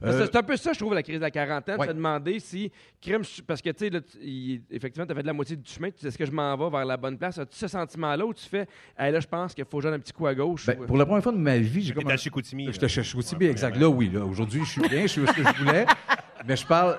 [SPEAKER 3] Parce que
[SPEAKER 6] Euh,
[SPEAKER 3] C'est un peu ça, je trouve, la crise de la quarantaine.
[SPEAKER 6] Ouais.
[SPEAKER 3] Tu te demander si, crime, je- parce que, tu sais, là, tu- il- effectivement, tu as fait de la moitié du chemin, tu dis, est-ce que je m'en vais vers la bonne place? As-tu ce sentiment-là où tu fais, hey, là, je pense qu'il faut jouer un petit coup à gauche?
[SPEAKER 6] Ben,
[SPEAKER 3] ou-
[SPEAKER 6] pour la première fois de ma vie, j'ai
[SPEAKER 1] T'es
[SPEAKER 6] comme.
[SPEAKER 1] à
[SPEAKER 6] un-
[SPEAKER 1] Chicoutimi. là.
[SPEAKER 6] Je te cherche aussi bien, exact. Là, oui, là, aujourd'hui, je suis bien, je suis ce que je voulais. mais je parle.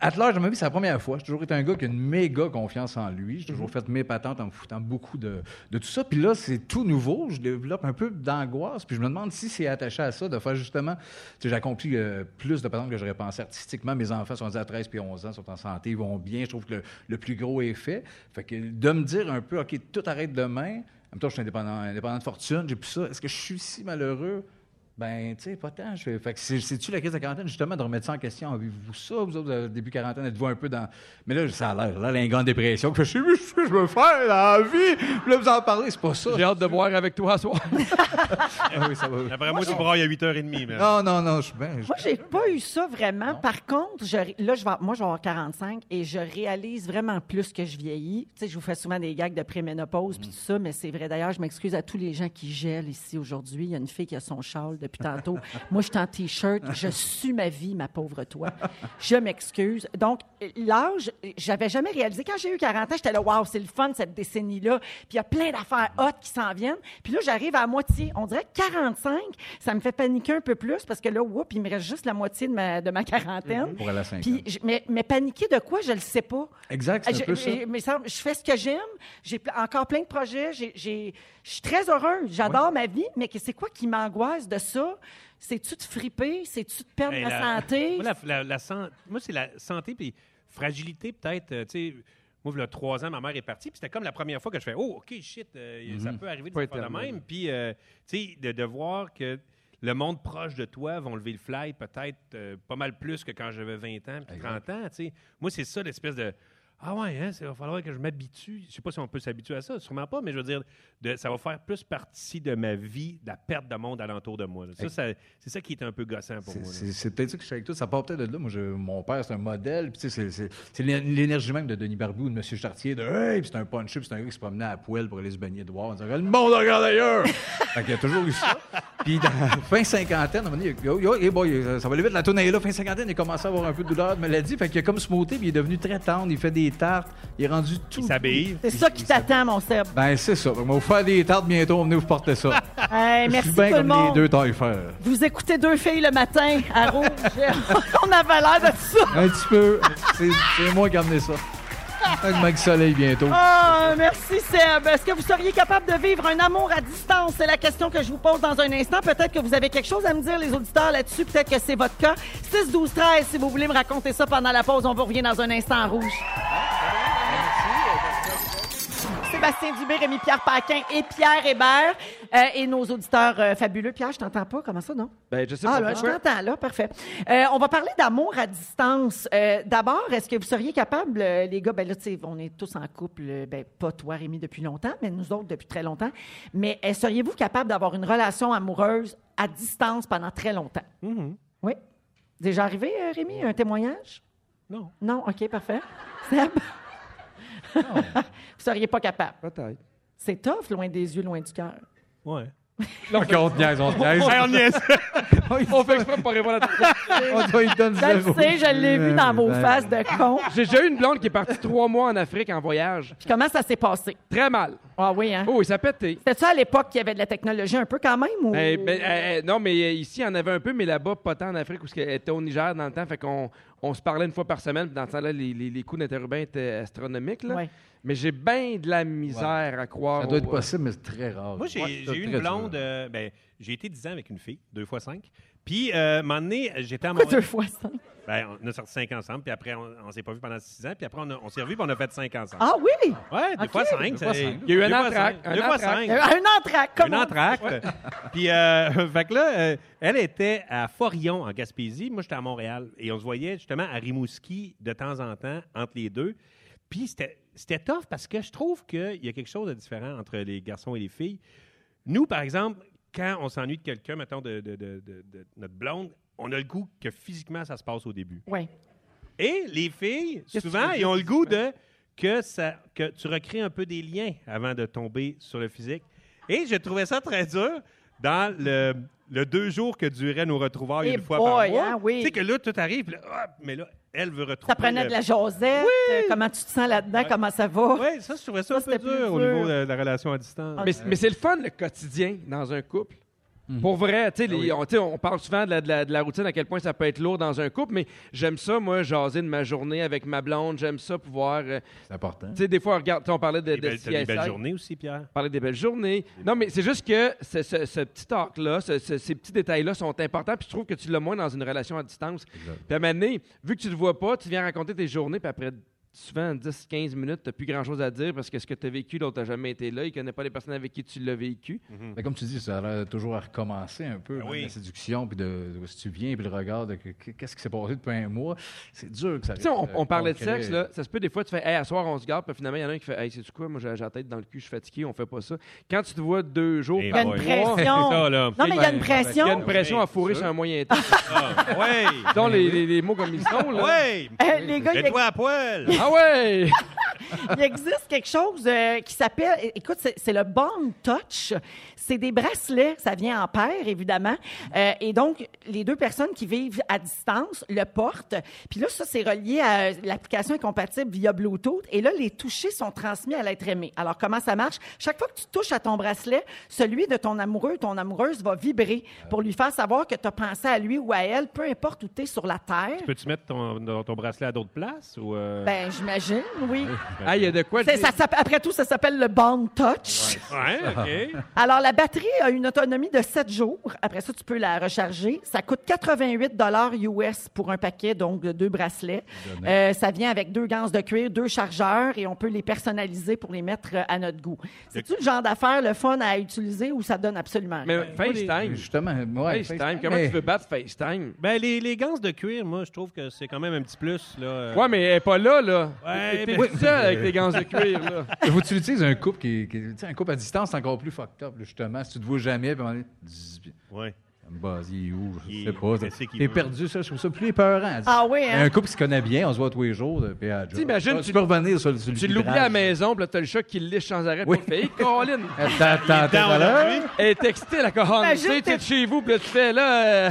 [SPEAKER 6] À l'âge de ma vie, c'est la première fois. J'ai toujours été un gars qui a une méga confiance en lui. J'ai toujours fait mes patentes en me foutant beaucoup de, de tout ça. Puis là, c'est tout nouveau. Je développe un peu d'angoisse. Puis je me demande si c'est attaché à ça, de faire justement. Tu sais, j'ai accompli euh, plus de patentes que j'aurais pensé artistiquement. Mes enfants sont rendus à 13 puis 11 ans, sont en santé, ils vont bien. Je trouve que le, le plus gros est fait. Fait que de me dire un peu, OK, tout arrête demain. En même temps, je suis indépendant, indépendant de fortune, j'ai plus ça. Est-ce que je suis si malheureux? Ben, tu sais, pas tant. Je fais- Fait que c'est- c'est-tu la crise de la quarantaine, justement, de remettre ça en question? Avez-vous ça, vous autres, euh, début quarantaine, êtes-vous un peu dans. Mais là, ça a l'air, là, l'ingan de dépression. que Je sais plus ce que je veux faire dans la vie. Puis là, vous en parlez, c'est pas ça.
[SPEAKER 3] J'ai hâte de boire avec toi à
[SPEAKER 6] *laughs*
[SPEAKER 3] soir.
[SPEAKER 6] Ah oui, ça va.
[SPEAKER 1] Après moi, tu brailles à 8h30, man.
[SPEAKER 6] Non, non, non, je suis bien. je-
[SPEAKER 2] Moi, j'ai pas eu ça vraiment. Par contre, je, ré- là, je vais, moi, je vais avoir 45 et je réalise vraiment plus que je vieillis. Tu sais, je vous fais souvent des gags de préménopause puis tout ça, mais c'est vrai. D'ailleurs, je m'excuse à tous les gens qui gèlent ici aujourd'hui. Il y a une fille qui a son châle depuis tantôt. moi, je suis en T-shirt. Je sue ma vie, ma pauvre toi. Je m'excuse. Donc, l'âge, j'avais jamais réalisé. Quand j'ai eu 40 ans, j'étais là, waouh, c'est le fun, cette décennie-là. Puis il y a plein d'affaires hot qui s'en viennent. Puis là, j'arrive à moitié. On dirait que 45, ça me fait paniquer un peu plus parce que là, whoop, il me reste juste la moitié de ma, de ma quarantaine.
[SPEAKER 6] Mm-hmm. Pour aller à 50.
[SPEAKER 2] Puis, je- mais, mais paniquer de quoi, je le sais pas.
[SPEAKER 6] Exact, c'est un
[SPEAKER 2] Je-
[SPEAKER 6] peu ça.
[SPEAKER 2] je- mais ça, je fais ce que j'aime. J'ai pl- encore plein de projets. J'ai- j'ai- Je suis très heureuse. J'adore ma vie, mais que- c'est quoi qui m'angoisse de ça? C'est-tu de friper? C'est-tu de perdre
[SPEAKER 1] Hey,
[SPEAKER 6] Ben,
[SPEAKER 2] ma
[SPEAKER 1] Ben, la- *laughs*
[SPEAKER 2] santé?
[SPEAKER 1] Moi, la, la- la san- moi, c'est la santé puis fragilité, peut-être. euh, tu sais, moi, il y a trois ans, ma mère est partie, puis c'était comme la première fois que je fais Oh, OK, shit, euh, ça peut arriver de
[SPEAKER 3] Pas
[SPEAKER 1] faire de
[SPEAKER 3] éternel.
[SPEAKER 1] même. Puis, euh, tu sais, de, de voir que le monde proche de toi vont lever le fly peut-être euh, pas mal plus que quand j'avais 20 ans, puis 30 ans. tu sais. Moi, c'est ça l'espèce de. Ah ouais, hein, ça va falloir que je m'habitue. Je sais pas si on peut s'habituer à ça, sûrement pas, mais je veux dire, de- ça va faire plus partie de ma vie, de la perte de monde alentour de moi. là. Ça, ça- c'est ça qui est un peu gossant pour
[SPEAKER 6] C'est-
[SPEAKER 1] moi. là.
[SPEAKER 6] C'est c'est peut-être ça que je suis avec toi. Ça part peut-être de là. Moi, je- mon père, c'est un modèle. Puis, tu sais, c'est- c'est c'est l'éner- l'énergie même de Denis Barbou, de M. Chartier, de Hey, puis c'est un punch c'est un gars qui se promenait à poil pour aller se baigner dehors. On dirait, le monde
[SPEAKER 2] *laughs*
[SPEAKER 6] regarde ailleurs. fait qu'il y a toujours eu ça. Puis, dans la fin cinquantaine, à un moment donné, il a- il a- hey boy, ça- ça va aller vite, la tournée est là. Fin cinquantaine, il a commencé à avoir un peu de douleur de maladie. Fait qu'il a comme smoothé, puis il est devenu très tendre. Il fait des tartes. Il est rendu tout.
[SPEAKER 1] Il s'habille.
[SPEAKER 2] C'est ça qui t'attend, mon Seb.
[SPEAKER 6] Ben, c'est ça. On va vous faire des tartes bientôt. Venez vous porter ça.
[SPEAKER 2] *laughs* Hey,
[SPEAKER 6] je
[SPEAKER 2] merci
[SPEAKER 6] suis
[SPEAKER 2] tout
[SPEAKER 6] bien
[SPEAKER 2] le
[SPEAKER 6] comme les
[SPEAKER 2] monde.
[SPEAKER 6] deux tailles faire.
[SPEAKER 2] Vous écoutez deux filles le matin à Rouge. *laughs* On avait l'air de ça.
[SPEAKER 6] Un petit peu. C'est- C'est moi qui ai amené ça. Avec Mike Soleil bientôt.
[SPEAKER 2] Ah, merci Seb. Est-ce que vous seriez capable de vivre un amour à distance? C'est la question que je vous pose dans un instant. Peut-être que vous avez quelque chose à me dire, les auditeurs, là-dessus. Peut-être que c'est votre cas. 6, 12, 13, si vous voulez me raconter ça pendant la pause, on vous revient dans un instant en rouge. Sébastien Dubé, Rémi-Pierre Paquin et Pierre Hébert euh, et nos auditeurs euh, fabuleux. Pierre, je t'entends pas. Comment ça, non?
[SPEAKER 3] Ben, je sais
[SPEAKER 2] Ah,
[SPEAKER 3] pas.
[SPEAKER 2] là, je
[SPEAKER 3] pourquoi.
[SPEAKER 2] t'entends, là, parfait. Euh, on va parler d'amour à distance. Euh, D'abord, est-ce que vous seriez capable, euh, les gars, ben là, tu sais, on est tous en couple, euh, ben, pas toi, Rémi, depuis longtemps, mais nous autres depuis très longtemps. Mais euh, seriez-vous capable d'avoir une relation amoureuse à distance pendant très longtemps? Oui. Déjà arrivé, euh, Rémi, un témoignage?
[SPEAKER 1] Non.
[SPEAKER 2] Non, OK, parfait. *laughs* Seb? vous seriez pas capable.
[SPEAKER 3] Peut-être.
[SPEAKER 2] C'est tough, loin des yeux, loin du cœur.
[SPEAKER 1] Ouais.
[SPEAKER 6] Ok, on te niaise, on te niaise.
[SPEAKER 1] Hey, on y est.
[SPEAKER 3] On fait exprès de pas répondre à ta question.
[SPEAKER 6] on doit lui donner
[SPEAKER 2] Je le
[SPEAKER 6] zéro.
[SPEAKER 2] sais, je l'ai vu dans vos
[SPEAKER 6] Ben,
[SPEAKER 2] faces de con.
[SPEAKER 3] J'ai déjà eu une blonde qui est partie trois mois en Afrique en voyage.
[SPEAKER 2] Puis comment ça s'est passé?
[SPEAKER 3] Très mal.
[SPEAKER 2] Ah oui, hein?
[SPEAKER 3] Oh, il s'est pété.
[SPEAKER 2] C'était ça à l'époque qu'il y avait de la technologie un peu quand même? Ou...
[SPEAKER 3] Eh, ben, eh, eh, non, mais euh, ici, il y en avait un peu, mais là-bas, pas tant en Afrique, parce qu'elle était au Niger dans le temps. Fait qu'on on se parlait une fois par semaine. puis Dans ce temps-là, les, les, les coûts d'interurbain étaient astronomiques. Là.
[SPEAKER 2] Ouais.
[SPEAKER 3] Mais j'ai bien de la misère à croire.
[SPEAKER 6] Ça doit être
[SPEAKER 3] au- euh,
[SPEAKER 6] possible, mais c'est très rare.
[SPEAKER 1] Moi, j'ai
[SPEAKER 6] Ouais,
[SPEAKER 1] j'ai
[SPEAKER 6] c'est
[SPEAKER 1] eu une
[SPEAKER 6] très dur.
[SPEAKER 1] blonde. euh, ben, j'ai été 10 ans avec une fille, deux fois cinq. Puis, euh, un moment donné, j'étais à
[SPEAKER 2] Pourquoi
[SPEAKER 1] Montréal.
[SPEAKER 2] deux fois ça?
[SPEAKER 1] Ben, on a sorti cinq ensemble, puis après, on, on s'est pas vu pendant six ans, puis après, on, a- on s'est revus, puis on a fait cinq ensemble.
[SPEAKER 2] Ah oui!
[SPEAKER 1] Ouais, deux
[SPEAKER 2] Ok.
[SPEAKER 1] fois cinq.
[SPEAKER 6] Deux
[SPEAKER 1] ça-
[SPEAKER 6] fois cinq.
[SPEAKER 3] Il y a eu un
[SPEAKER 1] deux fois
[SPEAKER 3] entracte,
[SPEAKER 1] cinq.
[SPEAKER 3] un
[SPEAKER 1] Deux fois
[SPEAKER 3] entracte.
[SPEAKER 1] cinq.
[SPEAKER 2] Euh, Un entracte, comment?
[SPEAKER 1] Une entracte. *laughs* Puis, euh, fait que là, euh, elle était à Forion, en Gaspésie. Moi, j'étais à Montréal. Et on se voyait justement à Rimouski de temps en temps, entre les deux. Puis, c'était c'était tough parce que je trouve qu'il y a quelque chose de différent entre les garçons et les filles. Nous, par exemple, quand on s'ennuie de quelqu'un, mettons, de, de- de- de- de notre blonde, on a le goût que physiquement, ça se passe au début.
[SPEAKER 2] Oui.
[SPEAKER 1] Et les filles,
[SPEAKER 3] Qu'est-ce
[SPEAKER 1] souvent,
[SPEAKER 3] que tu
[SPEAKER 1] ils ont le goût de que, ça, que tu recrées un peu des liens avant de tomber sur le physique. Et je trouvais ça très dur dans le, le deux jours que duraient nos retrouvailles
[SPEAKER 2] Eh
[SPEAKER 1] une fois par
[SPEAKER 2] boy,
[SPEAKER 1] mois.
[SPEAKER 2] hein, oui.
[SPEAKER 1] Tu sais que là, tout arrive, puis là, ah, mais là, elle veut retrouver.
[SPEAKER 2] Ça prenait de la Josette. euh, Comment tu te sens là-dedans? Comment ça va?
[SPEAKER 1] Oui, ça, je trouvais ça,
[SPEAKER 2] Ça,
[SPEAKER 1] un peu
[SPEAKER 2] c'était plus
[SPEAKER 1] dur, au
[SPEAKER 2] dur.
[SPEAKER 1] niveau de la relation à distance.
[SPEAKER 3] Mais, mais c'est le fun, le quotidien, dans un couple.
[SPEAKER 1] Mhm.
[SPEAKER 3] Pour vrai,
[SPEAKER 1] Ah
[SPEAKER 3] tu sais, les- on, tu sais, on parle souvent de la, de la- de la routine, à quel point ça peut être lourd dans un couple, mais j'aime ça, moi, jaser de ma journée avec ma blonde. J'aime ça pouvoir. euh,
[SPEAKER 6] C'est important.
[SPEAKER 3] tu sais, des fois, regarde, tu sais, on parlait de,
[SPEAKER 1] Des
[SPEAKER 3] de
[SPEAKER 1] belles- ben, T'as des belles
[SPEAKER 3] CSI.
[SPEAKER 1] journées aussi, Pierre.
[SPEAKER 3] parler des belles journées. Non, mais c'est juste que ce, ce- ce petit talk-là, ce- ce- ces petits détails-là sont importants, puis je trouve que tu l'as moins dans une relation à distance. Puis à un moment donné, vu que tu ne le vois pas, tu viens raconter tes journées, puis après souvent 10-15 minutes, tu n'as plus grand-chose à dire parce que ce que tu as vécu, l'autre n'a jamais été là, il ne connaît pas les personnes avec qui tu l'as vécu.
[SPEAKER 6] Mais comme tu dis, ça a l'air toujours à recommencer un peu,
[SPEAKER 1] Ben
[SPEAKER 6] même
[SPEAKER 1] oui.
[SPEAKER 6] la séduction, puis de, de- si tu viens, puis le regard de que- que- qu'est-ce qui s'est passé depuis un mois. C'est dur que ça
[SPEAKER 3] Tu sais, on,
[SPEAKER 6] reste,
[SPEAKER 3] on
[SPEAKER 6] euh,
[SPEAKER 3] parlait de
[SPEAKER 6] concret.
[SPEAKER 3] sexe, là. Ça se peut des fois, tu fais, hey, à soir, on se garde, puis finalement, il y en a un qui fait, hey, c'est quoi, moi, j'ai j'ai la tête dans le cul, je suis fatigué, on fait pas ça. Quand tu te vois deux jours,
[SPEAKER 1] Eh
[SPEAKER 2] Il y a
[SPEAKER 3] par
[SPEAKER 2] une
[SPEAKER 1] ouais.
[SPEAKER 3] mois, il
[SPEAKER 2] pression.
[SPEAKER 1] ça, là.
[SPEAKER 2] Non, mais il y a une
[SPEAKER 3] y
[SPEAKER 2] pression.
[SPEAKER 3] a une pression à fourrer
[SPEAKER 1] Sûr.
[SPEAKER 3] sur un moyen temps.
[SPEAKER 1] Ah, *laughs* ouais!
[SPEAKER 3] Dont les, les- les mots comme ils sont, là.
[SPEAKER 1] ouais!
[SPEAKER 2] Euh, les gars, il,
[SPEAKER 1] Mets-toi à poil!
[SPEAKER 3] Ah *laughs* ouais!
[SPEAKER 2] il existe quelque chose euh, qui s'appelle, écoute, c'est- c'est le Bond Touch. C'est des bracelets, ça vient en paire, évidemment. Euh, et donc, les deux personnes qui vivent à distance le portent. Puis là, ça, c'est relié à euh, l'application est compatible via Bluetooth. Et là, les touchés sont transmis à l'être aimé. Alors, comment ça marche? Chaque fois que tu touches à ton bracelet, celui de ton amoureux, ton amoureuse va vibrer pour lui faire savoir que tu as pensé à lui ou à elle, peu importe où tu es sur la Terre.
[SPEAKER 1] Peux-tu mettre ton, ton bracelet à d'autres places? Ou euh,
[SPEAKER 2] Ben, j'imagine,
[SPEAKER 1] *laughs*
[SPEAKER 2] oui.
[SPEAKER 3] Ah, il y a de quoi.
[SPEAKER 2] C'est- ça s'appelle- après tout, ça s'appelle le Bond Touch.
[SPEAKER 1] Ah, Ouais,
[SPEAKER 2] *laughs*
[SPEAKER 1] OK.
[SPEAKER 2] Alors, la batterie a une autonomie de 7 jours. Après ça, tu peux la recharger. Ça coûte 88 US pour un paquet, donc de deux bracelets. Euh, ça vient avec deux ganses de cuir, deux chargeurs et on peut les personnaliser pour les mettre euh, à notre goût. C'est-tu le genre d'affaire, le fun à utiliser ou ça donne absolument rien?
[SPEAKER 3] Mais FaceTime.
[SPEAKER 6] Justement, ouais,
[SPEAKER 3] FaceTime, comment
[SPEAKER 6] mais-
[SPEAKER 3] tu veux battre FaceTime?
[SPEAKER 1] Ben, les, les ganses de cuir, moi, je trouve que c'est quand même un petit plus. Là, euh.
[SPEAKER 3] Ouais, mais elle est pas là, là.
[SPEAKER 1] Ouais,
[SPEAKER 3] T'es
[SPEAKER 1] mais-
[SPEAKER 3] tout seul avec tes gants *laughs* de cuir, là.
[SPEAKER 6] *laughs* Faut que tu utilises un couple qui, qui- tu sais, un couple à distance, c'est encore plus fucked up, là, justement. Si tu te vois jamais, puis on est. Zzz, puis-
[SPEAKER 1] Ouais.
[SPEAKER 6] ça me base, il est où?
[SPEAKER 1] Il-
[SPEAKER 6] Je sais pas.
[SPEAKER 1] qu'est-ce
[SPEAKER 6] ça-
[SPEAKER 1] qu'il
[SPEAKER 6] T'es
[SPEAKER 1] veut?
[SPEAKER 6] perdu, ça. Je trouve ça plus épeurant.
[SPEAKER 2] Ah oui, hein?
[SPEAKER 6] Un couple qui se connaît bien, on se voit tous les jours. là, puis à job.
[SPEAKER 3] T'imagines,
[SPEAKER 6] Ah,
[SPEAKER 3] tu-
[SPEAKER 6] tu peux revenir sur, le- sur le
[SPEAKER 3] Tu l'oublies
[SPEAKER 6] vibrage.
[SPEAKER 3] à la maison, puis là, t'as le chat qui le liche sans arrêt.
[SPEAKER 6] Oui.
[SPEAKER 3] Puis tu fais, hey, Colin!
[SPEAKER 6] Attends, attends,
[SPEAKER 1] Dans
[SPEAKER 6] attends, là.
[SPEAKER 1] aujourd'hui,
[SPEAKER 3] *laughs* Elle est textée, la cohonne. Tu
[SPEAKER 2] Imagine, t'es-
[SPEAKER 3] sais, t'es de chez vous, puis là, tu fais, *laughs* là. euh,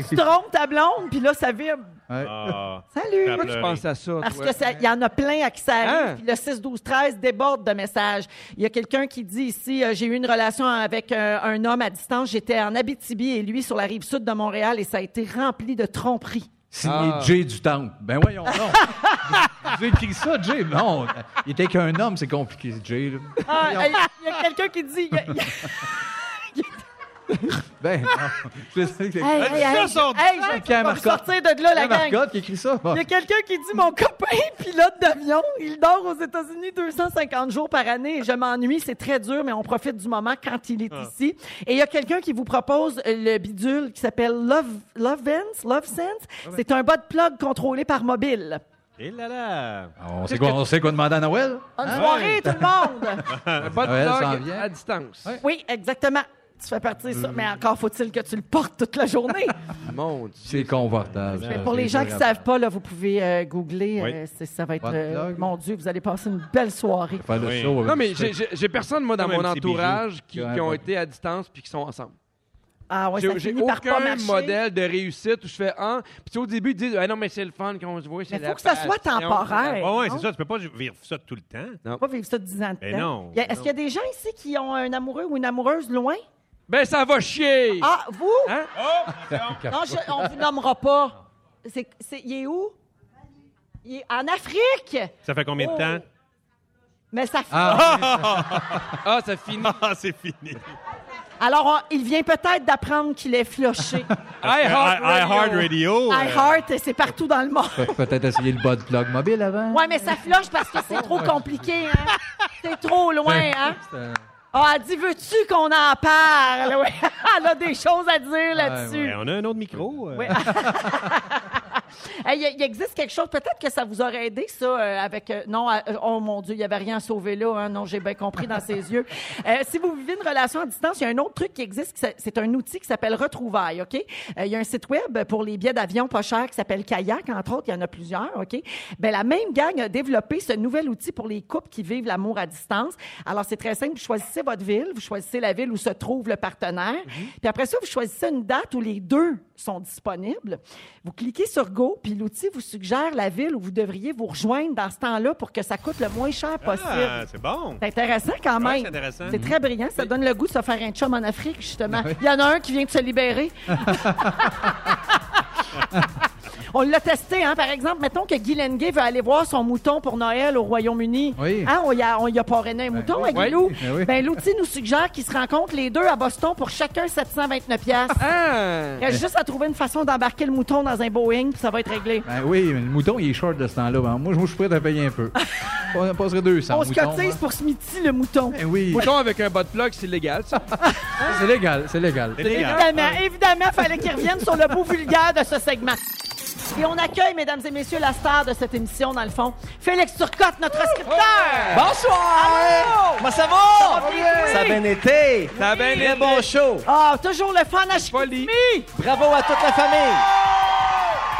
[SPEAKER 2] Tu, tu trompes ta blonde, puis là, ça vibre.
[SPEAKER 6] Ouais.
[SPEAKER 1] Ah,
[SPEAKER 2] Salut!
[SPEAKER 1] Ah,
[SPEAKER 3] Pourquoi tu penses à ça,
[SPEAKER 2] Parce
[SPEAKER 3] toi?
[SPEAKER 2] que ça- il y en a plein à qui ça arrive.
[SPEAKER 3] Hein?
[SPEAKER 2] Puis le 6, 12, 13 déborde de messages. Il y a quelqu'un qui dit ici, euh, j'ai eu une relation avec euh, un homme à distance. J'étais en Abitibi et lui sur la rive sud de Montréal et ça a été rempli de tromperies.
[SPEAKER 6] Signé
[SPEAKER 3] Ah.
[SPEAKER 6] Jay du Temple. Ben voyons donc.
[SPEAKER 2] *laughs*
[SPEAKER 6] Vous écrit ça, Jay? Non, il était qu'un homme, c'est compliqué, Jay. là.
[SPEAKER 2] Ah, hey, Il y a quelqu'un qui dit. il y a- il y a- *laughs*
[SPEAKER 6] Ben, non. Je sais que-
[SPEAKER 2] Hey, hey, hey,
[SPEAKER 1] sort du
[SPEAKER 2] hey,
[SPEAKER 6] sac.
[SPEAKER 2] je-
[SPEAKER 6] Pierre
[SPEAKER 2] on va
[SPEAKER 6] Marcotte.
[SPEAKER 2] sortir de là, la
[SPEAKER 6] Pierre
[SPEAKER 2] gang.
[SPEAKER 6] Marcotte qui écrit ça. Bon.
[SPEAKER 2] Il y a quelqu'un qui dit Mon copain pilote d'avion, il dort aux États-Unis 250 jours par année. Je m'ennuie, c'est très dur, mais on profite du moment quand il
[SPEAKER 3] Ah.
[SPEAKER 2] est ici. Et il y a quelqu'un qui vous propose euh, le bidule qui s'appelle Love, Love Vance, Love
[SPEAKER 3] Ah
[SPEAKER 2] Sense. C'est un bas de plug contrôlé par mobile.
[SPEAKER 1] *laughs* Et là là!
[SPEAKER 6] Ah, On, sait quoi, on sait quoi demander à Noël?
[SPEAKER 2] Bonne
[SPEAKER 3] Ah
[SPEAKER 6] Hein?
[SPEAKER 2] soirée, tout le
[SPEAKER 3] *laughs*
[SPEAKER 2] monde!
[SPEAKER 3] Un bot
[SPEAKER 6] Noël s'en
[SPEAKER 3] dog
[SPEAKER 6] vient.
[SPEAKER 3] à distance.
[SPEAKER 2] Oui, exactement. Tu fais partie de ça, mais
[SPEAKER 3] Mm.
[SPEAKER 2] encore faut-il que tu le portes toute la journée.
[SPEAKER 3] Ah, Mon Dieu.
[SPEAKER 6] C'est confortable.
[SPEAKER 2] Mais pour les gens qui ne savent pas, là, vous pouvez euh, googler.
[SPEAKER 1] Oui.
[SPEAKER 2] euh, c'est- ça va être.
[SPEAKER 6] Hot
[SPEAKER 2] euh,
[SPEAKER 6] dog.
[SPEAKER 2] mon Dieu, vous allez passer une belle soirée.
[SPEAKER 6] Faire le
[SPEAKER 1] Oui.
[SPEAKER 6] show avec
[SPEAKER 3] Non,
[SPEAKER 6] du
[SPEAKER 3] mais
[SPEAKER 6] steak.
[SPEAKER 3] j'ai- j'ai j'ai personne, moi, dans
[SPEAKER 1] Comme
[SPEAKER 3] mon
[SPEAKER 1] un petit
[SPEAKER 3] entourage qui,
[SPEAKER 6] Ouais,
[SPEAKER 3] qui ont
[SPEAKER 6] ouais.
[SPEAKER 3] été à distance puis qui sont ensemble.
[SPEAKER 2] Ah ouais, ça
[SPEAKER 3] J'ai j'ai
[SPEAKER 2] finit par pas
[SPEAKER 3] aucun
[SPEAKER 2] marcher.
[SPEAKER 3] modèle de réussite où je fais un. Puis tu sais, au début, ils disent Ah non, mais c'est le fun qu'on se voit. c'est
[SPEAKER 2] Mais
[SPEAKER 3] la
[SPEAKER 2] faut que ça soit
[SPEAKER 3] passion.
[SPEAKER 2] temporaire.
[SPEAKER 1] Ouais, ouais, c'est
[SPEAKER 2] non?
[SPEAKER 1] ça. Tu peux pas vivre ça tout le temps.
[SPEAKER 2] On va pas vivre ça 10 ans de
[SPEAKER 1] Ben
[SPEAKER 2] temps.
[SPEAKER 1] non,
[SPEAKER 2] Y a- Est-ce qu'il y a des gens ici qui ont un amoureux ou une amoureuse loin?
[SPEAKER 3] Ben, ça va chier.
[SPEAKER 2] Ah, vous?
[SPEAKER 3] Hein?
[SPEAKER 2] Non, je- on vous nommera pas. C'est, c'est, il est où? Il est en Afrique!
[SPEAKER 1] Ça fait combien de
[SPEAKER 2] Oh.
[SPEAKER 1] temps?
[SPEAKER 2] Mais ça fait.
[SPEAKER 3] Ah, ça finit.
[SPEAKER 1] Ah, c'est *laughs* fini.
[SPEAKER 2] Alors, on- il vient peut-être d'apprendre qu'il est floché.
[SPEAKER 3] *laughs* I Heart Radio.
[SPEAKER 1] Radio.
[SPEAKER 2] I Heart, c'est partout dans le monde.
[SPEAKER 6] Pe- Peut-être essayer le bas de plug mobile avant.
[SPEAKER 2] Ouais, mais ça floche parce que c'est trop compliqué, hein? C'est trop loin, hein?
[SPEAKER 6] C'est, euh,
[SPEAKER 2] Ah, elle dit, veux-tu qu'on en parle? Ouais, *laughs* elle a des choses à dire là-dessus.
[SPEAKER 1] Ben, on a un autre micro. euh.
[SPEAKER 2] Oui. Hey, il- il existe quelque chose, peut-être que ça vous aurait aidé, ça, euh, avec... euh, non, euh, oh mon Dieu, il n'y avait rien à sauver là. hein. non, j'ai bien compris dans ses yeux. Euh, si vous vivez une relation à distance, il y a un autre truc qui existe, qui s'a- c'est un outil qui s'appelle Retrouvailles, OK? Euh, Il y a un site web pour les billets d'avion pas chers qui s'appelle Kayak, entre autres, il y en a plusieurs, OK? Ben, la même gang a développé ce nouvel outil pour les couples qui vivent l'amour à distance. Alors, c'est très simple, vous choisissez votre ville, vous choisissez la ville où se trouve le partenaire, puis après ça, vous choisissez une date où les deux sont disponibles. Vous cliquez sur Go, puis l'outil vous suggère la ville où vous devriez vous rejoindre dans ce temps-là pour que ça coûte le moins cher possible.
[SPEAKER 1] Ah, c'est bon.
[SPEAKER 2] C'est intéressant quand
[SPEAKER 1] Ouais,
[SPEAKER 2] même.
[SPEAKER 1] c'est intéressant.
[SPEAKER 2] C'est très brillant. Ça donne le goût de se faire un chum en Afrique, justement. Il y en a un qui vient de se libérer. On l'a testé, hein. Par exemple, mettons que Guy Lenguet veut aller voir son mouton pour Noël au Royaume-Uni.
[SPEAKER 6] Oui.
[SPEAKER 2] Hein, on y a, on y a parrainé un mouton à
[SPEAKER 3] oui.
[SPEAKER 2] Guilou.
[SPEAKER 6] Ben oui.
[SPEAKER 2] Ben, l'outil nous suggère qu'ils se rencontrent les deux à Boston pour chacun 729 piastres.
[SPEAKER 3] Ah!
[SPEAKER 2] Il reste juste à trouver une façon d'embarquer le mouton dans un Boeing, puis ça va être réglé.
[SPEAKER 6] Ben oui, mais le mouton, il est short de ce temps-là. Ben, moi, je moi, je suis prêt à payer
[SPEAKER 2] *laughs*
[SPEAKER 6] un peu. On passerait 200.
[SPEAKER 2] On se
[SPEAKER 6] moutons,
[SPEAKER 2] cotise
[SPEAKER 6] hein.
[SPEAKER 2] pour Smithy, le mouton.
[SPEAKER 6] Ben oui,
[SPEAKER 3] Mouton avec un bot plug, c'est légal, ça.
[SPEAKER 6] c'est légal, c'est légal.
[SPEAKER 1] C'est légal.
[SPEAKER 2] Évidemment, évidemment, fallait qu'il revienne sur le bout vulgaire de ce segment. Et on accueille, mesdames et messieurs, la star de cette émission, dans le fond, Félix Turcotte, notre scripteur.
[SPEAKER 9] Bonsoir! Comment ça
[SPEAKER 2] Ça
[SPEAKER 9] va?
[SPEAKER 2] va bien, oui.
[SPEAKER 9] Ah, Ça a bien été.
[SPEAKER 3] Ça a bien
[SPEAKER 9] Très
[SPEAKER 3] été.
[SPEAKER 9] bon show.
[SPEAKER 2] Ah, toujours le fan à
[SPEAKER 3] Folie. Oh,
[SPEAKER 2] Chicoutimi.
[SPEAKER 9] Bravo à toute la famille.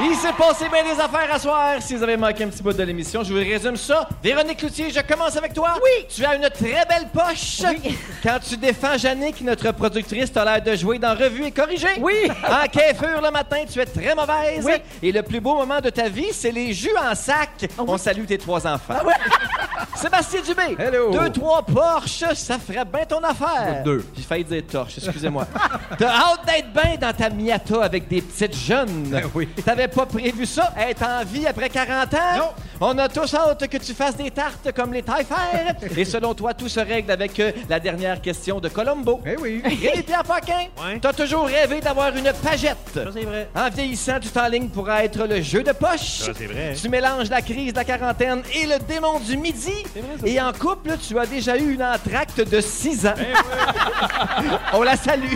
[SPEAKER 9] Il s'est passé bien des affaires à soir. Si vous avez manqué un petit bout de l'émission, je vous résume ça. Véronique Cloutier, je commence avec toi.
[SPEAKER 2] Oui.
[SPEAKER 9] Tu as une très belle poche.
[SPEAKER 2] Oui.
[SPEAKER 9] Quand tu défends Jannick, notre productrice, t'as l'air de jouer dans Revue et Corrigé.
[SPEAKER 2] Oui.
[SPEAKER 9] *laughs* En kéfure le matin, tu es très mauvaise.
[SPEAKER 2] Oui.
[SPEAKER 9] Et le plus beau moment de ta vie, c'est les jus en sac.
[SPEAKER 2] Ah
[SPEAKER 9] On salue tes trois enfants. Sébastien Dubé.
[SPEAKER 6] Hello.
[SPEAKER 9] Deux, trois Porsche, ça ferait bien ton affaire.
[SPEAKER 6] Deux.
[SPEAKER 9] J'ai failli dire torche, excusez-moi. *laughs* T'as hâte d'être bien dans ta miata avec des petites jeunes.
[SPEAKER 1] *laughs*
[SPEAKER 6] Eh oui.
[SPEAKER 9] T'avais pas prévu ça, être en vie après 40 ans? On a tous hâte que tu fasses des tartes comme
[SPEAKER 1] *laughs*
[SPEAKER 9] les taille-faire. Et selon toi, tout se règle avec euh, la dernière question de Colombo.
[SPEAKER 6] Ben
[SPEAKER 2] *laughs*
[SPEAKER 6] oui.
[SPEAKER 9] Rémi-Pierre Paquin,
[SPEAKER 1] Ouais.
[SPEAKER 9] t'as toujours rêvé d'avoir une pagette.
[SPEAKER 1] Ça, c'est vrai.
[SPEAKER 9] En vieillissant, tu t'enlignes pour être le jeu de poche.
[SPEAKER 1] Ça, c'est vrai.
[SPEAKER 9] Tu mélanges la crise de la quarantaine et le démon du midi. et en couple, tu as déjà eu une entracte de 6 ans.
[SPEAKER 3] Ben
[SPEAKER 9] *laughs* On
[SPEAKER 3] *laughs*
[SPEAKER 9] la salue.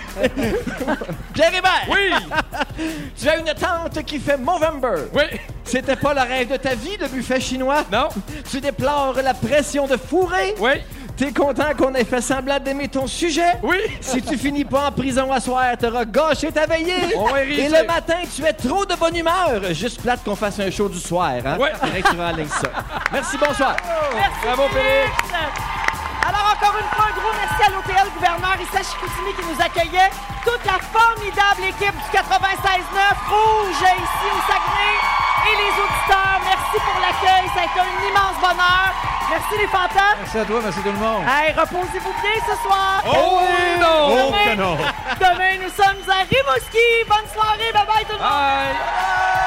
[SPEAKER 9] Pierre Hébert,
[SPEAKER 3] Oui!
[SPEAKER 9] tu as une tante qui fait Movember.
[SPEAKER 3] Oui!
[SPEAKER 9] C'était pas le rêve de ta vie, le buffet chinois.
[SPEAKER 3] Non!
[SPEAKER 9] Tu déplores la pression de fourrer.
[SPEAKER 3] Oui!
[SPEAKER 9] T'es content qu'on ait fait semblant d'aimer ton sujet?
[SPEAKER 3] Oui!
[SPEAKER 9] Si tu finis pas en prison à soir, t'auras gâché ta veillée.
[SPEAKER 3] On va y
[SPEAKER 9] Et
[SPEAKER 3] réussir.
[SPEAKER 9] le matin, tu es trop de bonne humeur. Juste plate qu'on fasse un show du soir. Hein?
[SPEAKER 3] Ouais.
[SPEAKER 9] Faudrait que tu renlignes ça. Merci, bonsoir.
[SPEAKER 3] Bravo, Félix!
[SPEAKER 2] Alors, encore une fois, un gros merci à l'OTL gouverneur Issa Chicoutimi qui nous accueillait. Toute la formidable équipe du 96-9 Rouge ici au Saguenay et les auditeurs. Merci pour l'accueil. Ça a été un immense bonheur. Merci les fantasmes.
[SPEAKER 6] Merci à toi, merci tout le monde.
[SPEAKER 2] Hey, reposez-vous bien ce soir.
[SPEAKER 1] Oh, oui, non! Oh,
[SPEAKER 2] Demain-
[SPEAKER 1] que non!
[SPEAKER 2] Demain, nous sommes à Rimouski. Bonne soirée. Bye bye tout le monde.
[SPEAKER 3] Bye!